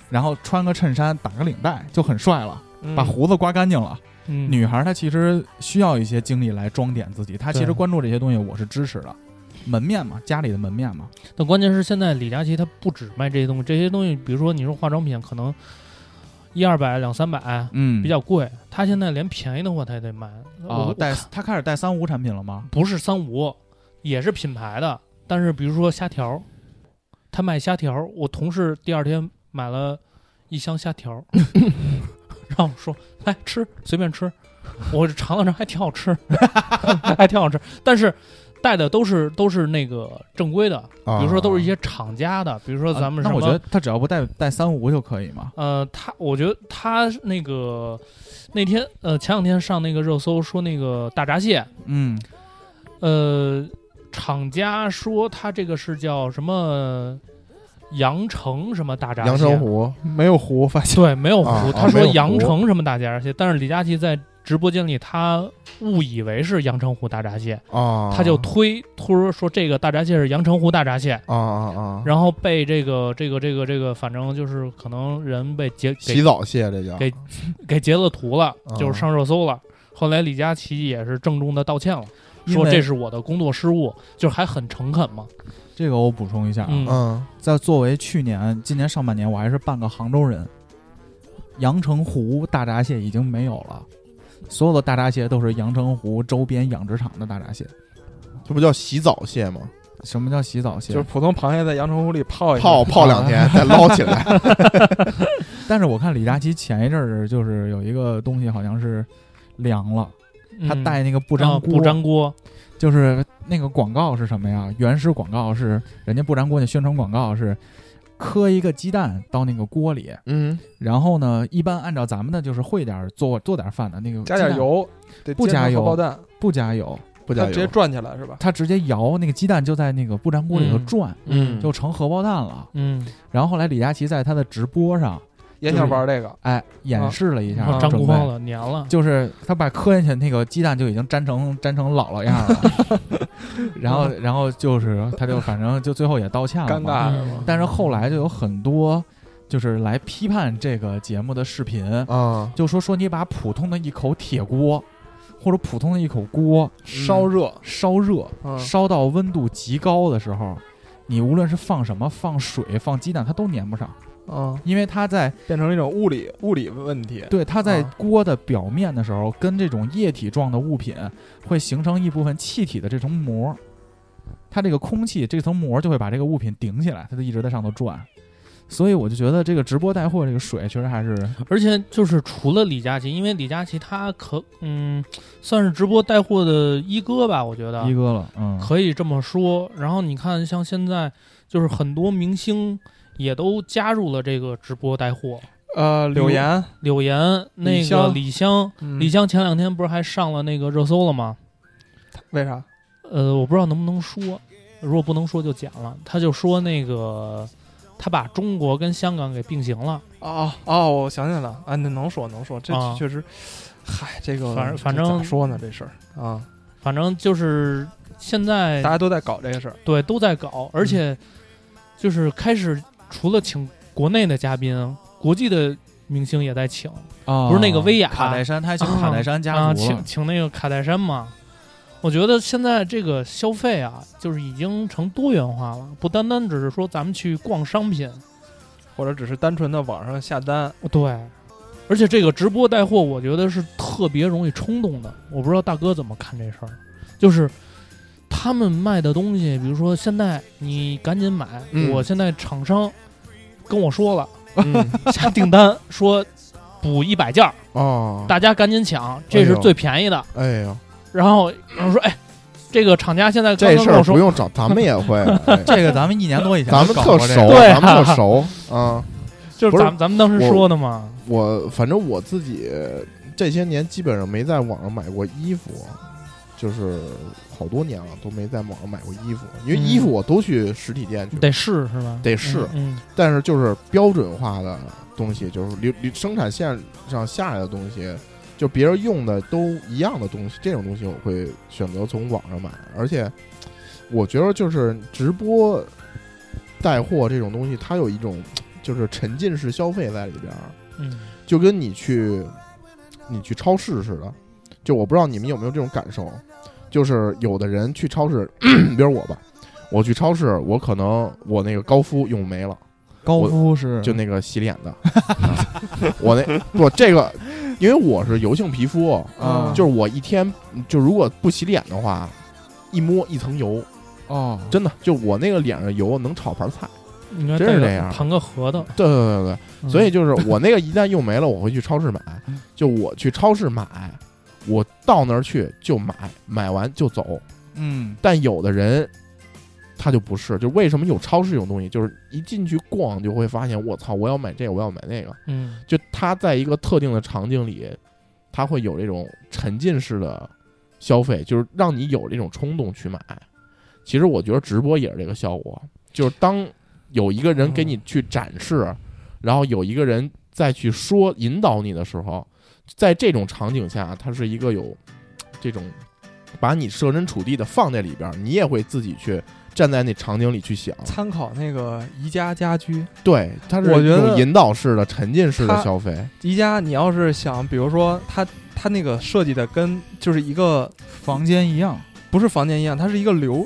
[SPEAKER 2] 然后穿个衬衫打个领带就很帅了，
[SPEAKER 4] 嗯
[SPEAKER 2] 把胡子刮干净了。
[SPEAKER 6] 嗯
[SPEAKER 2] 女孩儿她其实需要一些精力来装点自己，她其实
[SPEAKER 4] 对
[SPEAKER 2] 关注这些东西我是支持的，门面嘛，家里的门面嘛。
[SPEAKER 6] 但关键是现在李佳琦他不止卖这些东西，这些东西比如说你说化妆品可能一二百两三百
[SPEAKER 2] 嗯
[SPEAKER 6] 比较贵，他现在连便宜的货他也得卖。
[SPEAKER 2] 哦
[SPEAKER 6] 我，
[SPEAKER 2] 带她开始带三无产品了吗？
[SPEAKER 6] 不是三无，也是品牌的，但是比如说虾条，他卖虾条，我同事第二天买了一箱虾
[SPEAKER 2] [laughs]
[SPEAKER 6] 条，让我说来吃，随便吃，我尝了尝，还挺好吃， [laughs] 还挺好吃，但是。带的都是都是那个正规的，比
[SPEAKER 5] 啊
[SPEAKER 6] 如说都是一些厂家的，比如说咱们
[SPEAKER 2] 啊那
[SPEAKER 6] 什么，
[SPEAKER 2] 我觉得她只要不带带三无就可以嘛。
[SPEAKER 6] 呃，他我觉得他那个那天呃前两天上那个热搜说那个大闸蟹，
[SPEAKER 2] 嗯，
[SPEAKER 6] 呃，厂家说他这个是叫什么阳澄什么大闸蟹，
[SPEAKER 5] 阳澄湖，
[SPEAKER 2] 没有湖发现。
[SPEAKER 6] 对，没有湖，
[SPEAKER 5] 啊啊
[SPEAKER 6] 他说
[SPEAKER 5] 没有湖
[SPEAKER 6] 阳澄什么大闸蟹，但是李佳琦在直播间里他误以为是阳澄湖大闸蟹，
[SPEAKER 5] 啊，
[SPEAKER 6] 他就推推说说这个大闸蟹是阳澄湖大闸蟹。
[SPEAKER 5] 啊啊啊，
[SPEAKER 6] 然后被这个这个这个这个，反正就是可能人被截
[SPEAKER 5] 洗
[SPEAKER 6] 给
[SPEAKER 5] 澡蟹这叫
[SPEAKER 6] 给给截了图了，
[SPEAKER 5] 啊
[SPEAKER 6] 就是上热搜了。后来李佳琦也是郑重的道歉了，
[SPEAKER 2] 因
[SPEAKER 6] 说
[SPEAKER 2] 为
[SPEAKER 6] 这是我的工作失误，就是还很诚恳嘛。
[SPEAKER 2] 这个我补充一下啊，
[SPEAKER 6] 嗯
[SPEAKER 5] 嗯
[SPEAKER 2] 在作为去年、今年上半年，我还是半个杭州人，阳澄湖大闸蟹已经没有了，所有的大闸蟹都是阳澄湖周边养殖场的大闸蟹。
[SPEAKER 5] 这不叫洗澡蟹吗？
[SPEAKER 2] 什么叫洗澡蟹？
[SPEAKER 4] 就是普通螃蟹在阳澄湖里泡一下
[SPEAKER 5] 泡泡两天再捞起来，
[SPEAKER 2] 但是我看李佳琦前一阵儿就是有一个东西好像是凉了，他
[SPEAKER 6] 嗯
[SPEAKER 2] 带那个不
[SPEAKER 6] 啊
[SPEAKER 2] 粘锅，
[SPEAKER 6] 不粘锅，
[SPEAKER 2] 就是那个广告是什么呀？原始广告是人家不粘锅那宣传广告是磕一个鸡蛋到那个锅里，
[SPEAKER 5] 嗯，
[SPEAKER 2] 然后呢，一般按照咱们的就是会点儿做做点儿饭的那个
[SPEAKER 4] [laughs] 加点
[SPEAKER 2] 鸡蛋
[SPEAKER 4] 油，得
[SPEAKER 2] 不
[SPEAKER 4] 煎
[SPEAKER 2] 加
[SPEAKER 4] 成
[SPEAKER 2] 油
[SPEAKER 4] 荷包蛋，
[SPEAKER 2] 不加油，
[SPEAKER 5] 不
[SPEAKER 4] 它
[SPEAKER 5] 加
[SPEAKER 4] 直接
[SPEAKER 5] 油，
[SPEAKER 4] 转起来是吧？
[SPEAKER 2] 它直接摇那个鸡蛋就在那个不粘锅里头
[SPEAKER 6] 嗯
[SPEAKER 2] 转，
[SPEAKER 5] 嗯
[SPEAKER 2] 就成荷包蛋了。
[SPEAKER 6] 嗯，
[SPEAKER 2] 然后后来李佳琦在他的直播上，
[SPEAKER 4] 也想玩这个，
[SPEAKER 2] 哎，演示了一下
[SPEAKER 4] 啊
[SPEAKER 2] 准备，
[SPEAKER 6] 粘锅了，粘了。
[SPEAKER 2] 就是他把磕进去那个鸡蛋就已经粘成粘成姥姥样了。
[SPEAKER 4] [laughs]
[SPEAKER 2] 然后然后就是他就反正就最后也道歉了
[SPEAKER 4] 尴
[SPEAKER 2] 嘛。
[SPEAKER 4] 尬
[SPEAKER 6] 嗯
[SPEAKER 4] 是吧？
[SPEAKER 2] 但是后来就有很多就是来批判这个节目的视频，
[SPEAKER 4] 嗯
[SPEAKER 5] 啊，
[SPEAKER 2] 就说说你把普通的一口铁锅或者普通的一口锅
[SPEAKER 4] 烧热，
[SPEAKER 2] 烧热，
[SPEAKER 4] 嗯
[SPEAKER 2] 烧到温度极高的时候，你无论是放什么，放水、放鸡蛋，它都粘不上，
[SPEAKER 4] 嗯，
[SPEAKER 2] 因为它在
[SPEAKER 4] 变成一种物理物理问题，
[SPEAKER 2] 对它在
[SPEAKER 4] 啊
[SPEAKER 2] 锅的表面的时候，跟这种液体状的物品会形成一部分气体的这层膜，它这个空气这层膜就会把这个物品顶起来，它就一直在上头转。所以我就觉得这个直播带货这个水确实还是
[SPEAKER 6] 而且就是除了李佳琦，因为李佳琦他可嗯算是直播带货的一哥吧，我觉得
[SPEAKER 2] 一哥了，嗯，
[SPEAKER 6] 可以这么说。然后你看，像现在就是很多明星也都加入了这个直播带货，
[SPEAKER 4] 呃，柳岩，
[SPEAKER 6] 柳岩、那
[SPEAKER 4] 李
[SPEAKER 6] 个
[SPEAKER 4] 湘
[SPEAKER 6] 李湘，
[SPEAKER 4] 嗯
[SPEAKER 6] 李湘前两天不是还上了那个热搜了吗？
[SPEAKER 4] 为啥？
[SPEAKER 6] 呃，我不知道能不能说，如果不能说就剪了。他就说那个他把中国跟香港给并行了，
[SPEAKER 4] 哦哦，我想起来了，啊，那能说能说，这
[SPEAKER 6] 啊
[SPEAKER 4] 确实，嗨，这个
[SPEAKER 6] 反正
[SPEAKER 4] 这
[SPEAKER 6] 反正
[SPEAKER 4] 咋说呢这事儿啊，
[SPEAKER 6] 反正就是现在
[SPEAKER 4] 大家都在搞这个事儿，
[SPEAKER 6] 对，都在搞，而且就是开始除了请国内的嘉宾，国际的明星也在请
[SPEAKER 2] 啊
[SPEAKER 6] 不是那个薇娅
[SPEAKER 2] 卡戴珊，他还请
[SPEAKER 6] 啊
[SPEAKER 2] 卡戴珊家
[SPEAKER 6] 啊，
[SPEAKER 2] 族
[SPEAKER 6] 请
[SPEAKER 2] 了，
[SPEAKER 6] 请那个卡戴珊嘛。我觉得现在这个消费啊，就是已经成多元化了，不单单只是说咱们去逛商品，
[SPEAKER 4] 或者只是单纯的网上下单，
[SPEAKER 6] 对。而且这个直播带货，我觉得是特别容易冲动的。我不知道大哥怎么看这事儿，就是他们卖的东西，比如说现在你赶紧买，
[SPEAKER 4] 嗯
[SPEAKER 6] 我现在厂商跟我说了，
[SPEAKER 5] [laughs]
[SPEAKER 4] 嗯，
[SPEAKER 6] [laughs] 下订单说补一百件儿，
[SPEAKER 5] 哦，
[SPEAKER 6] 大家赶紧抢，这是最便宜的。
[SPEAKER 5] 哎呦，
[SPEAKER 6] 然后然后说，哎，这个厂家现在刚
[SPEAKER 5] 这
[SPEAKER 6] 刚
[SPEAKER 5] 事
[SPEAKER 6] 跟
[SPEAKER 5] 儿
[SPEAKER 6] 我说
[SPEAKER 5] 不，用找，咱们也会，哎
[SPEAKER 2] 这个咱们一年多以前
[SPEAKER 5] 咱们
[SPEAKER 2] 就搞
[SPEAKER 5] 特
[SPEAKER 2] 过这个
[SPEAKER 5] 熟，
[SPEAKER 6] 对啊
[SPEAKER 5] 咱们特熟啊。
[SPEAKER 6] 就是
[SPEAKER 5] 不是
[SPEAKER 6] 咱们咱们当时
[SPEAKER 5] 我
[SPEAKER 6] 说的嘛。
[SPEAKER 5] 我反正我自己这些年基本上没在网上买过衣服，就是好多年了都没在网上买过衣服，因为衣服我都去实体店去买。
[SPEAKER 6] 得试是吧？
[SPEAKER 5] 得试
[SPEAKER 6] 嗯，嗯
[SPEAKER 5] 但是就是标准化的东西，就是流流生产线上下来的东西，就别人用的都一样的东西，这种东西我会选择从网上买。而且，我觉得就是直播带货这种东西，它有一种就是沉浸式消费在里边儿，
[SPEAKER 6] 嗯，
[SPEAKER 5] 就跟你去你去超市似的。就我不知道你们有没有这种感受，就是有的人去超市， [clears throat] 比如我吧，我去超市，我可能我那个高肤用没了。
[SPEAKER 2] 高夫是
[SPEAKER 5] 就那个洗脸的，啊我那不这个，因为我是油性皮肤，
[SPEAKER 2] 啊
[SPEAKER 5] 就是我一天就如果不洗脸的话，一摸一层油，
[SPEAKER 2] 哦，
[SPEAKER 5] 真的就我那个脸上油能炒盘菜，
[SPEAKER 6] 嗯应该
[SPEAKER 5] 真
[SPEAKER 6] 带
[SPEAKER 5] 是
[SPEAKER 6] 个
[SPEAKER 5] 这样
[SPEAKER 6] 谈个合同，
[SPEAKER 5] 对对对对
[SPEAKER 6] 嗯
[SPEAKER 5] 对，所以就是我那个一旦用没了，我会去超市买，就我去超市买，我到那儿去就买，买完就走，
[SPEAKER 2] 嗯
[SPEAKER 5] 但有的人。他就不是，就为什么有超市这种东西，就是一进去逛就会发现，我操，我要买这个，我要买那个，
[SPEAKER 6] 嗯，
[SPEAKER 5] 就他在一个特定的场景里，他会有这种沉浸式的消费，就是让你有这种冲动去买。其实我觉得直播也是这个效果，就是当有一个人给你去展示，
[SPEAKER 4] 嗯
[SPEAKER 5] 然后有一个人再去说引导你的时候，在这种场景下，它是一个有这种把你设身处地的放在里边儿，你也会自己去站在那场景里去想。
[SPEAKER 4] 参考那个宜家家居，
[SPEAKER 5] 对，它是
[SPEAKER 4] 我
[SPEAKER 5] 一
[SPEAKER 4] 觉
[SPEAKER 5] 种
[SPEAKER 4] 得
[SPEAKER 5] 引导式的、沉浸式的
[SPEAKER 4] 它
[SPEAKER 5] 消费。
[SPEAKER 4] 宜家你要是想，比如说它它那个设计的跟就是一个
[SPEAKER 2] 房间一样，
[SPEAKER 4] 不是房间一样，它是一个流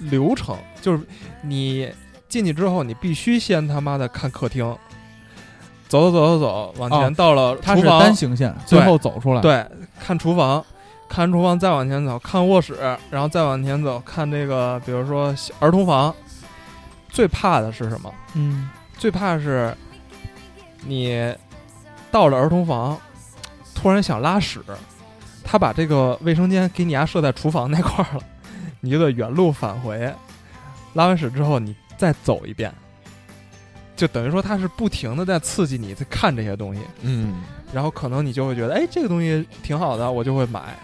[SPEAKER 4] 流程，就是你进去之后，你必须先他妈的看客厅，走走走走走，往前
[SPEAKER 2] 哦
[SPEAKER 4] 到了
[SPEAKER 2] 它
[SPEAKER 4] 厨
[SPEAKER 2] 是
[SPEAKER 4] 房，
[SPEAKER 2] 单行线，最后走出来，，
[SPEAKER 4] 对，看厨房，看完厨房再往前走，看卧室，然后再往前走，看这个，比如说小儿童房。最怕的是什么？
[SPEAKER 6] 嗯，
[SPEAKER 4] 最怕是你到了儿童房，突然想拉屎，他把这个卫生间给你丫设在厨房那块儿了，你就得原路返回。拉完屎之后，你再走一遍，就等于说他是不停的在刺激你在看这些东西，
[SPEAKER 5] 嗯，
[SPEAKER 4] 然后可能你就会觉得，哎，这个东西挺好的，我就会买。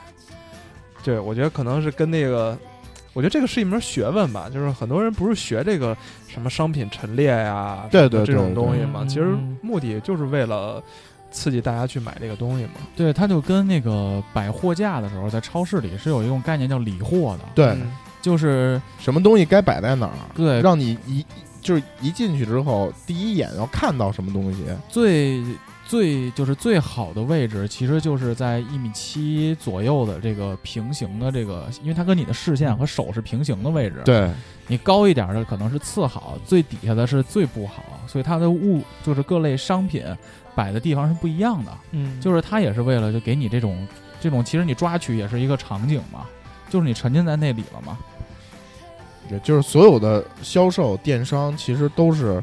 [SPEAKER 4] 对，我觉得可能是跟那个，我觉得这个是一门学问吧，就是很多人不是学这个什么商品陈列呀、
[SPEAKER 5] 对对
[SPEAKER 4] 这种
[SPEAKER 5] 对
[SPEAKER 4] 东西
[SPEAKER 6] 对
[SPEAKER 4] 嘛，
[SPEAKER 6] 嗯
[SPEAKER 4] 其实
[SPEAKER 6] 嗯
[SPEAKER 4] 目的就是为了刺激大家去买这个东西嘛。
[SPEAKER 2] 对，它就跟那个摆货架的时候，在超市里是有一种概念叫理货的，
[SPEAKER 5] 对。
[SPEAKER 4] 嗯
[SPEAKER 2] 就是
[SPEAKER 5] 什么东西该摆在哪儿，
[SPEAKER 2] 对
[SPEAKER 5] 让你一就是一进去之后，第一眼要看到什么东西。
[SPEAKER 2] 最最就是最好的位置，其实就是在一米七左右的这个平行的这个，因为它跟你的视线和手是平行的位置。，
[SPEAKER 5] 对，
[SPEAKER 2] 你高一点的可能是次好，最底下的是最不好，所以它的物就是各类商品摆的地方是不一样的。
[SPEAKER 6] 嗯，
[SPEAKER 2] 就是它也是为了就给你这种这种，其实你抓取也是一个场景嘛，就是你沉浸在那里了嘛。
[SPEAKER 5] 也就是所有的销售电商其实都是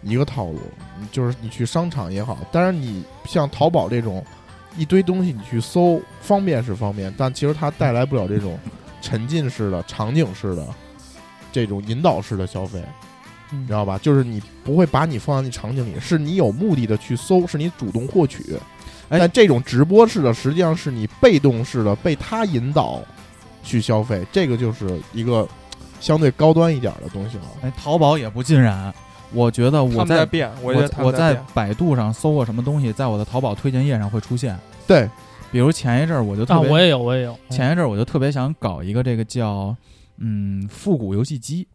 [SPEAKER 5] 一个套路，你就是你去商场也好，当然你像淘宝这种一堆东西你去搜，方便是方便，但其实它带来不了这种沉浸式的、场景式的这种引导式的消费，
[SPEAKER 6] 嗯
[SPEAKER 5] 你知道吧？就是你不会把你放在那场景里，是你有目的的去搜，是你主动获取。
[SPEAKER 2] 哎
[SPEAKER 5] 但这种直播式的，实际上是你被动式的，被他引导去消费，这个就是一个相对高端一点的东西了。
[SPEAKER 2] 哎，淘宝也不尽然，我觉得
[SPEAKER 4] 他
[SPEAKER 2] 我
[SPEAKER 4] 们在
[SPEAKER 2] 在
[SPEAKER 4] 变，我觉得
[SPEAKER 2] 我
[SPEAKER 4] 他
[SPEAKER 2] 我
[SPEAKER 4] 们
[SPEAKER 2] 在哦
[SPEAKER 4] 在变
[SPEAKER 2] 百度上搜过什么东西，在我的淘宝推荐页上会出现。
[SPEAKER 5] 对，
[SPEAKER 2] 比如前一阵儿我就特
[SPEAKER 6] 啊，
[SPEAKER 2] 别，
[SPEAKER 6] 我也有，我也 [laughs] 有。
[SPEAKER 2] 前一阵儿我就特别想搞一个这个叫嗯复古游戏机，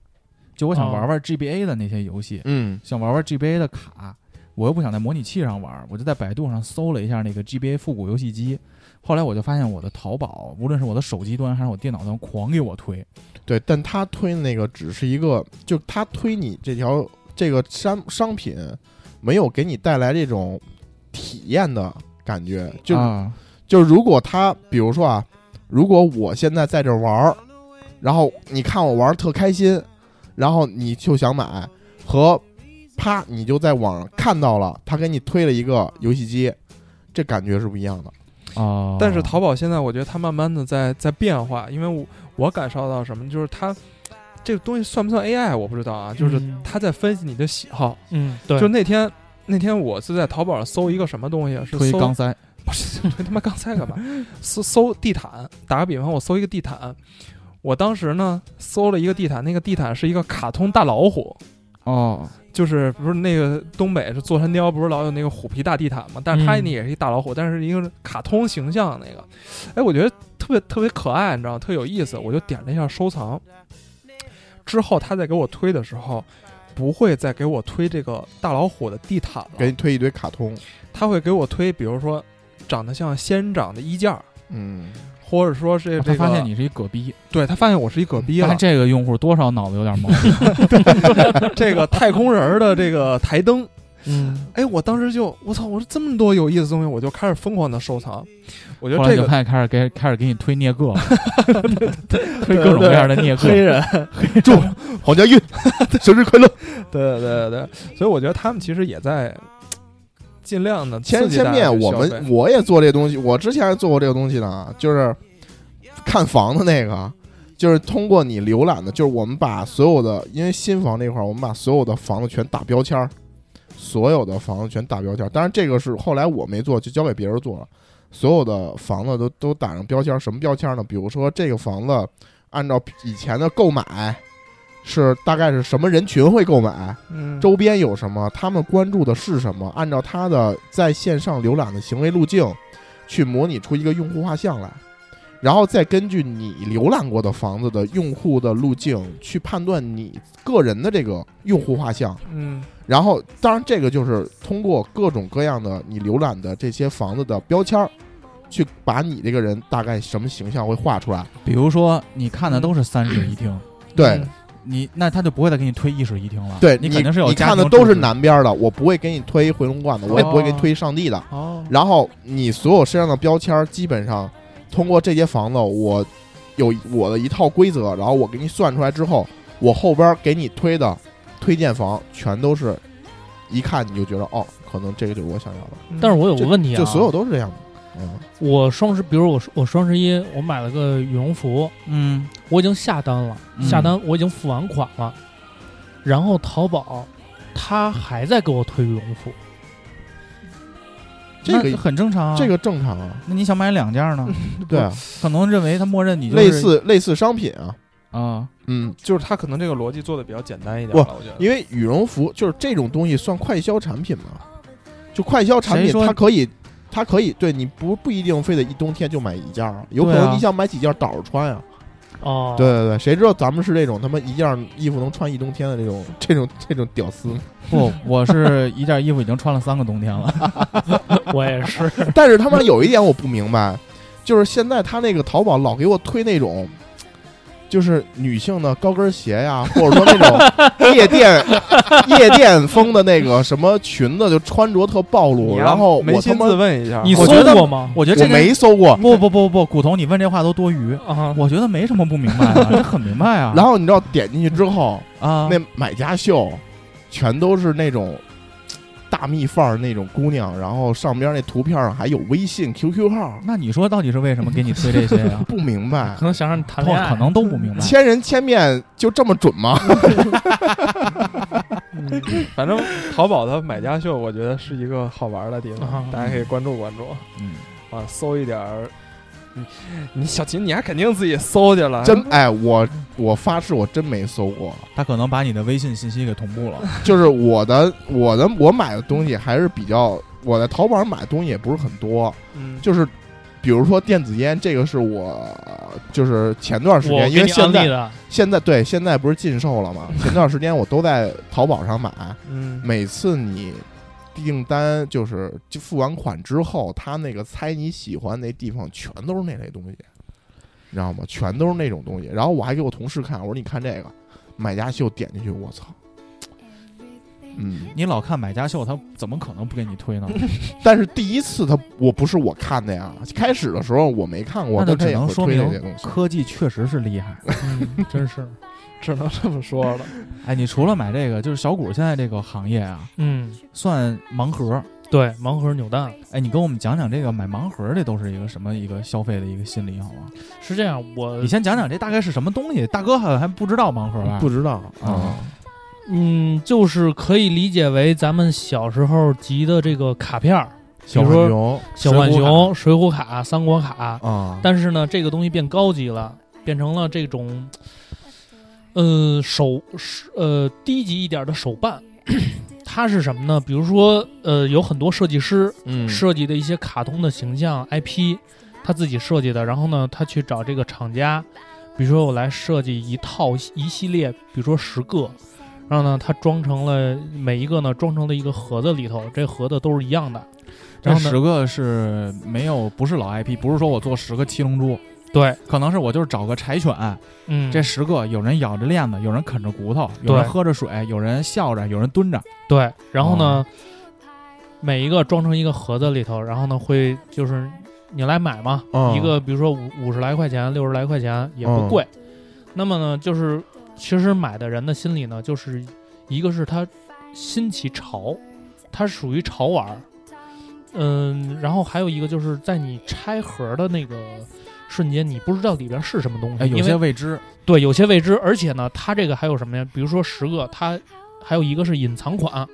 [SPEAKER 2] 就我想
[SPEAKER 6] 哦
[SPEAKER 2] 玩玩 GBA 的那些游戏，
[SPEAKER 5] 嗯，
[SPEAKER 2] 想玩玩 GBA 的卡，我又不想在模拟器上玩，我就在百度上搜了一下那个 GBA 复古游戏机。后来我就发现我的淘宝，无论是我的手机端还是我电脑端，狂给我推。
[SPEAKER 5] 对，但他推那个只是一个，就他推你这条这个商商品，没有给你带来这种体验的感觉。就、
[SPEAKER 2] 啊、
[SPEAKER 5] 就如果他，比如说啊，如果我现在在这玩儿，然后你看我玩儿特开心，然后你就想买，和啪你就在网上看到了，他给你推了一个游戏机，这感觉是不一样的。
[SPEAKER 2] 哦
[SPEAKER 4] 但是淘宝现在我觉得它慢慢的在在变化，因为我我感受到什么，就是它这个东西算不算 AI 我不知道啊，就是
[SPEAKER 6] 嗯
[SPEAKER 4] 它在分析你的喜好。
[SPEAKER 6] 嗯，对，
[SPEAKER 4] 就那天那天我是在淘宝上搜一个什么东西，是
[SPEAKER 2] 推
[SPEAKER 4] 搜
[SPEAKER 2] 钢塞，
[SPEAKER 4] [laughs] 不是推他妈钢塞干嘛？ [laughs] 搜搜地毯，打个比方，我搜一个地毯，我当时呢搜了一个地毯，那个地毯是一个卡通大老虎。
[SPEAKER 2] 哦，
[SPEAKER 4] 就是不是那个东北是座山雕，不是老有那个虎皮大地毯嘛？但是它
[SPEAKER 6] 嗯
[SPEAKER 4] 那也是一大老虎，但是一个卡通形象那个，哎，我觉得特别特别可爱，你知道吗？特有意思，我就点了一下收藏。之后他在给我推的时候，不会再给我推这个大老虎的地毯
[SPEAKER 5] 给
[SPEAKER 4] 了
[SPEAKER 5] 你，推一堆卡通，
[SPEAKER 4] 他会给我推，比如说长得像仙人掌的衣架，
[SPEAKER 5] [laughs] 嗯，
[SPEAKER 4] 或者说是
[SPEAKER 2] 哦
[SPEAKER 4] 这
[SPEAKER 2] 他
[SPEAKER 4] 个。
[SPEAKER 2] 发现你是一葛逼，
[SPEAKER 4] 对他发现我是一
[SPEAKER 5] 嗯
[SPEAKER 4] 葛逼
[SPEAKER 2] 发
[SPEAKER 4] 了
[SPEAKER 2] 现，这个用户多少脑子有点毛病。
[SPEAKER 5] [laughs]
[SPEAKER 4] 这个太空人儿的这个台灯。
[SPEAKER 6] 嗯，
[SPEAKER 4] 哎，我当时就我操，我说这么多有意思的东西，我就开始疯狂的收藏。我觉
[SPEAKER 2] 后
[SPEAKER 4] 得
[SPEAKER 2] 来
[SPEAKER 4] 这
[SPEAKER 2] 就
[SPEAKER 4] 个
[SPEAKER 2] 开始开始给开始给你推聂个了，
[SPEAKER 5] [laughs]
[SPEAKER 2] 推
[SPEAKER 4] 对
[SPEAKER 2] 各种
[SPEAKER 4] 对
[SPEAKER 2] 各样的聂个。
[SPEAKER 4] 人，
[SPEAKER 5] [laughs] 黄家韵，生日快乐！
[SPEAKER 4] 对对对对，所以我觉得他们其实也在尽量的
[SPEAKER 5] 千人千面，我们嗯我也做这东西，我之前还做过这个东西呢，就是看房的那个，就是通过你浏览的，就是我们把所有的，因为新房这块儿，我们把所有的房子全打标签儿，所有的房子全打标签儿。当然这个是后来我没做，就交给别人做了。所有的房子都都打上标签儿，什么标签儿呢？比如说这个房子按照以前的购买是大概是什么人群会购买，
[SPEAKER 4] 嗯
[SPEAKER 5] 周边有什么，他们关注的是什么，按照他的在线上浏览的行为路径，去模拟出一个用户画像来，然后再根据你浏览过的房子的用户的路径去判断你个人的这个用户画像，
[SPEAKER 4] 嗯
[SPEAKER 5] 然后当然这个就是通过各种各样的你浏览的这些房子的标签儿，去把你这个人大概什么形象会画出来。
[SPEAKER 2] 比如说你看的都是三
[SPEAKER 5] [clears throat]
[SPEAKER 2] 室一厅，
[SPEAKER 5] 对，
[SPEAKER 2] 你那他就不会再给你推一室一厅了。
[SPEAKER 5] 对
[SPEAKER 2] 你肯定是有
[SPEAKER 5] 你
[SPEAKER 2] 家
[SPEAKER 5] 看的
[SPEAKER 2] 庭
[SPEAKER 5] 都
[SPEAKER 2] 住
[SPEAKER 5] 是
[SPEAKER 2] 址
[SPEAKER 5] 南边儿的，我不会给你推回龙观的，我也不会给你
[SPEAKER 4] 哦
[SPEAKER 5] 推上地的。
[SPEAKER 4] 哦，
[SPEAKER 5] 然后你所有身上的标签儿，基本上通过这些房子，我有我的一套规则，然后我给你算出来之后，我后边儿给你推的推荐房全都是，一看你就觉得哦，可能这个就是我想要的，
[SPEAKER 6] 但是我有个问题啊，
[SPEAKER 5] 嗯就所有都是这样的。嗯，
[SPEAKER 6] 我双十，比如我我双十一我买了个羽绒服，
[SPEAKER 2] 嗯，
[SPEAKER 6] 我已经下单了，
[SPEAKER 2] 嗯
[SPEAKER 6] 下单我已经付完款了，然后淘宝他还在给我推羽绒服，
[SPEAKER 5] 这
[SPEAKER 2] 那
[SPEAKER 5] 个
[SPEAKER 2] 很正常啊。
[SPEAKER 5] 这个正常啊，
[SPEAKER 2] 那你想买两
[SPEAKER 5] [laughs]
[SPEAKER 2] 件呢？
[SPEAKER 5] 对啊，
[SPEAKER 2] 可能认为他默认你就是
[SPEAKER 5] 类似类似商品啊，
[SPEAKER 2] 啊，
[SPEAKER 5] 嗯，
[SPEAKER 4] 就是他可能这个逻辑做的比较简单一点
[SPEAKER 5] 不
[SPEAKER 4] 了，我觉得。
[SPEAKER 5] 因为羽绒服就是这种东西算快消产品嘛，就快消产
[SPEAKER 2] 谁
[SPEAKER 5] 品
[SPEAKER 2] 说
[SPEAKER 5] 它可以。它可以对你不不一定非得一冬天就买一件儿啊，有可
[SPEAKER 2] 对啊
[SPEAKER 5] 能你想买几件儿倒着穿呀、啊
[SPEAKER 6] 哦，
[SPEAKER 5] 对，对对，谁知道咱们是这种他妈一件衣服能穿一冬天的这种这种这种屌丝？ [laughs]
[SPEAKER 2] 不，我是一件衣服已经穿了三个冬天了。
[SPEAKER 6] 我也 [laughs] 是，
[SPEAKER 5] 但是他妈有一点我不明白，就是现在他那个淘宝老给我推那种，就是女性的高跟鞋呀， [laughs] 或者说那种夜店夜店风的那个什么裙子，就穿着特暴露。
[SPEAKER 4] 你要
[SPEAKER 5] 然后
[SPEAKER 4] 扪
[SPEAKER 5] 我他
[SPEAKER 4] 心
[SPEAKER 5] 妈
[SPEAKER 4] 自问一下，啊
[SPEAKER 6] 你搜
[SPEAKER 4] 我
[SPEAKER 2] 觉得
[SPEAKER 6] 过吗？
[SPEAKER 2] 我觉得
[SPEAKER 5] 我
[SPEAKER 2] 这个
[SPEAKER 5] 没搜过。
[SPEAKER 2] 不不不不，骨头，你问这话都多余。
[SPEAKER 6] 啊，
[SPEAKER 2] 我觉得没什
[SPEAKER 5] [laughs]
[SPEAKER 2] 么不明白的，这很明白啊。
[SPEAKER 5] 然后你知道点进去之后，
[SPEAKER 2] 啊，
[SPEAKER 5] 那买家秀全都是那种大蜜范儿那种姑娘，然后上边那图片上还有微信、QQ 号，？
[SPEAKER 2] 那你说到底是为什么给你推这些呀
[SPEAKER 5] 不明白
[SPEAKER 6] 可，能想让你 [laughs] 谈
[SPEAKER 2] 他
[SPEAKER 6] 恋爱，
[SPEAKER 2] 可能都不明白。
[SPEAKER 5] 千人千面就这么准吗？
[SPEAKER 4] 反正淘宝的买家秀，我觉得是一个好玩的地
[SPEAKER 6] 啊
[SPEAKER 4] 方，大家可以关注关注
[SPEAKER 2] 嗯，
[SPEAKER 4] 啊，搜一点儿。你你小秦，你还肯定自己搜去
[SPEAKER 6] 啊
[SPEAKER 4] 了，
[SPEAKER 5] 真哎，我我发誓我真没搜过，
[SPEAKER 2] 他可能把你的微信信息给同步了。
[SPEAKER 5] 就是我的我的我买的东西还是比较，我在淘宝上买的东西也不是很多，
[SPEAKER 4] 嗯
[SPEAKER 5] 就是比如说电子烟，这个是我就是前段时
[SPEAKER 6] 我
[SPEAKER 5] 间，因
[SPEAKER 6] 给
[SPEAKER 5] 为
[SPEAKER 6] 你安
[SPEAKER 5] 现
[SPEAKER 6] 利
[SPEAKER 5] 在 [laughs]
[SPEAKER 6] 的，
[SPEAKER 5] 现在对现在不是禁售了吗？前段时间我都在淘宝上买，
[SPEAKER 4] 嗯，
[SPEAKER 5] 每次你订单就是就付完款之后，他那个猜你喜欢那地方全都是那类东西，你知道吗？全都是那种东西。然后我还给我同事看，我说你看这个，买家秀点进去，我操，哎嗯。
[SPEAKER 2] 你老看买家秀，他怎么可能不给你推呢？
[SPEAKER 5] 但是第一次他我不是我看的呀，开始的时候我没看过，
[SPEAKER 2] 那就
[SPEAKER 5] 但他
[SPEAKER 2] 只
[SPEAKER 5] 也
[SPEAKER 2] 能
[SPEAKER 5] 会
[SPEAKER 2] 说
[SPEAKER 5] 推
[SPEAKER 2] 明
[SPEAKER 5] 这些东
[SPEAKER 2] [laughs]
[SPEAKER 5] 西。
[SPEAKER 2] 科技确实是厉害。
[SPEAKER 6] 嗯，真是，
[SPEAKER 4] 只能这么说了。
[SPEAKER 2] 哎，你除了买这个，就是小谷现在这个行业啊，
[SPEAKER 6] 嗯，
[SPEAKER 2] 算盲盒。
[SPEAKER 6] 对，盲盒扭蛋
[SPEAKER 2] 哎，你跟我们讲讲这个买盲盒，这都是一个什么一个消费的一个心理好吗？
[SPEAKER 6] 是这样，我
[SPEAKER 2] 你先讲讲这大概是什么东西，大哥好像还不知道盲盒吧？
[SPEAKER 5] 不知道
[SPEAKER 2] 啊
[SPEAKER 5] 啊，
[SPEAKER 6] 嗯，就是可以理解为咱们小时候集的这个卡片儿，比
[SPEAKER 5] 小
[SPEAKER 6] 如
[SPEAKER 5] 浣
[SPEAKER 6] 说
[SPEAKER 5] 熊
[SPEAKER 6] 小浣熊、水浒嗯卡、三国卡，
[SPEAKER 5] 啊，
[SPEAKER 6] 但是呢，这个东西变高级了，变成了这种，呃，手是呃低级一点的手办。 [coughs] 它是什么呢？比如说，呃，有很多设计师
[SPEAKER 5] 嗯
[SPEAKER 6] 设计的一些卡通的形象 IP，他自己设计的。然后呢，他去找这个厂家，比如说我来设计一套一系列，比如说十个，然后呢，它装成了每一个呢装成了一个盒子里头，这盒子都是一样的。
[SPEAKER 2] 这
[SPEAKER 6] 然后呢，
[SPEAKER 2] 十个是没有不是老 IP，不是说我做十个七龙珠，
[SPEAKER 6] 对，
[SPEAKER 2] 可能是我就是找个柴犬，
[SPEAKER 6] 嗯，
[SPEAKER 2] 这十个有人咬着链子，有人啃着骨头，有人
[SPEAKER 6] 对
[SPEAKER 2] 喝着水，有人笑着，有人蹲着。
[SPEAKER 6] 对，然后呢
[SPEAKER 2] 哦，
[SPEAKER 6] 每一个装成一个盒子里头，然后呢会就是你来买嘛，
[SPEAKER 2] 哦
[SPEAKER 5] 嗯
[SPEAKER 6] 一个比如说五五十来块钱、六十来块钱也不
[SPEAKER 5] 嗯
[SPEAKER 6] 贵。
[SPEAKER 2] 哦
[SPEAKER 6] 那么呢，就是其实买的人的心理呢，就是一个是它新奇潮，它属于潮玩儿，嗯，然后还有一个就是在你拆盒的那个瞬间，你不知道里边是什么东西，
[SPEAKER 2] 哎，有
[SPEAKER 6] 嗯因为
[SPEAKER 2] 些未知，
[SPEAKER 6] 对，有些未知，而且呢，它这个还有什么呀？比如说十个，它还有一个是隐藏款，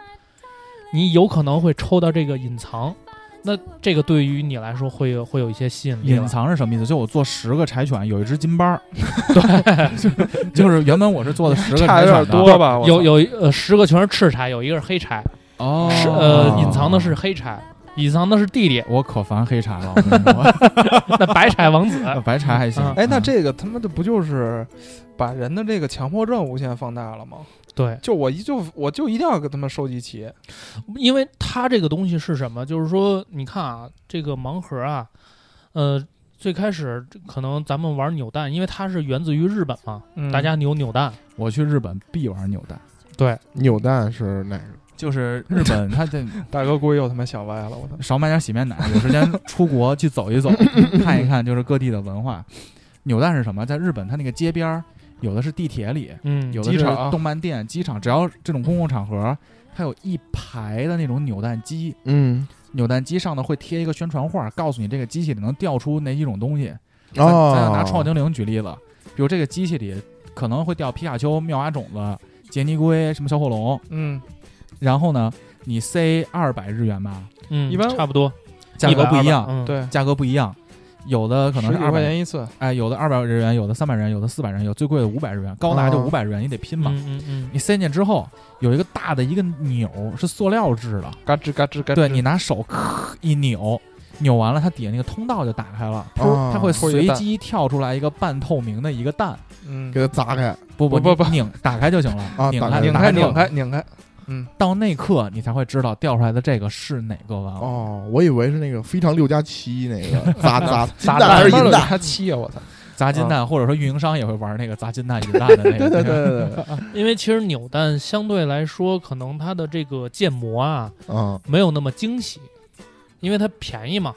[SPEAKER 6] 你有可能会抽到这个隐藏，那这个对于你来说会有会有一些吸引力了
[SPEAKER 2] 隐藏是什么意思？就我做十个柴犬，有一只金
[SPEAKER 6] [laughs]
[SPEAKER 2] 巴，对， [laughs] 就是原本我是做的十个
[SPEAKER 4] 差
[SPEAKER 2] 柴犬
[SPEAKER 4] 有点
[SPEAKER 2] 的
[SPEAKER 4] 多吧？我操
[SPEAKER 6] 有有一呃十个全是赤柴，有一个是黑柴，
[SPEAKER 2] 哦，，
[SPEAKER 6] 是呃隐藏的是黑柴，隐藏的是弟弟
[SPEAKER 4] [laughs]
[SPEAKER 2] 我可烦黑柴了，我跟你说
[SPEAKER 6] 那白柴
[SPEAKER 4] [laughs]
[SPEAKER 6] 王子。
[SPEAKER 2] 白柴还行
[SPEAKER 6] [laughs] 嗯。
[SPEAKER 4] 哎，那这个他妈的不就是把人的这个强迫症无限放大了吗？
[SPEAKER 6] 对，
[SPEAKER 4] 就我一就我就一定要给他们收集齐，
[SPEAKER 6] 因为它这个东西是什么？就是说，你看啊，这个盲盒啊，呃，最开始可能咱们玩扭蛋，因为它是源自于日本嘛，
[SPEAKER 4] 嗯
[SPEAKER 6] 大家扭扭蛋，
[SPEAKER 2] 我去日本必玩扭蛋，
[SPEAKER 5] 扭蛋是哪个？
[SPEAKER 2] 就是日本他得
[SPEAKER 4] 大哥估计又他妈想歪了，我操！
[SPEAKER 2] 少买点洗面奶，有时间出国去走一
[SPEAKER 6] [laughs]
[SPEAKER 2] 走，看一看就是各地的文化。扭蛋是什么？在日本，它那个街边儿，有的是地铁里，
[SPEAKER 6] 嗯，
[SPEAKER 2] 有的
[SPEAKER 4] 机
[SPEAKER 2] 是
[SPEAKER 4] 场啊
[SPEAKER 2] 动漫店、机场，只要这种公共场合，它有一排的那种扭蛋机，
[SPEAKER 5] 嗯，
[SPEAKER 2] 扭蛋机上呢会贴一个宣传画，告诉你这个机器里能调出哪几种东西。咱咱
[SPEAKER 5] 哦
[SPEAKER 2] 要，拿《创造精灵》举例子，比如这个机器里可能会掉皮卡丘、妙蛙种子、杰尼龟、什么小火龙，
[SPEAKER 4] 嗯，
[SPEAKER 2] 然后呢，你塞二百日元吧，
[SPEAKER 6] 嗯，
[SPEAKER 4] 一般
[SPEAKER 6] 差不多，
[SPEAKER 2] 价格
[SPEAKER 6] 100
[SPEAKER 2] 不一样，
[SPEAKER 6] 嗯，
[SPEAKER 4] 对，
[SPEAKER 2] 价格不一样，有的可能
[SPEAKER 4] 十
[SPEAKER 2] 是
[SPEAKER 4] 几
[SPEAKER 2] 二
[SPEAKER 4] 块
[SPEAKER 2] 百，
[SPEAKER 4] 钱一次，
[SPEAKER 2] 哎，有的二百日元，有的三百日元，有的四百元，有最贵的五百日元，高达就
[SPEAKER 5] 哦
[SPEAKER 2] 五百日元，你得拼嘛。
[SPEAKER 6] 嗯嗯嗯
[SPEAKER 2] 你塞进之后，有一个大的一个钮，是塑料制的，
[SPEAKER 4] 嘎吱嘎吱嘎吱。
[SPEAKER 2] 对你拿手咔一扭，扭完了，它底下那个通道就打开了，噗
[SPEAKER 5] 哦
[SPEAKER 2] 它会
[SPEAKER 4] 出一
[SPEAKER 2] 随
[SPEAKER 4] 个蛋
[SPEAKER 2] 机跳出来一个半透明的一个蛋，
[SPEAKER 4] 嗯
[SPEAKER 5] 给，它砸开，
[SPEAKER 2] 不不
[SPEAKER 4] 不不
[SPEAKER 2] 你拧打开就行了，
[SPEAKER 5] 啊
[SPEAKER 2] 拧
[SPEAKER 5] 打
[SPEAKER 2] 开
[SPEAKER 5] 开
[SPEAKER 4] 拧
[SPEAKER 2] 打
[SPEAKER 4] 开
[SPEAKER 2] 开
[SPEAKER 4] 拧
[SPEAKER 2] 就
[SPEAKER 4] 开，拧开，
[SPEAKER 2] 到那刻你才会知道掉出来的这个是哪个玩偶。
[SPEAKER 5] 哦，我以为是那个非常六加七那
[SPEAKER 2] [laughs]
[SPEAKER 5] 个砸砸
[SPEAKER 6] 砸
[SPEAKER 5] 蛋
[SPEAKER 6] 蛋
[SPEAKER 5] 还是银
[SPEAKER 4] 他妈的
[SPEAKER 5] 蛋？
[SPEAKER 4] 他七啊！我操，
[SPEAKER 2] 砸金蛋，或者说运营商也会玩那个砸金蛋
[SPEAKER 5] [laughs]
[SPEAKER 2] 银蛋的那个。
[SPEAKER 5] 对对对对对，
[SPEAKER 6] 因为其实扭蛋相对来说，可能它的这个建模啊
[SPEAKER 5] 嗯
[SPEAKER 6] 没有那么精细，
[SPEAKER 2] 嗯
[SPEAKER 6] 因为它便宜嘛，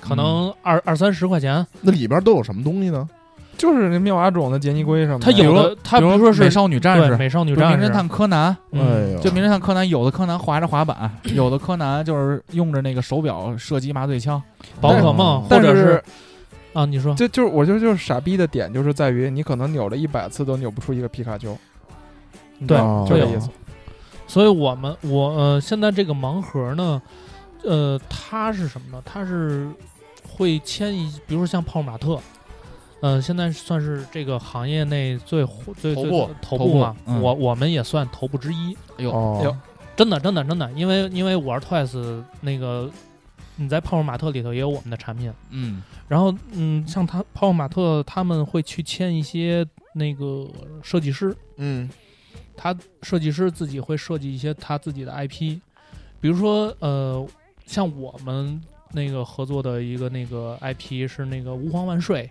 [SPEAKER 6] 可能二、二三十块钱，
[SPEAKER 5] 那里边都有什么东西呢？
[SPEAKER 4] [laughs] 就是那妙蛙种的杰尼龟什么的，
[SPEAKER 6] 他有的他
[SPEAKER 2] 嗯比
[SPEAKER 6] 比
[SPEAKER 2] 如
[SPEAKER 6] 如说是
[SPEAKER 2] 美少女战
[SPEAKER 6] 对
[SPEAKER 2] 士，
[SPEAKER 6] 美少女
[SPEAKER 2] 就名
[SPEAKER 6] 战士
[SPEAKER 2] 侦，探柯南，
[SPEAKER 5] 哎
[SPEAKER 6] 嗯，
[SPEAKER 5] 呦，
[SPEAKER 2] 就名侦探柯南，有的柯南滑着滑板，有的柯南就是用着那个手表射击麻醉枪。
[SPEAKER 6] 宝可梦
[SPEAKER 5] 嗯
[SPEAKER 6] 或
[SPEAKER 4] 但
[SPEAKER 6] 者
[SPEAKER 4] 是
[SPEAKER 6] 啊，你说
[SPEAKER 4] 这就是我觉得就是傻逼的点，就是在于你可能扭了一百次都扭不出一个皮卡丘，
[SPEAKER 6] 对
[SPEAKER 5] 哦，
[SPEAKER 4] 就
[SPEAKER 6] 会
[SPEAKER 4] 这
[SPEAKER 6] 有
[SPEAKER 4] 意思。
[SPEAKER 6] 所以我们我呃现在这个盲盒呢，呃，它是什么呢？它是会牵一，比如说像泡玛特，呃，现在算是这个行业内最火最
[SPEAKER 2] 头
[SPEAKER 6] 最
[SPEAKER 2] 部
[SPEAKER 6] 头
[SPEAKER 2] 头部
[SPEAKER 6] 嘛，
[SPEAKER 2] 嗯
[SPEAKER 6] 我我们也算头部之一。
[SPEAKER 2] 哎呦，
[SPEAKER 5] 哦，
[SPEAKER 6] 真的，真的，真的，因为因为玩 Twice 那个，你在泡泡玛特里头也有我们的产品。
[SPEAKER 2] 嗯，
[SPEAKER 6] 然后，嗯，像他泡泡玛特他们会去签一些那个设计师，
[SPEAKER 5] 嗯，
[SPEAKER 6] 他设计师自己会设计一些他自己的 IP，比如说呃，像我们那个合作的一个那个 IP 是那个吾皇万岁，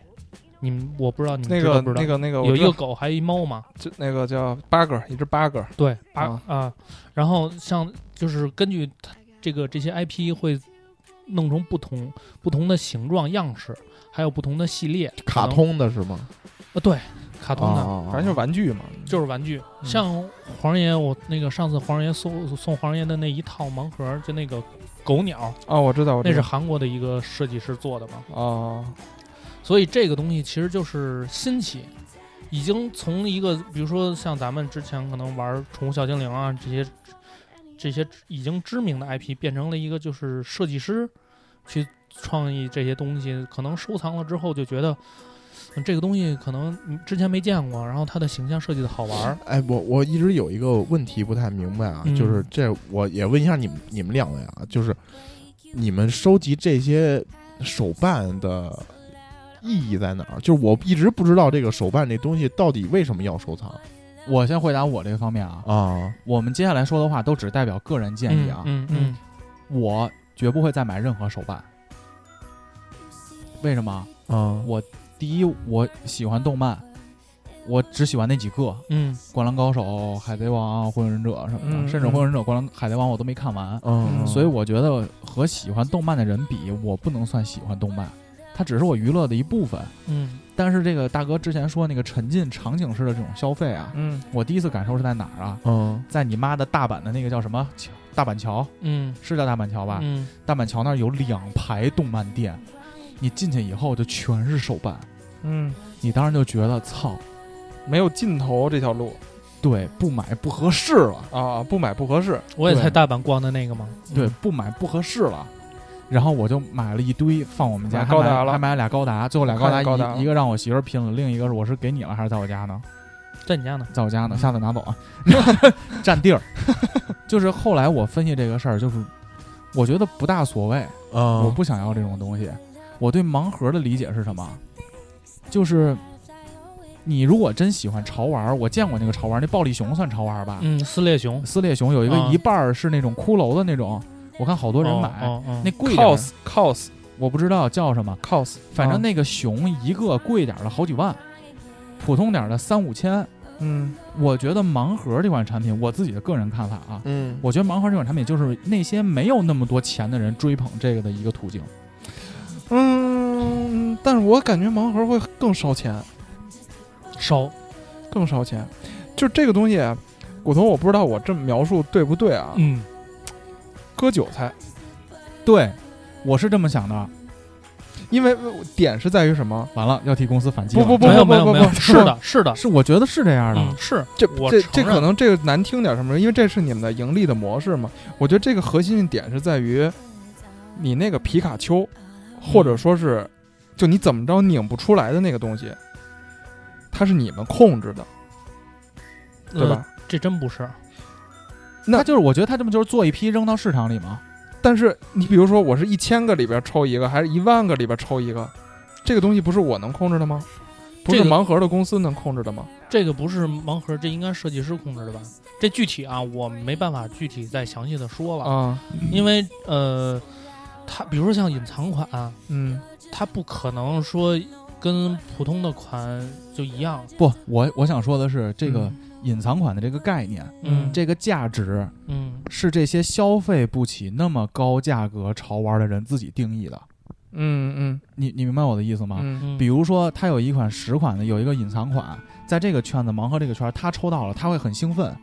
[SPEAKER 6] 你们我不知道你们
[SPEAKER 4] 那
[SPEAKER 6] 知道
[SPEAKER 4] 个
[SPEAKER 6] 不知道？
[SPEAKER 4] 那个那个，
[SPEAKER 6] 有
[SPEAKER 4] 我
[SPEAKER 6] 一
[SPEAKER 4] 知道
[SPEAKER 6] 个狗还一猫嘛，
[SPEAKER 4] 就那个叫八哥，一只八哥，
[SPEAKER 6] 对八
[SPEAKER 4] 啊
[SPEAKER 6] 啊然后像就是根据它这个这些 IP 会弄成不同不同的形状样式，还有不同的系列，
[SPEAKER 5] 卡
[SPEAKER 6] 可能
[SPEAKER 5] 通的是吗？
[SPEAKER 6] 啊、对卡
[SPEAKER 5] 卡
[SPEAKER 6] 通的、
[SPEAKER 4] 反正就是玩具嘛。
[SPEAKER 6] 哦就是玩具，
[SPEAKER 2] 嗯
[SPEAKER 6] 像黄爷我那个上次黄爷送送黄爷的那一套盲盒，就那个狗鸟，
[SPEAKER 4] 哦，我知道，我
[SPEAKER 6] 那
[SPEAKER 4] 知
[SPEAKER 6] 是
[SPEAKER 4] 道。
[SPEAKER 6] 韩国的一个设计师做的嘛，
[SPEAKER 4] 哦，
[SPEAKER 6] 所以这个东西其实就是新奇。已经从一个，比如说像咱们之前可能玩《宠物小精灵》啊这些这些已经知名的 IP 变成了一个就是设计师去创意这些东西，可能收藏了之后就觉得、嗯这个东西可能嗯之前没见过，然后它的形象设计的好玩儿。
[SPEAKER 5] 哎，我我一直有一个问题不太明白啊，
[SPEAKER 6] 嗯
[SPEAKER 5] 就是这我也问一下你们你们两位啊，就是你们收集这些手办的意义在哪儿？就是我一直不知道这个手办这东西到底为什么要收藏
[SPEAKER 2] 我先回答我这个方面啊，
[SPEAKER 4] 哦
[SPEAKER 5] 啊？
[SPEAKER 2] 我们接下来说的话都只代表个人建议啊，
[SPEAKER 6] 嗯嗯
[SPEAKER 2] 我绝不会再买任何手办。为什么？
[SPEAKER 4] 哦
[SPEAKER 5] 啊
[SPEAKER 2] 我第一，我喜欢动漫，我只喜欢那几个，《
[SPEAKER 6] 嗯
[SPEAKER 2] 灌篮高手》《海贼王》《火影忍者》什么的，
[SPEAKER 4] 嗯哦
[SPEAKER 2] 甚至《火影忍者》《灌篮海贼王》我都没看完。
[SPEAKER 5] 嗯，
[SPEAKER 2] 所以我觉得和喜欢动漫的人比，我不能算喜欢动漫，它只是我娱乐的一部分。
[SPEAKER 6] 嗯
[SPEAKER 2] 但是这个大哥之前说那个沉浸场景式的这种消费啊，
[SPEAKER 4] 嗯
[SPEAKER 2] 我第一次感受是在哪儿啊？
[SPEAKER 5] 嗯
[SPEAKER 2] 在你妈的大阪的那个叫什么桥？大阪桥
[SPEAKER 6] 嗯
[SPEAKER 2] 是叫大阪桥吧？
[SPEAKER 6] 嗯
[SPEAKER 2] 大阪桥那儿有两排动漫店，你进去以后就全是手办，
[SPEAKER 4] 嗯，
[SPEAKER 2] 你当时就觉得操，
[SPEAKER 4] 没有尽头这条路
[SPEAKER 2] 对，不买不合适了，
[SPEAKER 4] 啊，不买不合适。
[SPEAKER 6] 我也在
[SPEAKER 2] 对
[SPEAKER 6] 大阪逛的那个嘛。
[SPEAKER 4] 嗯
[SPEAKER 6] 嗯
[SPEAKER 2] 对，不买不合适了。然后我就买了一堆放我们家，
[SPEAKER 4] 买
[SPEAKER 2] 还
[SPEAKER 4] 高达
[SPEAKER 2] 买
[SPEAKER 4] 了
[SPEAKER 2] 还买了俩高达，最后俩
[SPEAKER 4] 我
[SPEAKER 2] 高
[SPEAKER 4] 看
[SPEAKER 2] 达一
[SPEAKER 4] 见 [laughs] 高达了
[SPEAKER 2] 一个让我媳妇儿拼了，另一个是我是给你了还是在我家呢？
[SPEAKER 6] 在你家呢？
[SPEAKER 2] 在我家呢，
[SPEAKER 4] 嗯
[SPEAKER 2] 下次拿走啊， [laughs] 占地儿。 [laughs] 就是后来我分析这个事儿，就是我觉得不大所谓，
[SPEAKER 6] 哦
[SPEAKER 2] 我
[SPEAKER 5] 啊
[SPEAKER 2] 不想要这种东西。我对盲盒的理解是什么？就是你如果真喜欢潮玩儿，我见过那个潮玩儿，那暴力熊算潮玩儿
[SPEAKER 4] 啊
[SPEAKER 2] 吧？
[SPEAKER 6] 嗯，撕裂熊，
[SPEAKER 2] 撕裂熊有一个
[SPEAKER 6] 啊
[SPEAKER 2] 一半儿是那种骷髅的那种，我看好多人买，
[SPEAKER 6] 哦哦哦
[SPEAKER 2] 那贵点儿
[SPEAKER 4] cos cos
[SPEAKER 2] 我不知道叫什么，
[SPEAKER 4] cos，
[SPEAKER 2] 反
[SPEAKER 6] 哦啊
[SPEAKER 2] 正那个熊一个贵点儿的好几万，普通点儿的三五千。
[SPEAKER 4] 嗯
[SPEAKER 2] 我觉得盲盒这款产品，我自己的个人看法啊，
[SPEAKER 5] 嗯
[SPEAKER 2] 我觉得盲盒这款产品就是那些没有那么多钱的人追捧这个的一个途径。
[SPEAKER 4] 嗯，但是我感觉盲盒会更烧钱。
[SPEAKER 6] 烧，
[SPEAKER 4] 啊更烧钱。就这个东西，骨头我不知道我这么描述对不对啊？
[SPEAKER 6] 嗯，
[SPEAKER 4] 割韭菜，
[SPEAKER 2] 对，我是这么想的。
[SPEAKER 4] 因为呃点是在于什么？
[SPEAKER 2] 完了，要替公司反击
[SPEAKER 4] 不
[SPEAKER 2] 了。
[SPEAKER 4] 不不
[SPEAKER 6] 没有
[SPEAKER 4] 不
[SPEAKER 6] 没有
[SPEAKER 4] 不
[SPEAKER 6] 没
[SPEAKER 4] 不
[SPEAKER 6] 有，，是的，是的，
[SPEAKER 2] 是我觉得是这样的。
[SPEAKER 6] 嗯，是
[SPEAKER 4] 这
[SPEAKER 6] 我
[SPEAKER 4] 这
[SPEAKER 6] 承
[SPEAKER 4] 这
[SPEAKER 6] 认
[SPEAKER 4] 可能这个难听点什么，因为这是你们的盈利的模式嘛。我觉得这个核心点是在于你那个皮卡丘，或
[SPEAKER 6] 嗯
[SPEAKER 4] 者说是就你怎么着拧不出来的那个东西，它是你们控制的，对吧？
[SPEAKER 6] 呃这真不是，
[SPEAKER 4] 那
[SPEAKER 2] 他就是，我觉得他这么就是做一批扔到市场里嘛。
[SPEAKER 4] 但是你比如说，我是一千个里边抽一个，还是一万个里边抽一个，这个东西不是我能控制的吗？不是
[SPEAKER 6] 这个
[SPEAKER 4] 盲盒的公司能控制的吗？
[SPEAKER 6] 这个不是盲盒，这应该设计师控制的吧？这具体啊，我没办法具体再详细的说了，
[SPEAKER 4] 啊，
[SPEAKER 6] 因为呃，它比如说像隐藏款、啊
[SPEAKER 4] 嗯，
[SPEAKER 6] 它不可能说跟普通的款就一样，
[SPEAKER 2] 不，我我想说的是，这个
[SPEAKER 4] 嗯
[SPEAKER 2] 隐藏款的这个概念，
[SPEAKER 6] 嗯
[SPEAKER 2] 这个价值
[SPEAKER 6] 嗯
[SPEAKER 2] 是这些消费不起那么高价格潮玩的人自己定义的。
[SPEAKER 4] 嗯
[SPEAKER 2] 你你明白我的意思吗？
[SPEAKER 4] 嗯
[SPEAKER 2] 比如说，他有一款十款的，有一个隐藏款，在这个圈子盲盒这个圈，他抽到了，他会很兴奋，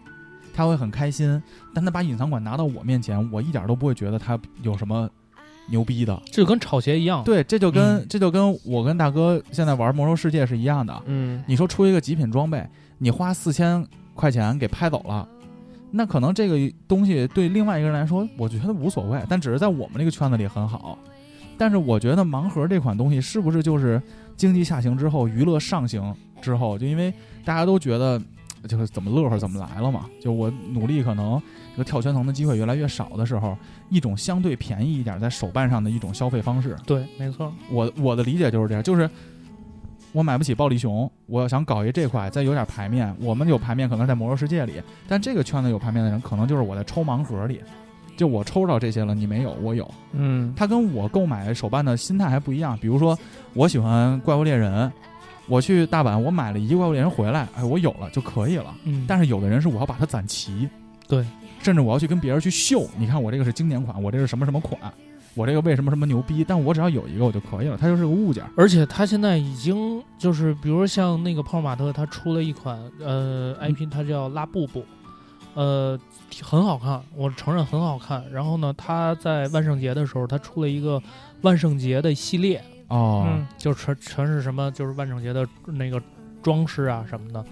[SPEAKER 2] 他会很开心。但他把隐藏款拿到我面前，我一点都不会觉得他有什么牛逼的。
[SPEAKER 6] 这就跟炒鞋一样，
[SPEAKER 2] 对，这就跟、
[SPEAKER 6] 嗯
[SPEAKER 2] 这就跟我跟大哥现在玩魔兽世界是一样的。
[SPEAKER 4] 嗯
[SPEAKER 2] 你说出一个极品装备，你花四千块钱给拍走了，那可能这个东西对另外一个人来说，我觉得无所谓，但只是在我们这个圈子里很好。但是我觉得盲盒这款东西是不是就是经济下行之后，娱乐上行之后，就因为大家都觉得呃就是怎么乐呵怎么来了嘛，就我努力可能这个跳圈层的机会越来越少的时候，一种相对便宜一点在手办上的一种消费方式。
[SPEAKER 6] 对，没错，
[SPEAKER 2] 我我的理解就是这样，就是我买不起暴力熊，我想搞一这块，再有点牌面。我们有牌面可能是在魔兽世界里，但这个圈子有牌面的人，可能就是我在抽盲盒里，就我抽到这些了，你没有，我有。
[SPEAKER 4] 嗯
[SPEAKER 2] 它跟我购买手办的心态还不一样。比如说，我喜欢怪物猎人，我去大阪，我买了一怪物猎人回来，哎，我有了就可以了。
[SPEAKER 6] 嗯，
[SPEAKER 2] 但是有的人是我要把它攒齐，
[SPEAKER 6] 对，
[SPEAKER 2] 甚至我要去跟别人去秀，你看我这个是经典款，我这是什么什么款，我这个为什么什么牛逼，但我只要有一个我就可以了，它就是个物件儿。
[SPEAKER 6] 而且他现在已经就是，比如说像那个泡泡玛特，他出了一款呃 IP，它叫拉布布，呃，很好看，我承认很好看。然后呢，他在万圣节的时候，他出了一个万圣节的系列，嗯
[SPEAKER 2] 哦，
[SPEAKER 6] 就全全是什么，就是万圣节的那个装饰啊什么的。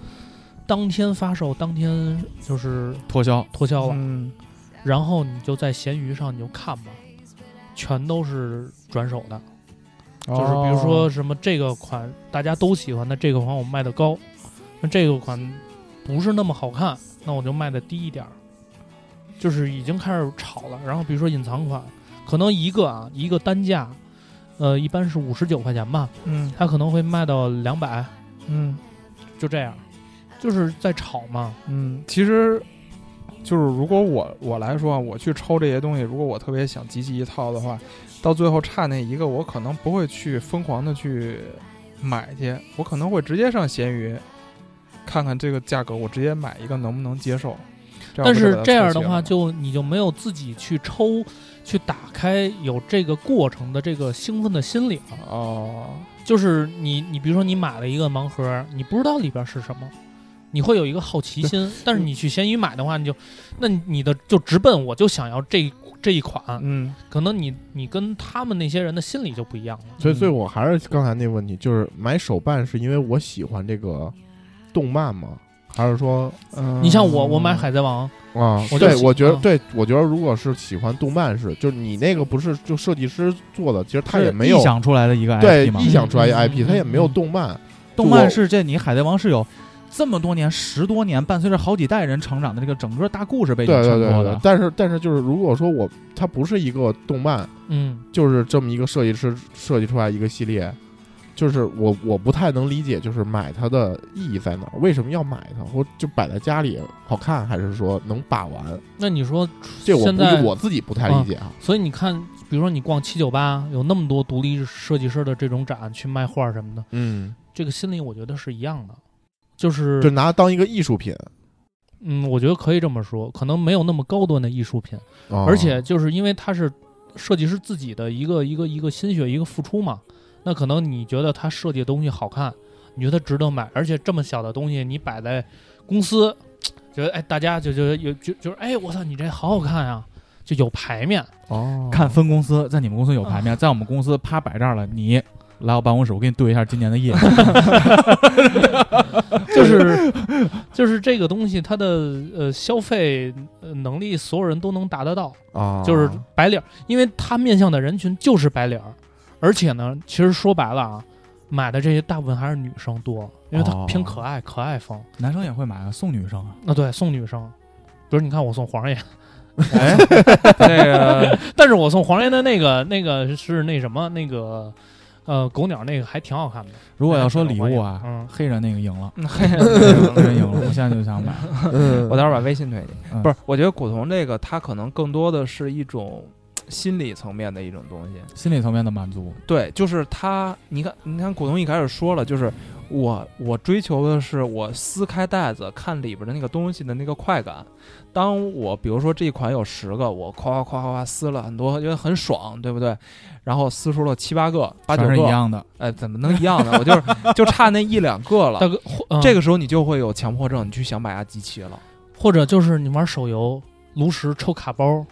[SPEAKER 6] 当天发售，当天就是
[SPEAKER 2] 脱销
[SPEAKER 6] 脱销了，
[SPEAKER 4] 嗯
[SPEAKER 6] 然后你就在闲鱼上你就看吧，全都是转手的。就是比
[SPEAKER 4] 哦
[SPEAKER 6] 如说什么这个款大家都喜欢，那这个款我卖的高，那这个款不是那么好看，那我就卖的低一点儿，就是已经开始炒了。然后比如说隐藏款，可能一个啊一个单价，呃一般是五十九块钱吧，
[SPEAKER 4] 嗯
[SPEAKER 6] 它可能会卖到两百，
[SPEAKER 4] 嗯
[SPEAKER 6] 就这样，就是在炒嘛。
[SPEAKER 4] 嗯，其实就是如果我我来说啊，我去抽这些东西，如果我特别想集齐一套的话，到最后差那一个，我可能不会去疯狂的去买去，我可能会直接上闲鱼看看这个价格，我直接买一个能不能接受。这样
[SPEAKER 6] 但
[SPEAKER 4] 我就是把它
[SPEAKER 6] 这样
[SPEAKER 4] 凑
[SPEAKER 6] 的
[SPEAKER 4] 齐
[SPEAKER 6] 话，
[SPEAKER 4] 了
[SPEAKER 6] 就你就没有自己去抽、去打开有这个过程的这个兴奋的心理了。
[SPEAKER 4] 哦，
[SPEAKER 6] 就是你，你比如说你买了一个盲盒，你不知道里边是什么，你会有一个好奇心。但是你去闲鱼买的话，你就，那你的就直奔我就想要这这一款，
[SPEAKER 4] 嗯
[SPEAKER 6] 可能你你跟他们那些人的心理就不一样了。
[SPEAKER 5] 所以，所以我还是刚才那个问题，就是买手办是因为我喜欢这个动漫吗？还是说
[SPEAKER 4] 嗯，
[SPEAKER 6] 你像我，我买海贼王，
[SPEAKER 5] 啊，
[SPEAKER 6] 我就
[SPEAKER 5] 对
[SPEAKER 6] 喜
[SPEAKER 5] 我觉得，
[SPEAKER 6] 嗯
[SPEAKER 5] 对我觉得，如果是喜欢动漫是，就是你那个不是就设计师做的，其实他也没有
[SPEAKER 2] 臆想出来的一个
[SPEAKER 5] 对
[SPEAKER 2] IP 嘛
[SPEAKER 5] 臆。想出来一
[SPEAKER 6] 嗯嗯
[SPEAKER 5] IP，他也没有
[SPEAKER 6] 嗯
[SPEAKER 5] 动漫，
[SPEAKER 2] 动漫是这，你海贼王是有这么多年、十多年，伴随着好几代人成长的这个整个大故事背景
[SPEAKER 5] 对对
[SPEAKER 2] 衬
[SPEAKER 5] 对
[SPEAKER 2] 托
[SPEAKER 5] 对
[SPEAKER 2] 的
[SPEAKER 5] 对。。但是但是就是如果说我它不是一个动漫，
[SPEAKER 6] 嗯，
[SPEAKER 5] 就是这么一个设计师设计出来一个系列，就是我我不太能理解，就是买它的意义在哪儿？为什么要买它？或就摆在家里好看，还是说能把玩？
[SPEAKER 6] 那你说
[SPEAKER 5] 这我
[SPEAKER 6] 现
[SPEAKER 5] 不
[SPEAKER 6] 在
[SPEAKER 5] 我自己不太理解啊。
[SPEAKER 6] 所以你看，比如说你逛七九八，有那么多独立设计师的这种展去卖画什么的，
[SPEAKER 5] 嗯，
[SPEAKER 6] 这个心理我觉得是一样的，就是
[SPEAKER 5] 就拿它当一个艺术品，
[SPEAKER 6] 嗯，我觉得可以这么说，可能没有那么高端的艺术品，
[SPEAKER 5] 啊
[SPEAKER 6] 而且就是因为它是设计师自己的一个一个一个心血一个付出嘛，那可能你觉得他设计的东西好看，你觉得值得买，而且这么小的东西你摆在公司，觉得哎大家就觉得有就就是哎我操你这好好看啊，就有排面，
[SPEAKER 5] 哦，
[SPEAKER 2] 看分公司，在你们公司有牌面，
[SPEAKER 5] 啊
[SPEAKER 2] 在我们公司啪摆这儿了，你来我办公室，我给你对一下今年的业绩。 [laughs]
[SPEAKER 6] 就是就是这个东西它的呃消费呃能力所有人都能达得到，
[SPEAKER 2] 哦
[SPEAKER 5] 啊，
[SPEAKER 6] 就是白领儿，因为他面向的人群就是白领儿，而且呢，其实说白了啊，买的这些大部分还是女生多，因为他
[SPEAKER 2] 哦
[SPEAKER 6] 偏可爱，可爱风。
[SPEAKER 2] 男生也会买啊，送女生啊。
[SPEAKER 6] 那对，送女生，比如你看我送黄爷， [laughs]
[SPEAKER 4] 哎，那个
[SPEAKER 6] 但是我送黄爷的那个那个是那什么那个。呃，狗鸟那个还挺好看的。
[SPEAKER 2] 如果要说礼物啊，
[SPEAKER 6] [laughs] 嗯
[SPEAKER 2] 黑人那个赢
[SPEAKER 5] [laughs]
[SPEAKER 2] 了，
[SPEAKER 4] 嘿
[SPEAKER 2] 黑人赢了，我现在就想买。
[SPEAKER 5] 嗯，
[SPEAKER 4] 我待会儿把微信推给
[SPEAKER 2] 嗯
[SPEAKER 4] 你。不是，我觉得古潼这个它可能更多的是一种心理层面的一种东西。
[SPEAKER 2] 心理层面的满足，
[SPEAKER 4] 对，就是他，你看，你看，古潼一开始说了，就是我我追求的是我撕开袋子看里边的那个东西的那个快感。当我比如说这一款有十个，我夸夸夸夸夸撕了很多，觉得很爽，对不对？然后撕出了七八个、八九
[SPEAKER 2] 全是一
[SPEAKER 4] 个，
[SPEAKER 2] 样的，
[SPEAKER 4] 哎，怎么能一样呢？我就是就 [laughs] 差那一两个了 [laughs]
[SPEAKER 6] 大。哥，或嗯
[SPEAKER 4] 这个时候你就会有强迫症，你去想买下集齐了。
[SPEAKER 6] 或者就是你玩手游炉石抽卡包，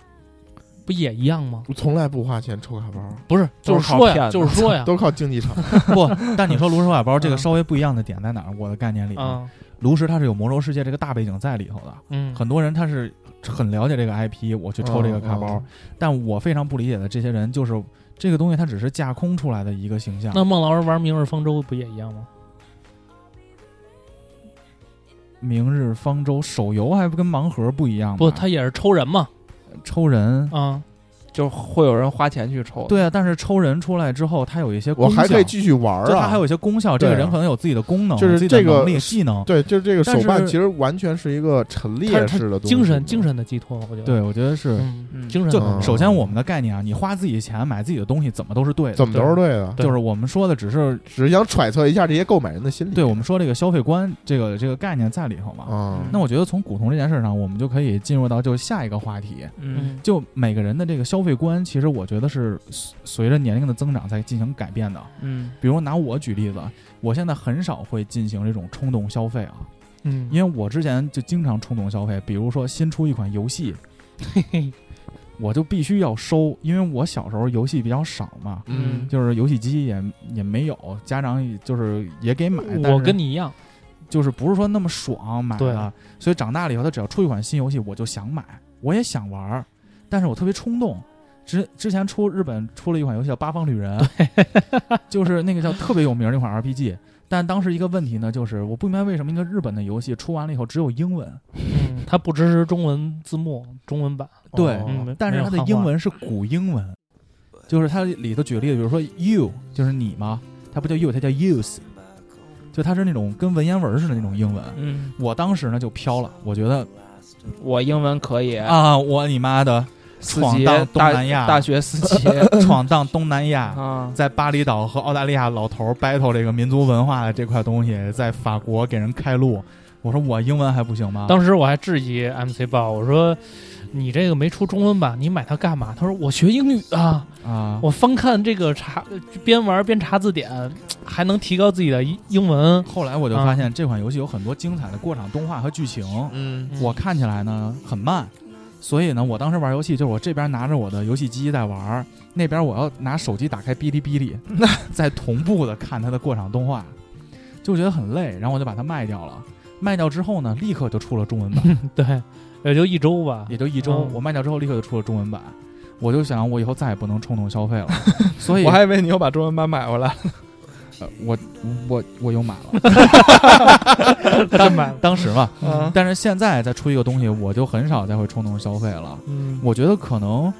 [SPEAKER 6] 不也一样吗？
[SPEAKER 5] 我从来不花钱抽卡包，
[SPEAKER 6] 不是，
[SPEAKER 4] 都
[SPEAKER 6] 就是是
[SPEAKER 4] 靠
[SPEAKER 6] 说
[SPEAKER 4] 骗
[SPEAKER 6] 呀，
[SPEAKER 4] 子
[SPEAKER 6] 就是
[SPEAKER 2] [laughs]
[SPEAKER 6] 说呀，
[SPEAKER 5] 都靠竞技场。
[SPEAKER 2] 不，但你说炉石瓦包这个
[SPEAKER 6] 嗯
[SPEAKER 2] 稍微不一样的点在哪儿？我的概念里，
[SPEAKER 6] 啊，
[SPEAKER 2] 炉石它是有魔兽世界这个大背景在里头的，
[SPEAKER 6] 嗯，哦
[SPEAKER 2] 很多人他是很了解这个 IP，我去抽这个卡包，
[SPEAKER 5] 嗯
[SPEAKER 2] 但我非常不理解的这些人就是这个东西它只是架空出来的一个形象，
[SPEAKER 6] 那孟老师玩《明日方舟》不也一样吗？
[SPEAKER 2] 明日方舟手游还不跟盲盒不一样吗？
[SPEAKER 6] 不，他也是抽人嘛，
[SPEAKER 2] 抽人。
[SPEAKER 6] 啊，
[SPEAKER 4] 就会有人花钱去抽。
[SPEAKER 2] 对啊，但是抽人出来之后，它有一些
[SPEAKER 5] 我
[SPEAKER 2] 功效，
[SPEAKER 5] 还可以继续玩
[SPEAKER 2] 就
[SPEAKER 5] 儿
[SPEAKER 2] 它
[SPEAKER 5] 啊
[SPEAKER 2] 还。有一些功效。这
[SPEAKER 5] 对啊
[SPEAKER 2] 个人可能有自己的功能，
[SPEAKER 5] 就是
[SPEAKER 2] 自己的
[SPEAKER 5] 这个
[SPEAKER 2] 能力、技能。
[SPEAKER 5] 对，就是这个手
[SPEAKER 2] 但
[SPEAKER 5] 办
[SPEAKER 2] 是
[SPEAKER 5] 其实完全是一个陈列
[SPEAKER 6] 它
[SPEAKER 5] 式
[SPEAKER 6] 是
[SPEAKER 5] 的东西，
[SPEAKER 6] 精神精神的寄托，我觉得，
[SPEAKER 2] 啊对，我觉得是。
[SPEAKER 6] 嗯，
[SPEAKER 4] 嗯
[SPEAKER 6] 精神
[SPEAKER 2] 就
[SPEAKER 5] 嗯
[SPEAKER 2] 首先我们的概念啊，你花自己的钱买自己的东西，怎么都是对的。
[SPEAKER 5] 怎么都是对的，
[SPEAKER 2] 就是我们说的只是
[SPEAKER 5] 只是想揣测一下这些购买人的心理。
[SPEAKER 2] 对我们说这个消费观这个这个概念在里头嘛。
[SPEAKER 5] 啊，
[SPEAKER 2] 那我觉得从古铜这件事上，我们就可以进入到就下一个话题，
[SPEAKER 4] 嗯
[SPEAKER 6] 嗯，
[SPEAKER 2] 就每个人的这个消费观，其实我觉得是随随着年龄的增长在进行改变的。
[SPEAKER 4] 嗯
[SPEAKER 2] 比如拿我举例子，我现在很少会进行这种冲动消费啊，
[SPEAKER 6] 嗯，
[SPEAKER 2] 因为我之前就经常冲动消费，比如说新出一款游戏，我就必须要收，因为我小时候游戏比较少嘛，
[SPEAKER 6] 嗯
[SPEAKER 2] 就是游戏机也也没有，家长也就是也给买，但
[SPEAKER 6] 我
[SPEAKER 2] 是
[SPEAKER 6] 跟你一样，
[SPEAKER 2] 就是不是说那么爽买
[SPEAKER 6] 对
[SPEAKER 2] 的，所以长大了以后，他只要出一款新游戏，我就想买，我也想玩儿，但是我特别冲动。之之前出日本出了一款游戏叫《八方旅人》，就是那个叫特别有名儿那款 RPG，但当时一个问题呢，就是我不明白为什么一个日本的游戏出完了以后只有英文，
[SPEAKER 6] 嗯，他不支持中文字幕，中文版，
[SPEAKER 2] 对
[SPEAKER 5] 哦
[SPEAKER 6] 嗯，没
[SPEAKER 2] 但是它的英，文是古英文，就是它里头举例，比如说 you 就是你嘛，它不叫 you，它叫 use，就它是那种跟文言文似的那种英文。
[SPEAKER 4] 嗯，
[SPEAKER 2] 我当时呢就飘了，我觉得
[SPEAKER 4] 我英文可以，
[SPEAKER 2] 啊，我你妈的，
[SPEAKER 4] 四
[SPEAKER 2] 闯
[SPEAKER 4] 级
[SPEAKER 2] 荡东
[SPEAKER 4] 大
[SPEAKER 2] 南亚
[SPEAKER 4] 大学四
[SPEAKER 2] [laughs]
[SPEAKER 4] 级
[SPEAKER 2] 闯荡东南亚，
[SPEAKER 4] 啊，
[SPEAKER 2] 在巴厘岛和澳大利亚老头儿 battle 这个民族文化的这块东西，在法国给人开路。我说我英文还不行吗？
[SPEAKER 6] 啊当时我还质疑 MC 报，我说你这个没出中文版，你买它干嘛？他说我学英语啊，
[SPEAKER 2] 啊，
[SPEAKER 6] 我翻看这个查，边玩边查字典，还能提高自己的英英文。
[SPEAKER 2] 后来我就发现这款游戏有很多精彩的过场动画和剧情，
[SPEAKER 5] 嗯
[SPEAKER 2] 我看起来呢很慢，所以呢，我当时玩游戏就是我这边拿着我的游戏机在玩儿，那边我要拿手机打开哔哩哔哩，在同步的看它的过场动画，就觉得很累，然后我就把它卖掉了。卖掉之后呢，立刻就出了中文版，
[SPEAKER 6] 对，也就一周吧。
[SPEAKER 2] 也就一周
[SPEAKER 6] 嗯。
[SPEAKER 2] 我卖掉之后，立刻就出了中文版。我就想，我以后再也不能冲动消费了，所以
[SPEAKER 4] 我还以为你又把中文版买回来。
[SPEAKER 2] 呃我我我又买了，
[SPEAKER 6] 单买
[SPEAKER 2] [laughs]
[SPEAKER 6] 了，
[SPEAKER 2] 当时嘛。
[SPEAKER 4] 嗯
[SPEAKER 2] 但是现在再出一个东西，我就很少再会冲动消费了。
[SPEAKER 6] 嗯，
[SPEAKER 2] 我觉得可能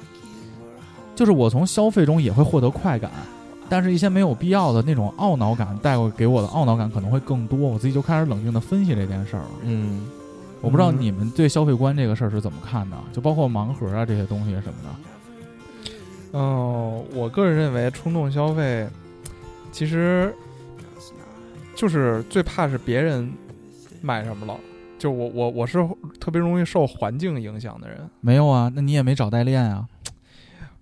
[SPEAKER 2] 就是我从消费中也会获得快感，但是一些没有必要的那种懊恼感带过给我的懊恼感可能会更多。我自己就开始冷静的分析这件事儿了。
[SPEAKER 5] 嗯，
[SPEAKER 2] 我不知道你们对消费观这个事儿是怎么看的，就包括盲盒啊这些东西什么的。
[SPEAKER 4] 嗯，我个人认为冲动消费其实就是最怕是别人买什么了。就我我我是特别容易受环境影响的人，
[SPEAKER 2] 没有啊，那你也没找代练啊。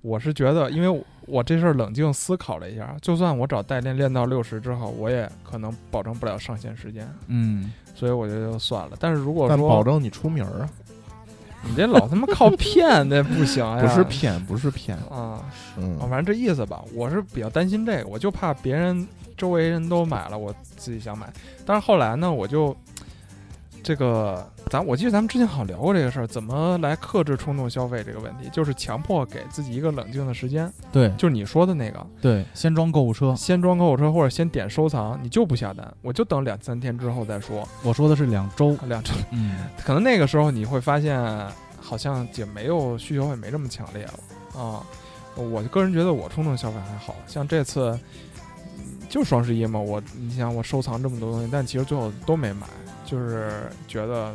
[SPEAKER 4] 我是觉得，因为我我这事儿冷静思考了一下，就算我找代练练到六十之后，我也可能保证不了上线时间，
[SPEAKER 2] 嗯，
[SPEAKER 4] 所以我觉得就算了。但是如果
[SPEAKER 5] 但
[SPEAKER 4] 说
[SPEAKER 5] 保证你出名儿啊，
[SPEAKER 4] 你这老他妈靠骗，那不行哎呀！
[SPEAKER 5] [laughs] 不是骗，不是骗，
[SPEAKER 4] 啊，
[SPEAKER 5] 嗯
[SPEAKER 4] 啊，反正这意思吧。我是比较担心这个，我就怕别人周围人都买了，我自己想买。但是后来呢，我就这个，咱我记得咱们之前好像聊过这个事儿，怎么来克制冲动消费这个问题，就是强迫给自己一个冷静的时间，
[SPEAKER 2] 对
[SPEAKER 4] 就是你说的那个，
[SPEAKER 2] 对，先装购物车。
[SPEAKER 4] 先装购物车或者先点收藏，你就不下单，我就等两三天之后再说。
[SPEAKER 2] 我说的是两周。
[SPEAKER 4] 两周，
[SPEAKER 2] 嗯，
[SPEAKER 4] 可能那个时候你会发现，好像也没有需求也没这么强烈了啊。我个人觉得我冲动消费还好像这次嗯就双十一嘛，我你想我收藏这么多东西，但其实最后都没买，就是觉得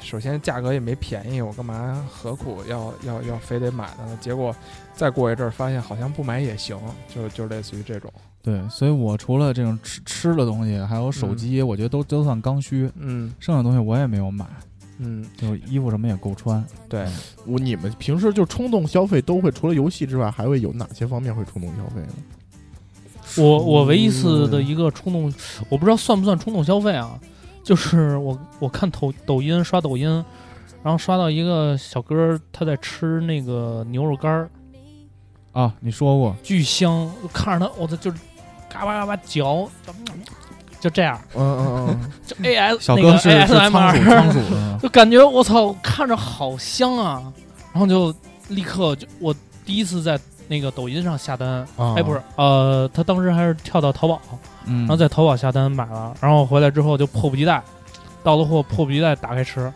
[SPEAKER 4] 首先价格也没便宜，我干嘛何苦要要要非得买它呢？结果再过一阵儿发现好像不买也行，就就类似于这种，
[SPEAKER 2] 对，所以我除了这种吃吃的东西，还有手机，我觉得都都算刚需，
[SPEAKER 4] 嗯
[SPEAKER 2] 剩下的东西我也没有买，
[SPEAKER 4] 嗯，
[SPEAKER 2] 就衣服什么也够穿。
[SPEAKER 4] 对，
[SPEAKER 5] 我你们平时就冲动消费都会，除了游戏之外，还会有哪些方面会冲动消费呢？
[SPEAKER 6] 我我唯一一次的一个冲动，我不知道算不算冲动消费啊，就是我我看抖抖音刷抖音，然后刷到一个小哥儿他在吃那个牛肉干儿，
[SPEAKER 2] 啊，你说过，
[SPEAKER 6] 巨香，看着他我操就是嘎巴嘎巴嚼，就就这样，
[SPEAKER 5] 嗯嗯嗯，
[SPEAKER 6] 就 A S
[SPEAKER 2] 小
[SPEAKER 6] 那
[SPEAKER 2] 哥
[SPEAKER 6] 个
[SPEAKER 2] 是、
[SPEAKER 6] A
[SPEAKER 2] 是
[SPEAKER 6] S M
[SPEAKER 2] 仓鼠
[SPEAKER 6] R，
[SPEAKER 2] 仓鼠嗯的，
[SPEAKER 6] [laughs] 就感觉我操看着好香啊，然后就立刻就我第一次在那个抖音上下单，
[SPEAKER 5] [laughs] 啊
[SPEAKER 6] 哎不是呃他当时还是跳到淘宝。
[SPEAKER 2] [laughs] 嗯，
[SPEAKER 6] 然后在淘宝下单买了，然后回来之后就迫不及待，到了货迫不及待打开吃，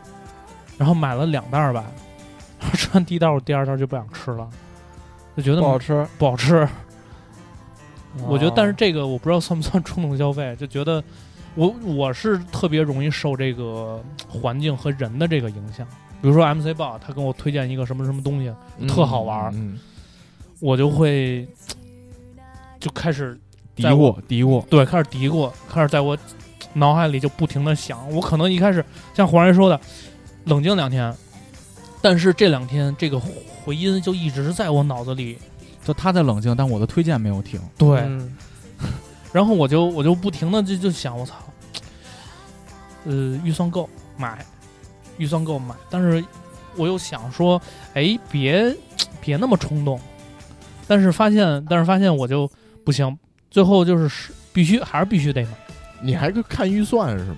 [SPEAKER 6] 然后买了两袋儿吧，然后吃完第一袋儿我第二袋儿就不想吃了，就觉得
[SPEAKER 4] 不好哦吃。
[SPEAKER 6] 不好吃。嗯我觉得
[SPEAKER 4] 哦，
[SPEAKER 6] 但是这个我不知道算不算冲动消费，就觉得我我是特别容易受这个环境和人的这个影响。比如说 MC 豹，他跟我推荐一个什么什么东西，特好玩儿
[SPEAKER 5] 嗯，
[SPEAKER 6] 我就会就开始
[SPEAKER 2] 敌
[SPEAKER 6] 在我
[SPEAKER 2] 我敌我，
[SPEAKER 6] 对，开始嘀咕，开始在我脑海里就不停的想。我可能一开始像黄然说的，冷静两天，但是这两天这个回音就一直在我脑子里。
[SPEAKER 2] 就他在冷静，但我的推荐没有停。
[SPEAKER 6] 对，
[SPEAKER 4] 嗯
[SPEAKER 6] 然后我就我就不停的就就想，我操，呃，预算够买，预算够买，但是我又想说，哎，别别那么冲动，但是发现但是发现我就不行，最后就是是必须还是必须得买。
[SPEAKER 5] 你还看预算是吗？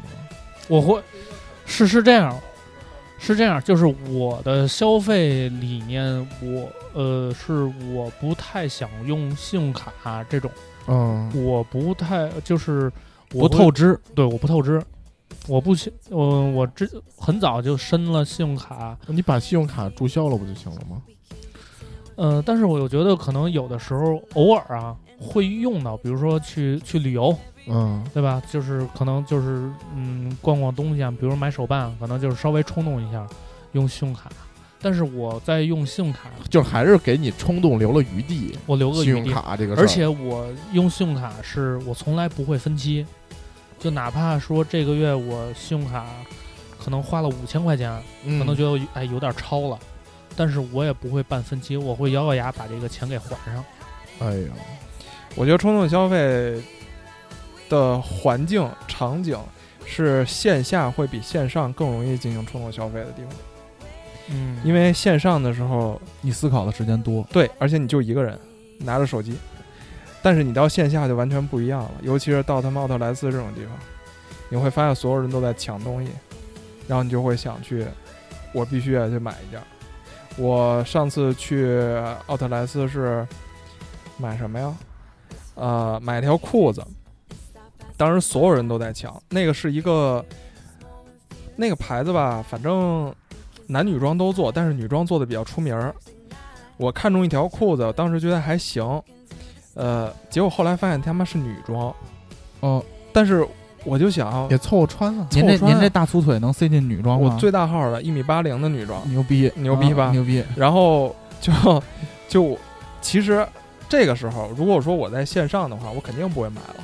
[SPEAKER 6] 我会是是这样，是这样，就是我的消费理念，我呃是我不太想用信用卡这种，
[SPEAKER 5] 嗯，
[SPEAKER 6] 我不太就是我
[SPEAKER 2] 不
[SPEAKER 6] 会
[SPEAKER 2] 透支，
[SPEAKER 6] 对我不透支，我不信我我之很早就申了信用卡，
[SPEAKER 5] 你把信用卡注销了不就行了吗？
[SPEAKER 6] 呃，但是我又觉得可能有的时候偶尔啊会用到，比如说去去旅游，
[SPEAKER 5] 嗯
[SPEAKER 6] 对吧？就是可能就是嗯，逛逛东西啊，比如买手办啊，可能就是稍微冲动一下，用信用卡。但是我在用信用卡，，
[SPEAKER 5] 就是还是给你冲动留了余地。
[SPEAKER 6] 我留个
[SPEAKER 5] 信
[SPEAKER 6] 余
[SPEAKER 5] 用
[SPEAKER 6] 地，
[SPEAKER 5] 卡这个事儿，
[SPEAKER 6] 而且我用信用卡是我从来不会分期，就哪怕说这个月我信用卡可能花了五千块钱，
[SPEAKER 5] 嗯
[SPEAKER 6] 可能觉得我哎有点超了，但是我也不会办分期，我会咬咬牙把这个钱给还上。
[SPEAKER 5] 哎呀，
[SPEAKER 4] 我觉得冲动消费的环境场景是线下会比线上更容易进行冲动消费的地方，
[SPEAKER 6] 嗯
[SPEAKER 4] 因为线上的时候
[SPEAKER 2] 你思考的时间多。
[SPEAKER 4] 对，而且你就一个人拿着手机，但是你到线下就完全不一样了，尤其是到他妈奥特莱斯这种地方，你会发现所有人都在抢东西，然后你就会想去，我必须要去买一件儿。我上次去奥特莱斯是买什么呀？呃，买条裤子，当时所有人都在抢，那个是一个那个牌子吧，反正男女装都做，但是女装做的比较出名儿。我看中一条裤子，当时觉得还行，呃，结果后来发现他妈是女装，
[SPEAKER 2] 哦，
[SPEAKER 4] 但是我就想，
[SPEAKER 5] 也凑合穿啊。
[SPEAKER 2] [laughs] 您这
[SPEAKER 4] 凑合穿
[SPEAKER 2] 您这大粗腿能塞进女装
[SPEAKER 4] 我
[SPEAKER 2] 吗？
[SPEAKER 4] 最大号的一米八零的女装，
[SPEAKER 2] 牛逼
[SPEAKER 4] 牛逼吧
[SPEAKER 2] 啊牛逼！
[SPEAKER 4] 然后就就其实这个时候，如果说我在线上的话，我肯定不会买了，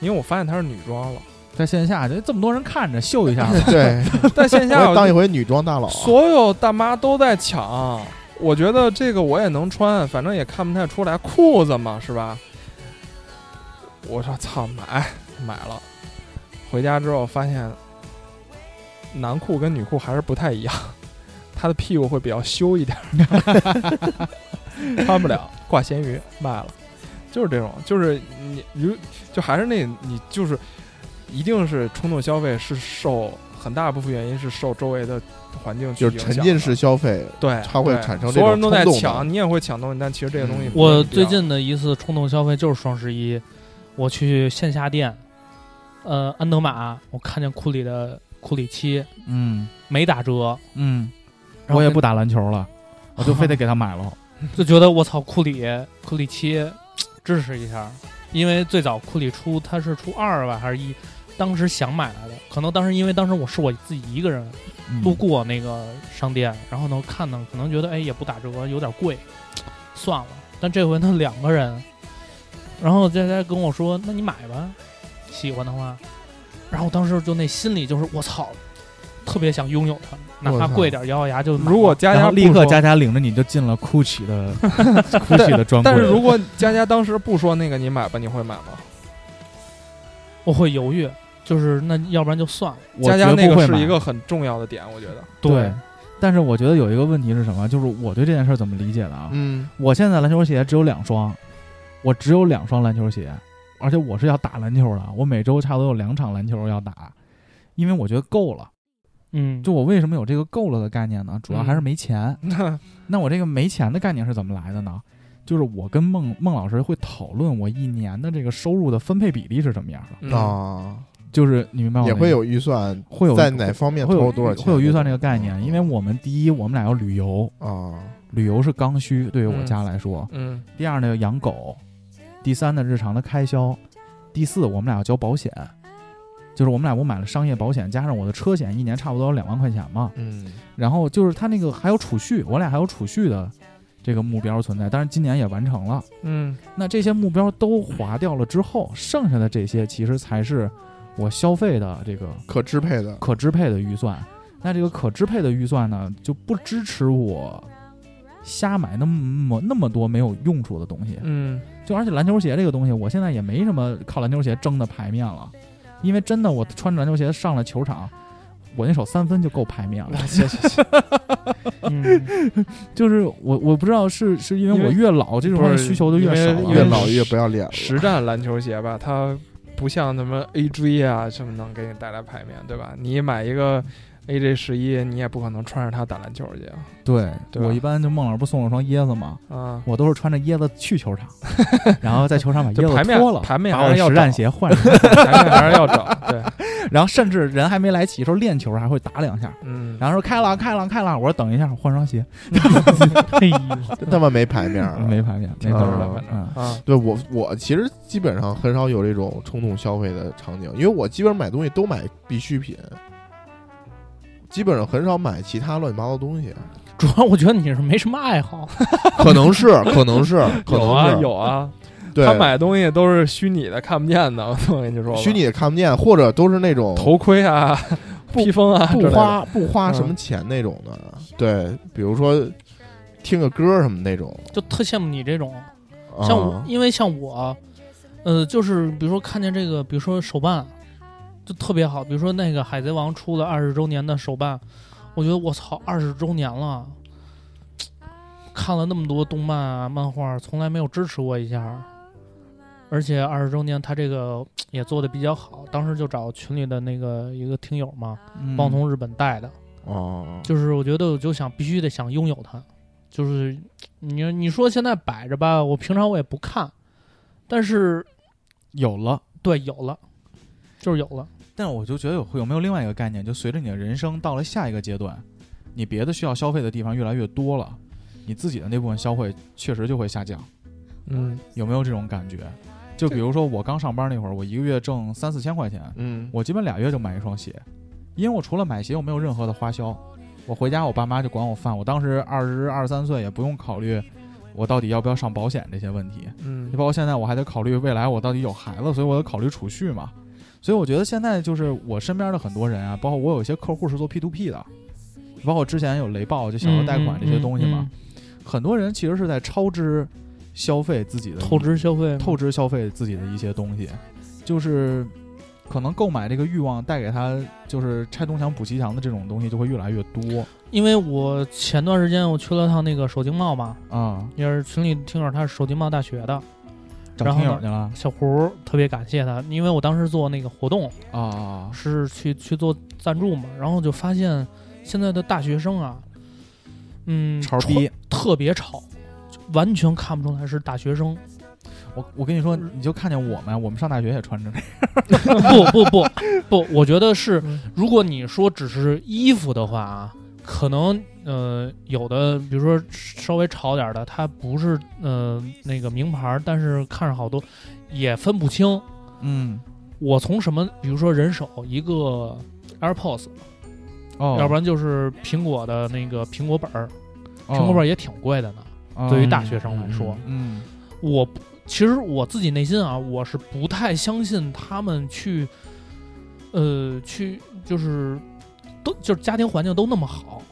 [SPEAKER 4] 因为我发现它是女装了。
[SPEAKER 2] 在线下这这么多人看着，秀一下 [laughs] 吧
[SPEAKER 5] 对，
[SPEAKER 4] 在线下
[SPEAKER 5] [laughs] 我也
[SPEAKER 4] 我
[SPEAKER 5] 当一
[SPEAKER 4] 就
[SPEAKER 5] 回女装大佬啊。
[SPEAKER 4] 所有大妈都在抢，我觉得这个我也能穿，反正也看不太出来裤子嘛，是吧？我说操，买买了，回家之后发现男裤跟女裤还是不太一样，他的屁股会比较修一点儿， [laughs] 穿不了，挂咸鱼卖了，就是这种，就是你如就还是那，你就是一定是冲动消费是受很大部分原因是受周围的环境去
[SPEAKER 5] 就
[SPEAKER 4] 影
[SPEAKER 5] 是
[SPEAKER 4] 响
[SPEAKER 5] 沉浸式
[SPEAKER 4] 的
[SPEAKER 5] 消费，
[SPEAKER 4] 对，
[SPEAKER 5] 它会
[SPEAKER 4] 对
[SPEAKER 5] 产生这
[SPEAKER 4] 所有人
[SPEAKER 5] 种
[SPEAKER 4] 都在
[SPEAKER 5] 冲动的
[SPEAKER 4] 抢，你也会抢东西，但其实这个东西
[SPEAKER 5] 嗯
[SPEAKER 4] 不是
[SPEAKER 6] 我
[SPEAKER 4] 你必要
[SPEAKER 6] 最近的一次冲动消费就是双十一，我去线下店，呃，安德玛，我看见库里的库里七
[SPEAKER 2] 嗯
[SPEAKER 6] 没打折，
[SPEAKER 2] 嗯，
[SPEAKER 6] 然后
[SPEAKER 2] 我也
[SPEAKER 6] 跟
[SPEAKER 2] 不打篮球了，我就非得给他买了。
[SPEAKER 6] 就觉得我操库里库里七支持一下，因为最早库里出它是出二吧还是一，当时想买来的，可能当时因为当时我是我自己一个人，
[SPEAKER 2] 嗯
[SPEAKER 6] 路过那个商店，然后呢看呢，可能觉得哎也不打折，有点贵，算了。但这回呢两个人，然后佳佳跟我说：“那你买吧，喜欢的话。”然后我当时就那心里就是我操，特别想拥有它，哪
[SPEAKER 5] 我
[SPEAKER 6] 怕
[SPEAKER 5] 操
[SPEAKER 6] 贵点儿，咬咬牙就买了。
[SPEAKER 4] 如果佳
[SPEAKER 2] 然
[SPEAKER 4] 佳
[SPEAKER 2] 后
[SPEAKER 4] 不
[SPEAKER 2] 立刻
[SPEAKER 4] 说
[SPEAKER 2] 佳佳领着你就进了 GUCCI 的 GUCCI 的专柜。
[SPEAKER 4] 但是如果佳佳当时不说那个你买吧，你会买吗？
[SPEAKER 6] 我会犹豫，就是那要不然就算了。
[SPEAKER 2] 我
[SPEAKER 4] 佳佳
[SPEAKER 2] 绝
[SPEAKER 4] 那
[SPEAKER 2] 不
[SPEAKER 4] 个
[SPEAKER 2] 会
[SPEAKER 4] 是
[SPEAKER 2] 买
[SPEAKER 4] 一个很重要的点，我觉得。
[SPEAKER 2] 对。但是我觉得有一个问题是什么？就是我对这件事儿怎么理解的啊？
[SPEAKER 5] 嗯，
[SPEAKER 2] 我现在篮球鞋只有两双，我只有两双篮球鞋，而且我是要打篮球的，我每周差不多有两场篮球要打，因为我觉得够了。
[SPEAKER 6] 嗯，
[SPEAKER 2] 就我为什么有这个够了的概念呢？主要还
[SPEAKER 4] 嗯
[SPEAKER 2] 是没钱。
[SPEAKER 4] [laughs]
[SPEAKER 2] 那我这个没钱的概念是怎么来的呢？就是我跟孟孟老师会讨论我一年的这个收入的分配比例是什么样的，
[SPEAKER 4] 嗯
[SPEAKER 5] 啊，
[SPEAKER 2] 就是你明白我
[SPEAKER 5] 也
[SPEAKER 2] 那个
[SPEAKER 5] 会有预算，
[SPEAKER 2] 嗯会有
[SPEAKER 5] 在哪方面
[SPEAKER 2] 会
[SPEAKER 5] 投
[SPEAKER 2] 有
[SPEAKER 5] 入多少钱？
[SPEAKER 2] 会有预算这个概念，因为我们第一我们俩要旅游，
[SPEAKER 5] 啊，
[SPEAKER 2] 旅游是刚需，对于我
[SPEAKER 4] 嗯
[SPEAKER 2] 家来说，
[SPEAKER 4] 嗯
[SPEAKER 2] 第二呢，养狗；第三呢，日常的开销；第四，我们俩要交保险，就是我们俩我买了商业保险，加上我的车险，一年差不多两万块钱嘛。
[SPEAKER 5] 嗯，
[SPEAKER 2] 然后就是他那个还有储蓄，我俩还有储蓄的这个目标存在，但是今年也完成了。
[SPEAKER 4] 嗯
[SPEAKER 2] 那这些目标都划掉了之后，剩下的这些其实才是我消费的这个
[SPEAKER 5] 可支配的，
[SPEAKER 2] 可支配的预算。那这个可支配的预算呢，就不支持我瞎买那么那么多没有用处的东西。
[SPEAKER 4] 嗯
[SPEAKER 2] 就而且篮球鞋这个东西，我现在也没什么靠篮球鞋争的牌面了，因为真的我穿着篮球鞋上了球场，我那手三分就够牌面 [laughs] 了。
[SPEAKER 4] 谢谢谢。
[SPEAKER 2] [laughs]
[SPEAKER 6] 嗯
[SPEAKER 2] 就是我我不知道是是因为
[SPEAKER 4] 因为
[SPEAKER 2] 我越老这种
[SPEAKER 4] 不是
[SPEAKER 2] 需求就越少
[SPEAKER 4] 因
[SPEAKER 2] 了，嗯
[SPEAKER 4] 为
[SPEAKER 5] 越老越不要脸了。
[SPEAKER 4] [laughs] 实战篮球鞋吧，它不像什么 AJ 啊什么能给你带来牌面，对吧？你买一个 AJ 十一，你也不可能穿着它打篮球去啊
[SPEAKER 2] 对
[SPEAKER 4] 对吧
[SPEAKER 2] 我一般就孟老师不送了双椰子嘛，
[SPEAKER 4] 啊。
[SPEAKER 2] 我都是穿着椰子去球 [laughs] 场，然后在球场把
[SPEAKER 4] 就
[SPEAKER 2] 椰
[SPEAKER 4] 牌
[SPEAKER 2] 子
[SPEAKER 4] 面
[SPEAKER 2] 脱了，
[SPEAKER 4] 牌面
[SPEAKER 2] 把
[SPEAKER 4] 还
[SPEAKER 2] 我
[SPEAKER 4] 是要
[SPEAKER 2] 实战
[SPEAKER 4] 找
[SPEAKER 2] 鞋换上， [laughs]
[SPEAKER 4] 还是还是要找对，
[SPEAKER 2] 然后甚至人还没来齐的时候练球还会打两下，
[SPEAKER 4] 嗯，
[SPEAKER 2] 然后说开了开了开了，我说等一下我换双鞋，
[SPEAKER 6] 嘿，
[SPEAKER 5] 真他妈没牌面儿啊，
[SPEAKER 2] 没牌面，没
[SPEAKER 5] 逗
[SPEAKER 2] 门
[SPEAKER 5] 儿
[SPEAKER 2] 儿
[SPEAKER 5] 的
[SPEAKER 2] 的，
[SPEAKER 4] 反正
[SPEAKER 2] 嗯
[SPEAKER 4] 啊，
[SPEAKER 5] 对我，我其实基本上很少有这种冲动消费的场景，因为我基本上买东西都买必需品，基本上很少买其他乱七八糟
[SPEAKER 4] [laughs]
[SPEAKER 5] 东西。
[SPEAKER 6] 主要我觉得你是没什么爱好，
[SPEAKER 5] 可能是，可能是，可
[SPEAKER 4] 有
[SPEAKER 5] 能
[SPEAKER 4] 啊
[SPEAKER 5] 是
[SPEAKER 4] 有啊，
[SPEAKER 5] 对，
[SPEAKER 4] 他买东西都是虚拟的，看不见的，我跟你说吧，
[SPEAKER 5] 虚拟的看不见，或者都是那种
[SPEAKER 4] 头盔啊、
[SPEAKER 5] 不
[SPEAKER 4] 披风啊之类
[SPEAKER 5] 不
[SPEAKER 4] 的，
[SPEAKER 5] 花不花
[SPEAKER 4] 嗯
[SPEAKER 5] 什么钱那种的。对，比如说听个歌什么那种，
[SPEAKER 6] 就特羡慕你这种。
[SPEAKER 5] 啊
[SPEAKER 6] 像我，因为像我，呃，就是比如说看见这个，比如说手办，就特别好。比如说那个《海贼王》出了二十周年的手办，我觉得我操，二十周年了，看了那么多动漫啊、漫画，从来没有支持过一下。而且二十周年，他这个也做的比较好。当时就找群里的那个一个听友嘛，
[SPEAKER 2] 嗯
[SPEAKER 6] 帮我从日本带的，
[SPEAKER 5] 哦，
[SPEAKER 6] 就是我觉得我就想必须得想拥有它，就是你你说现在摆着吧，我平常我也不看，但是
[SPEAKER 2] 有了。
[SPEAKER 6] 对有了，就是有了，
[SPEAKER 2] 但我就觉得有有没有另外一个概念，就随着你的人生到了下一个阶段，你别的需要消费的地方越来越多了，你自己的那部分消费确实就会下降，
[SPEAKER 4] 嗯，
[SPEAKER 2] 有没有这种感觉？就比如说我刚上班那会儿，我一个月挣三四千块钱，
[SPEAKER 5] 嗯，
[SPEAKER 2] 我基本俩月就买一双鞋，因为我除了买鞋，我没有任何的花销。我回家，我爸妈就管我饭。我当时二十二三岁，也不用考虑我到底要不要上保险这些问题。
[SPEAKER 4] 嗯
[SPEAKER 2] 包括现在我还得考虑未来我到底有孩子，所以我得考虑储蓄嘛。所以我觉得现在就是我身边的很多人啊，包括我有一些客户是做 P to P 的，包括之前有雷暴就小额贷款这些东西嘛，
[SPEAKER 6] 嗯嗯，嗯
[SPEAKER 2] 很多人其实是在超支消费自己的
[SPEAKER 6] 嗯透支消费，
[SPEAKER 2] 透支消费自己的一些东西，就是可能购买这个欲望带给他就是拆东墙补西墙的这种东西就会越来越多
[SPEAKER 6] 因为我前段时间我去了趟那个首经贸嘛，
[SPEAKER 2] 啊。
[SPEAKER 6] 也是群里听友，他是首经贸大学的
[SPEAKER 2] 找
[SPEAKER 6] 然后
[SPEAKER 2] 听
[SPEAKER 6] 呢
[SPEAKER 2] 友去了
[SPEAKER 6] 小胡儿，特别感谢他，因为我当时做那个活动
[SPEAKER 2] 啊，
[SPEAKER 6] 是去去做赞助嘛，然后就发现现在的大学生啊，嗯，
[SPEAKER 2] 潮逼！
[SPEAKER 6] 特别吵，就完全看不出来是大
[SPEAKER 2] [laughs]
[SPEAKER 6] 学生。
[SPEAKER 2] 我我跟你说，你就看见我们，我们上大学也穿着那
[SPEAKER 6] 不不不不，我觉得是
[SPEAKER 2] 嗯，
[SPEAKER 6] 如果你说只是衣服的话啊，可能呃有的，比如说稍微潮点儿的，它不是呃那个名牌儿，但是看着好多也分不清。
[SPEAKER 2] 嗯
[SPEAKER 6] 我从什么，比如说人手一个 AirPods，
[SPEAKER 2] 哦，
[SPEAKER 6] 要不然就是苹果的那个苹果本儿，
[SPEAKER 2] 哦
[SPEAKER 6] 苹果本儿也挺贵的呢。
[SPEAKER 2] 哦
[SPEAKER 6] 对于大学生来说，
[SPEAKER 2] 嗯
[SPEAKER 6] 我不其实我自己内心啊，我是不太相信他们去，呃，去就是都就是家庭环境都那么好。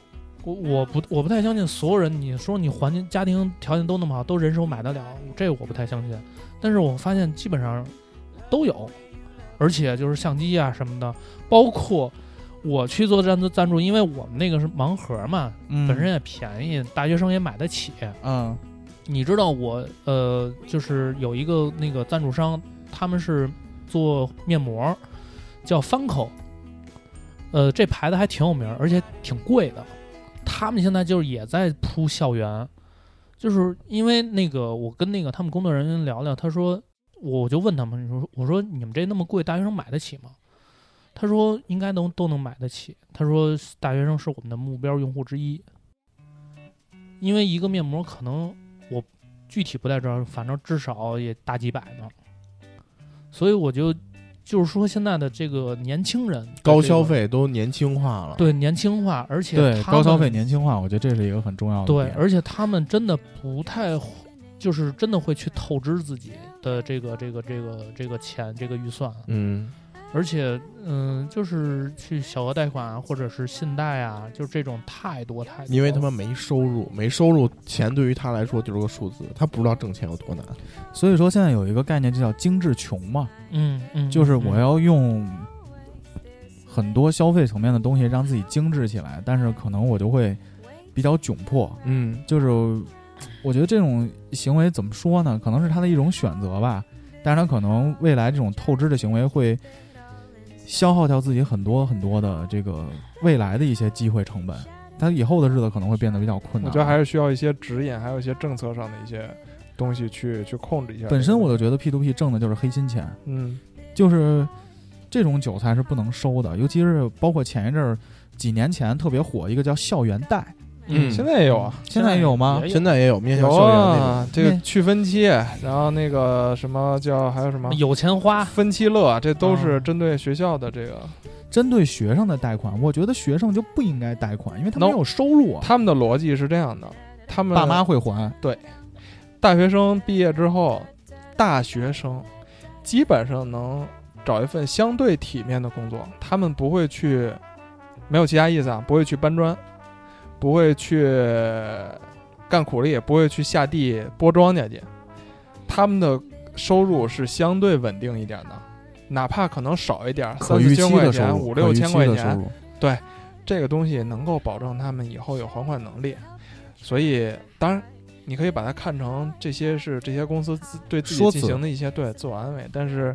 [SPEAKER 6] 我我不我不太相信所有人，你说你环境家庭条件都那么好，都人手买得了，这我不太相信。但是我发现基本上都有，而且就是相机啊什么的，包括我去做赞助赞助，因为我们那个是盲盒嘛，
[SPEAKER 2] 嗯，
[SPEAKER 6] 本身也便宜，大学生也买得起。
[SPEAKER 2] 嗯
[SPEAKER 6] 你知道我呃，就是有一个那个赞助商，他们是做面膜，叫 Funko，呃，这牌子还挺有名儿，而且挺贵的。他们现在就是也在铺校园，就是因为那个我跟那个他们工作人员聊聊，他说我就问他们，你说我说你们这那么贵，大学生买得起吗？他说应该能都能买得起。他说大学生是我们的目标用户之一，因为一个面膜可能我具体不太知道，反正至少也大几百呢。所以我就就是说，现在的这个年轻人的
[SPEAKER 5] 高
[SPEAKER 6] 这
[SPEAKER 5] 消
[SPEAKER 6] 个
[SPEAKER 5] 费都年轻化了，
[SPEAKER 6] 对年轻化，而且
[SPEAKER 2] 对
[SPEAKER 6] 他
[SPEAKER 2] 高消
[SPEAKER 6] 们
[SPEAKER 2] 费年轻化，我觉得这是一个很重要的
[SPEAKER 6] 对，
[SPEAKER 2] 点
[SPEAKER 6] 而且他们真的不太会，就是真的会去透支自己的这个这个这个这个钱这个预算，
[SPEAKER 5] 嗯，
[SPEAKER 6] 而且嗯、就是去小额贷款啊，或者是信贷啊，就是这种太多太多了，
[SPEAKER 5] 因为他们没收入，没收入钱对于他来说就是个数字，他不知道挣钱有多难。
[SPEAKER 2] 所以说现在有一个概念就叫精致穷嘛，
[SPEAKER 6] 嗯嗯，
[SPEAKER 2] 就是我
[SPEAKER 6] 嗯
[SPEAKER 2] 要用很多消费层面的东西让自己精致起来，但是可能我就会比较窘迫。
[SPEAKER 5] 嗯，
[SPEAKER 2] 就是我觉得这种行为怎么说呢？可能是他的一种选择吧，但是他可能未来这种透支的行为会消耗掉自己很多很多的这个未来的一些机会成本，他以后的日子可能会变得比较困难。
[SPEAKER 4] 我觉得还是需要一些指引，还有一些政策上的一些东西去去控制一下。
[SPEAKER 2] 本身我就觉得 P to P 挣的就是黑心钱，
[SPEAKER 4] 嗯
[SPEAKER 2] 就是这种韭菜是不能收的，尤其是包括前一阵儿几年前特别火一个叫校园贷，
[SPEAKER 5] 嗯
[SPEAKER 4] 现在也有啊，
[SPEAKER 2] 现在有吗？
[SPEAKER 6] 也
[SPEAKER 5] 现在也有面向
[SPEAKER 4] 有
[SPEAKER 5] 校园那
[SPEAKER 4] 啊，这个去分期，然后那个什么叫还有什么
[SPEAKER 6] 有钱花，
[SPEAKER 4] 分期乐，这都
[SPEAKER 2] 啊
[SPEAKER 4] 是针对学校的这个，
[SPEAKER 2] 针对学生的贷款，我觉得学生就不应该贷款，因为他没
[SPEAKER 4] No
[SPEAKER 2] 有收入啊。
[SPEAKER 4] 他们的逻辑是这样的，他们
[SPEAKER 2] 爸妈会还，
[SPEAKER 4] 大学生毕业之后，大学生基本上能找一份相对体面的工作，他们不会去，没有其他意思啊，不会去搬砖，不会去干苦力，不会去下地播庄稼去，他们的收入是相对稳定一点的，哪怕可能少一点，
[SPEAKER 2] 可
[SPEAKER 4] 三
[SPEAKER 2] 预
[SPEAKER 4] 四
[SPEAKER 2] 期
[SPEAKER 4] 千
[SPEAKER 2] 的
[SPEAKER 4] 块
[SPEAKER 2] 收
[SPEAKER 4] 钱、
[SPEAKER 2] 入，
[SPEAKER 4] 五
[SPEAKER 2] 可
[SPEAKER 4] 六
[SPEAKER 2] 预
[SPEAKER 4] 千
[SPEAKER 2] 期
[SPEAKER 4] 块
[SPEAKER 2] 的
[SPEAKER 4] 钱
[SPEAKER 2] 收，入
[SPEAKER 4] 这个东西能够保证他们以后有还款能力，所以当然你可以把它看成这些是这些公司自对自己
[SPEAKER 2] 说辞
[SPEAKER 4] 进行的一些对自我安慰，但是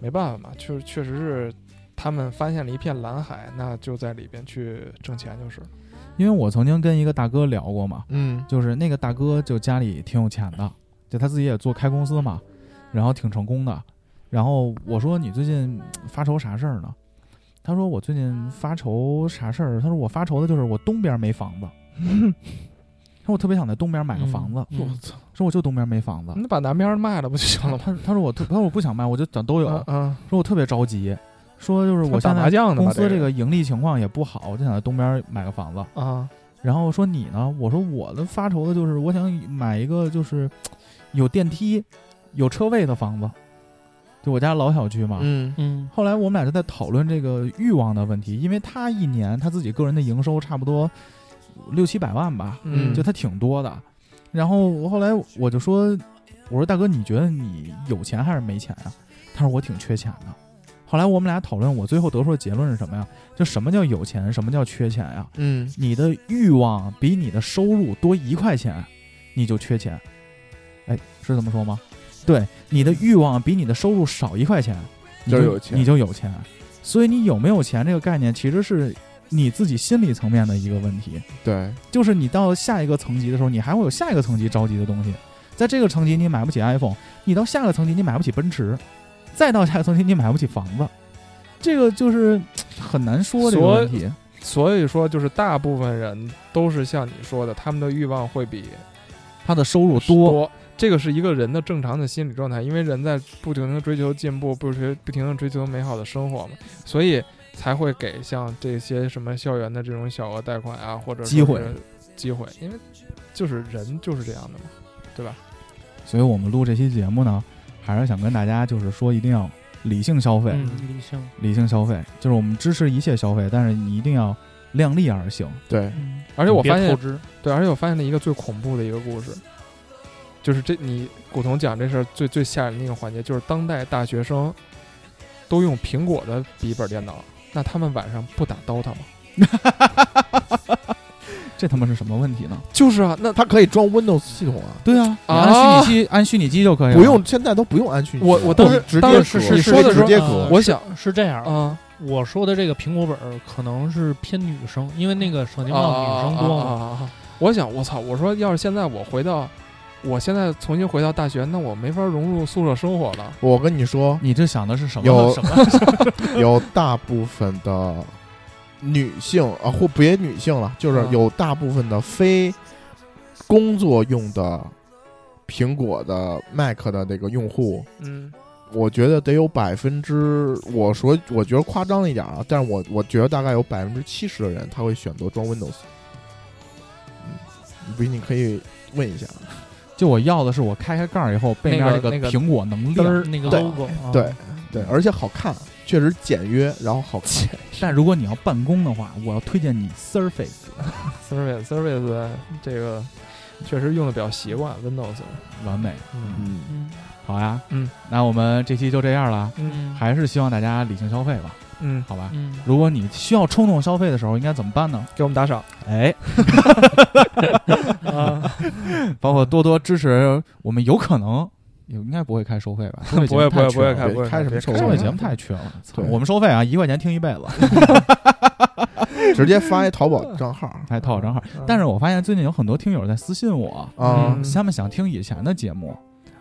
[SPEAKER 4] 没办法嘛，确确实是他们发现了一片蓝海，那就在里边去挣钱就是。
[SPEAKER 2] 因为我曾经跟一个大哥聊过嘛，
[SPEAKER 5] 嗯，
[SPEAKER 2] 就是那个大哥就家里挺有钱的，就他自己也做开公司嘛，然后挺成功的。然后我说你最近嗯发愁啥事儿呢？他说我最近发愁啥事儿？他说我发愁的就是我东边没
[SPEAKER 4] [laughs]
[SPEAKER 2] 房子，他说我特别想在东边买个房子，
[SPEAKER 6] 嗯嗯
[SPEAKER 4] 操，
[SPEAKER 2] 说我就东边没房子。
[SPEAKER 4] 那把南边卖了不就行
[SPEAKER 2] 他
[SPEAKER 4] 了吗？
[SPEAKER 2] 他他说我特他说我 [laughs] 不想卖，我就想都有。
[SPEAKER 4] 嗯嗯，
[SPEAKER 2] 说我特别着急，说就是我
[SPEAKER 4] 打
[SPEAKER 2] 现
[SPEAKER 4] 麻
[SPEAKER 2] 在
[SPEAKER 4] 将呢
[SPEAKER 2] 公
[SPEAKER 4] 吧？
[SPEAKER 2] 司
[SPEAKER 4] 这
[SPEAKER 2] 这个盈利情况也不好，我就想在东边买个房子。
[SPEAKER 4] 啊，
[SPEAKER 2] 然后说你呢？我说我的发愁的就是我想买一个就是有电梯、有车位的房子，就我家老小区嘛。
[SPEAKER 5] 嗯，
[SPEAKER 6] 嗯
[SPEAKER 2] 后来我们俩就在讨论这个欲望的问题，因为他一年他自己个人的营收差不多六七百万吧，
[SPEAKER 4] 嗯，
[SPEAKER 2] 就他挺多的。然后后来我就说，我说大哥，你觉得你有钱还是没钱啊？他说我挺缺钱的。后来我们俩讨论，我最后得出的结论是什么呀？就什么叫有钱，什么叫缺钱呀？
[SPEAKER 5] 嗯，
[SPEAKER 2] 你的欲望比你的收入多一块钱，你就缺钱。哎，是这么说吗？对，你的欲望比你的收入少一块钱，你
[SPEAKER 5] 就是有钱
[SPEAKER 2] 你就有钱。所以你有没有钱这个概念，其实是你自己心理层面的一个问题。
[SPEAKER 5] 对，
[SPEAKER 2] 就是你到下一个层级的时候，你还会有下一个层级着急的东西。在这个层级你买不起 iPhone，你到下个层级你买不起奔驰，再到下个层级你买不起房子，这个就是很难说这个
[SPEAKER 4] 所
[SPEAKER 2] 问题。
[SPEAKER 4] 所以说就是大部分人都是像你说的，他们的欲望会比
[SPEAKER 2] 他的收入
[SPEAKER 4] 多。
[SPEAKER 2] 多，
[SPEAKER 4] 这个是一个人的正常的心理状态，因为人在不停的追求进步，不追不停的追求美好的生活嘛，所以才会给像这些什么校园的这种小额贷款啊，或者说
[SPEAKER 2] 机会
[SPEAKER 4] 是机会，因为就是人就是这样的嘛，对吧？
[SPEAKER 2] 所以我们录这期节目呢，还是想跟大家就是说，一定要理性消费，
[SPEAKER 6] 嗯，理性，
[SPEAKER 2] 理性消费，就是我们支持一切消费，但是你一定要量力而行。 [laughs]
[SPEAKER 5] 对，
[SPEAKER 4] 而且我
[SPEAKER 6] 嗯别
[SPEAKER 4] 发现
[SPEAKER 6] 透支，
[SPEAKER 4] 对，而且我发现了一个最恐怖的一个故事，就是这你古潼讲这事儿最最吓人的一个环节，就是当代大学生都用苹果的笔记本电脑，那他们晚上不打 DOTA 吗？
[SPEAKER 2] 这他妈是什么问题呢？
[SPEAKER 4] 就是啊，那
[SPEAKER 5] 它可以装 Windows 系统啊，
[SPEAKER 2] 对啊，你
[SPEAKER 4] 啊
[SPEAKER 2] 按虚拟机，按虚拟机就可以了。
[SPEAKER 5] 不用，现在都不用安全系统了。
[SPEAKER 4] 哎我我当时
[SPEAKER 5] 直
[SPEAKER 4] 当
[SPEAKER 5] 接
[SPEAKER 4] 时
[SPEAKER 5] 是
[SPEAKER 4] 是是
[SPEAKER 5] 直接
[SPEAKER 6] 是
[SPEAKER 5] 可
[SPEAKER 6] 呃
[SPEAKER 4] 我想
[SPEAKER 6] 是这
[SPEAKER 2] 哦
[SPEAKER 6] 样。
[SPEAKER 4] 啊，
[SPEAKER 6] 我说的这个苹果本儿可能是偏女生，因为那个手机
[SPEAKER 2] 哦
[SPEAKER 4] 啊
[SPEAKER 6] 报女生多
[SPEAKER 4] 啊啊
[SPEAKER 6] 嘛。
[SPEAKER 4] 啊啊啊我想我操，我说要是现在我回到，我现在重新回到大学，那我没法融入宿舍生活 [laughs] 了。
[SPEAKER 5] 我跟你说，
[SPEAKER 2] 你这想的是什么
[SPEAKER 5] 有
[SPEAKER 2] 什 [laughs] 么？
[SPEAKER 4] [laughs]
[SPEAKER 5] 有大部分的女性啊，或别女性了，就是
[SPEAKER 4] 嗯
[SPEAKER 5] 有大部分的非工作用的苹果的 Mac 的那个用户，
[SPEAKER 4] 嗯
[SPEAKER 5] 我觉得得有百分之，我说我觉得夸张一点啊，但是我我觉得大概有百分之七十的人他会选择装 Windows。嗯，不信你可以问一下。
[SPEAKER 2] 就我要的是我开开盖儿以后，背面
[SPEAKER 4] 那
[SPEAKER 2] 这
[SPEAKER 4] 个
[SPEAKER 2] 个
[SPEAKER 4] 那个
[SPEAKER 2] 苹果能
[SPEAKER 6] 灯
[SPEAKER 2] 亮。
[SPEAKER 6] 儿那个
[SPEAKER 5] 对
[SPEAKER 6] logo，啊
[SPEAKER 5] 对
[SPEAKER 4] 嗯
[SPEAKER 5] 对，而且好看，确实简约，然后好看。
[SPEAKER 2] 但如果你要办公的话，我要推荐你 Surface。 [laughs]
[SPEAKER 4] ，service service 这个确实用的比较习惯 Windows。
[SPEAKER 2] 完美，
[SPEAKER 4] 嗯
[SPEAKER 5] 嗯，
[SPEAKER 6] 嗯
[SPEAKER 2] 好呀，
[SPEAKER 4] 嗯，
[SPEAKER 2] 那我们这期就这样了，
[SPEAKER 6] 嗯，
[SPEAKER 2] 还是希望大家理性消费吧，
[SPEAKER 4] 嗯，
[SPEAKER 2] 好吧？
[SPEAKER 6] 嗯，
[SPEAKER 2] 如果你需要冲动消费的时候，应该怎么办呢？
[SPEAKER 4] 给我们打赏。
[SPEAKER 2] [laughs] 哎，
[SPEAKER 4] 啊，
[SPEAKER 2] 包括多多支持我们，有可能有应该不会开收 [laughs] 费吧？收费节
[SPEAKER 4] 不
[SPEAKER 2] 目
[SPEAKER 4] 会
[SPEAKER 2] 太
[SPEAKER 4] 不会不
[SPEAKER 2] 缺了
[SPEAKER 4] 会开不会
[SPEAKER 5] 开什么
[SPEAKER 4] 别
[SPEAKER 5] 抽
[SPEAKER 2] 收费
[SPEAKER 5] 了
[SPEAKER 2] 节目太缺了，操
[SPEAKER 5] 对
[SPEAKER 2] 我们收费啊，一块钱听一辈子，
[SPEAKER 5] 直接发一淘宝账号
[SPEAKER 2] 还套我账号。但是我发现最近有很多听友在私信我，
[SPEAKER 5] 啊
[SPEAKER 4] 嗯，
[SPEAKER 2] 他们想听以前的节目，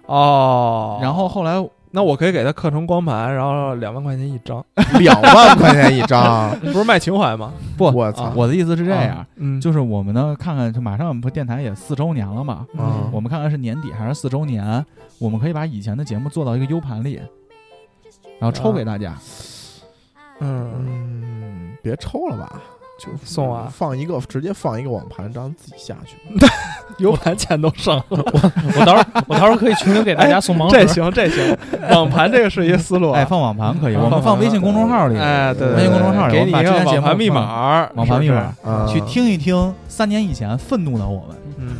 [SPEAKER 4] 哦，
[SPEAKER 2] 然后后来
[SPEAKER 4] 那我可以给他刻成光盘，然后两万块钱一 [laughs] 张，，
[SPEAKER 5] 两万 [laughs] 块钱一张
[SPEAKER 4] 不是卖情怀吗？
[SPEAKER 2] 不
[SPEAKER 5] 我操！
[SPEAKER 2] 我的意思是这样
[SPEAKER 4] 啊，，嗯，
[SPEAKER 2] 就是我们呢，看看，就马上我们电台也四周年了嘛，
[SPEAKER 4] 嗯
[SPEAKER 5] 啊
[SPEAKER 2] 我们看看是年底还是四周年，我们可以把以前的节目做到一个 U 盘里，然后抽给大家。
[SPEAKER 4] 啊嗯，
[SPEAKER 5] 嗯，别抽了吧，就
[SPEAKER 4] 送啊
[SPEAKER 5] 放一个，直接放一个网盘，让自己下去吧。
[SPEAKER 4] U 盘钱都省了，哎
[SPEAKER 6] 我到时候我到时候可以群里给大家送盲盒。
[SPEAKER 4] 这行这
[SPEAKER 2] [laughs]
[SPEAKER 4] 行，网盘这个是一个思路啊
[SPEAKER 2] 哎，。放网盘可以，
[SPEAKER 4] 放
[SPEAKER 2] 我们
[SPEAKER 4] 网
[SPEAKER 2] 放
[SPEAKER 4] 盘
[SPEAKER 2] 微信公众号里，
[SPEAKER 4] 哎，对，对
[SPEAKER 2] 微信公众号里
[SPEAKER 4] 给
[SPEAKER 2] 我
[SPEAKER 4] 你
[SPEAKER 2] 们
[SPEAKER 4] 一
[SPEAKER 2] 把之
[SPEAKER 4] 个
[SPEAKER 2] 前节
[SPEAKER 4] 网
[SPEAKER 2] 目
[SPEAKER 4] 盘密码
[SPEAKER 2] 放
[SPEAKER 4] 儿，
[SPEAKER 2] 网盘密码
[SPEAKER 4] 是不
[SPEAKER 5] 啊，
[SPEAKER 2] 去听一听三年以前愤怒的我们，
[SPEAKER 4] 是，嗯，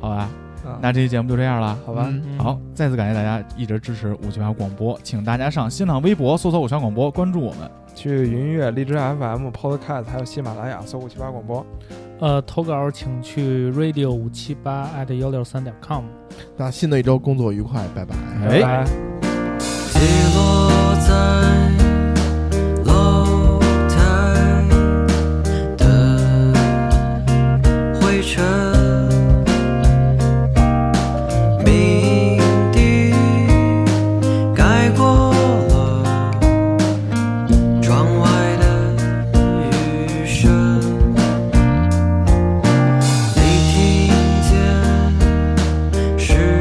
[SPEAKER 2] 好吧？
[SPEAKER 4] 啊
[SPEAKER 2] 那这期节目就这样了。
[SPEAKER 4] 好吧，
[SPEAKER 6] 嗯
[SPEAKER 2] 好，，再次感谢大家一直支持五七八广播，请大家上新浪微博搜索“五七八广播”，关注我们。
[SPEAKER 4] 去云音乐、荔枝 FM、Podcast 还有喜马拉雅搜五七八广播。
[SPEAKER 6] 呃，投稿请去 radio 五七八 at 幺六三点 com。
[SPEAKER 5] 那新的一周工作愉快，拜拜。
[SPEAKER 2] 哎
[SPEAKER 4] 拜拜。
[SPEAKER 3] 滴落在楼台的灰尘，鸣笛盖过了窗外的雨声，没听见时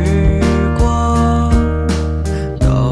[SPEAKER 3] 光。都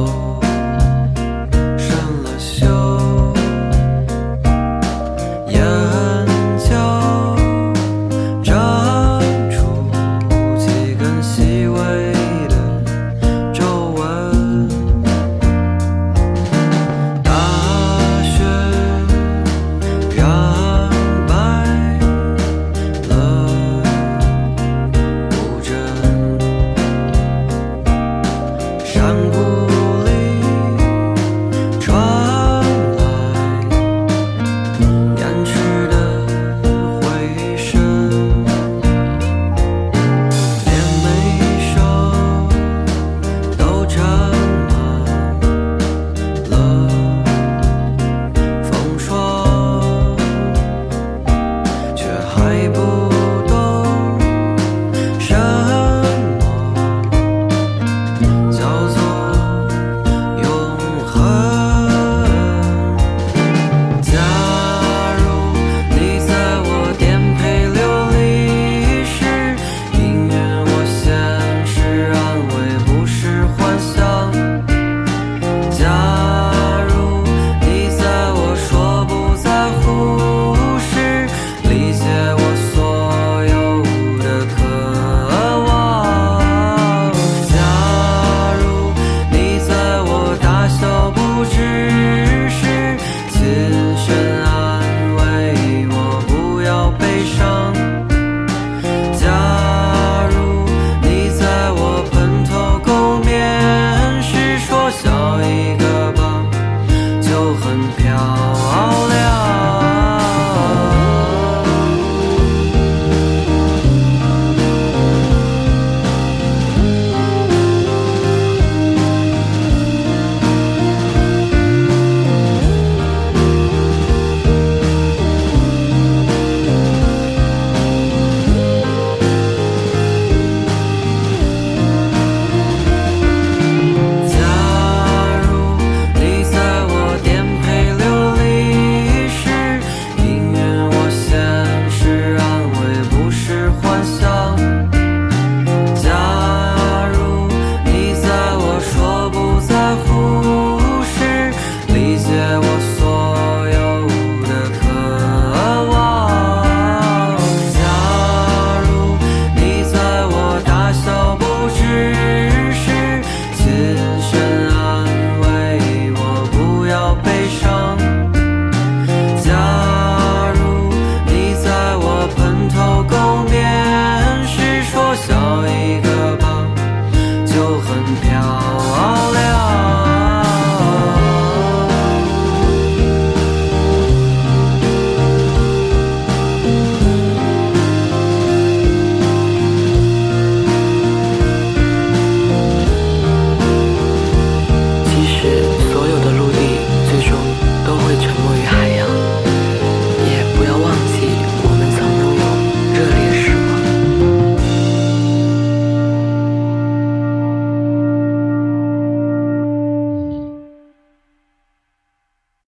[SPEAKER 3] 漂亮。假如你在我颠沛流离时，宁愿我现实安慰不是幻想。假如你在我说不在乎时，理解我所有的渴望。假如你在我大笑不止时，谨慎安慰我不要悲伤。假如你在我蓬头垢面时说笑一个吧，就很漂亮。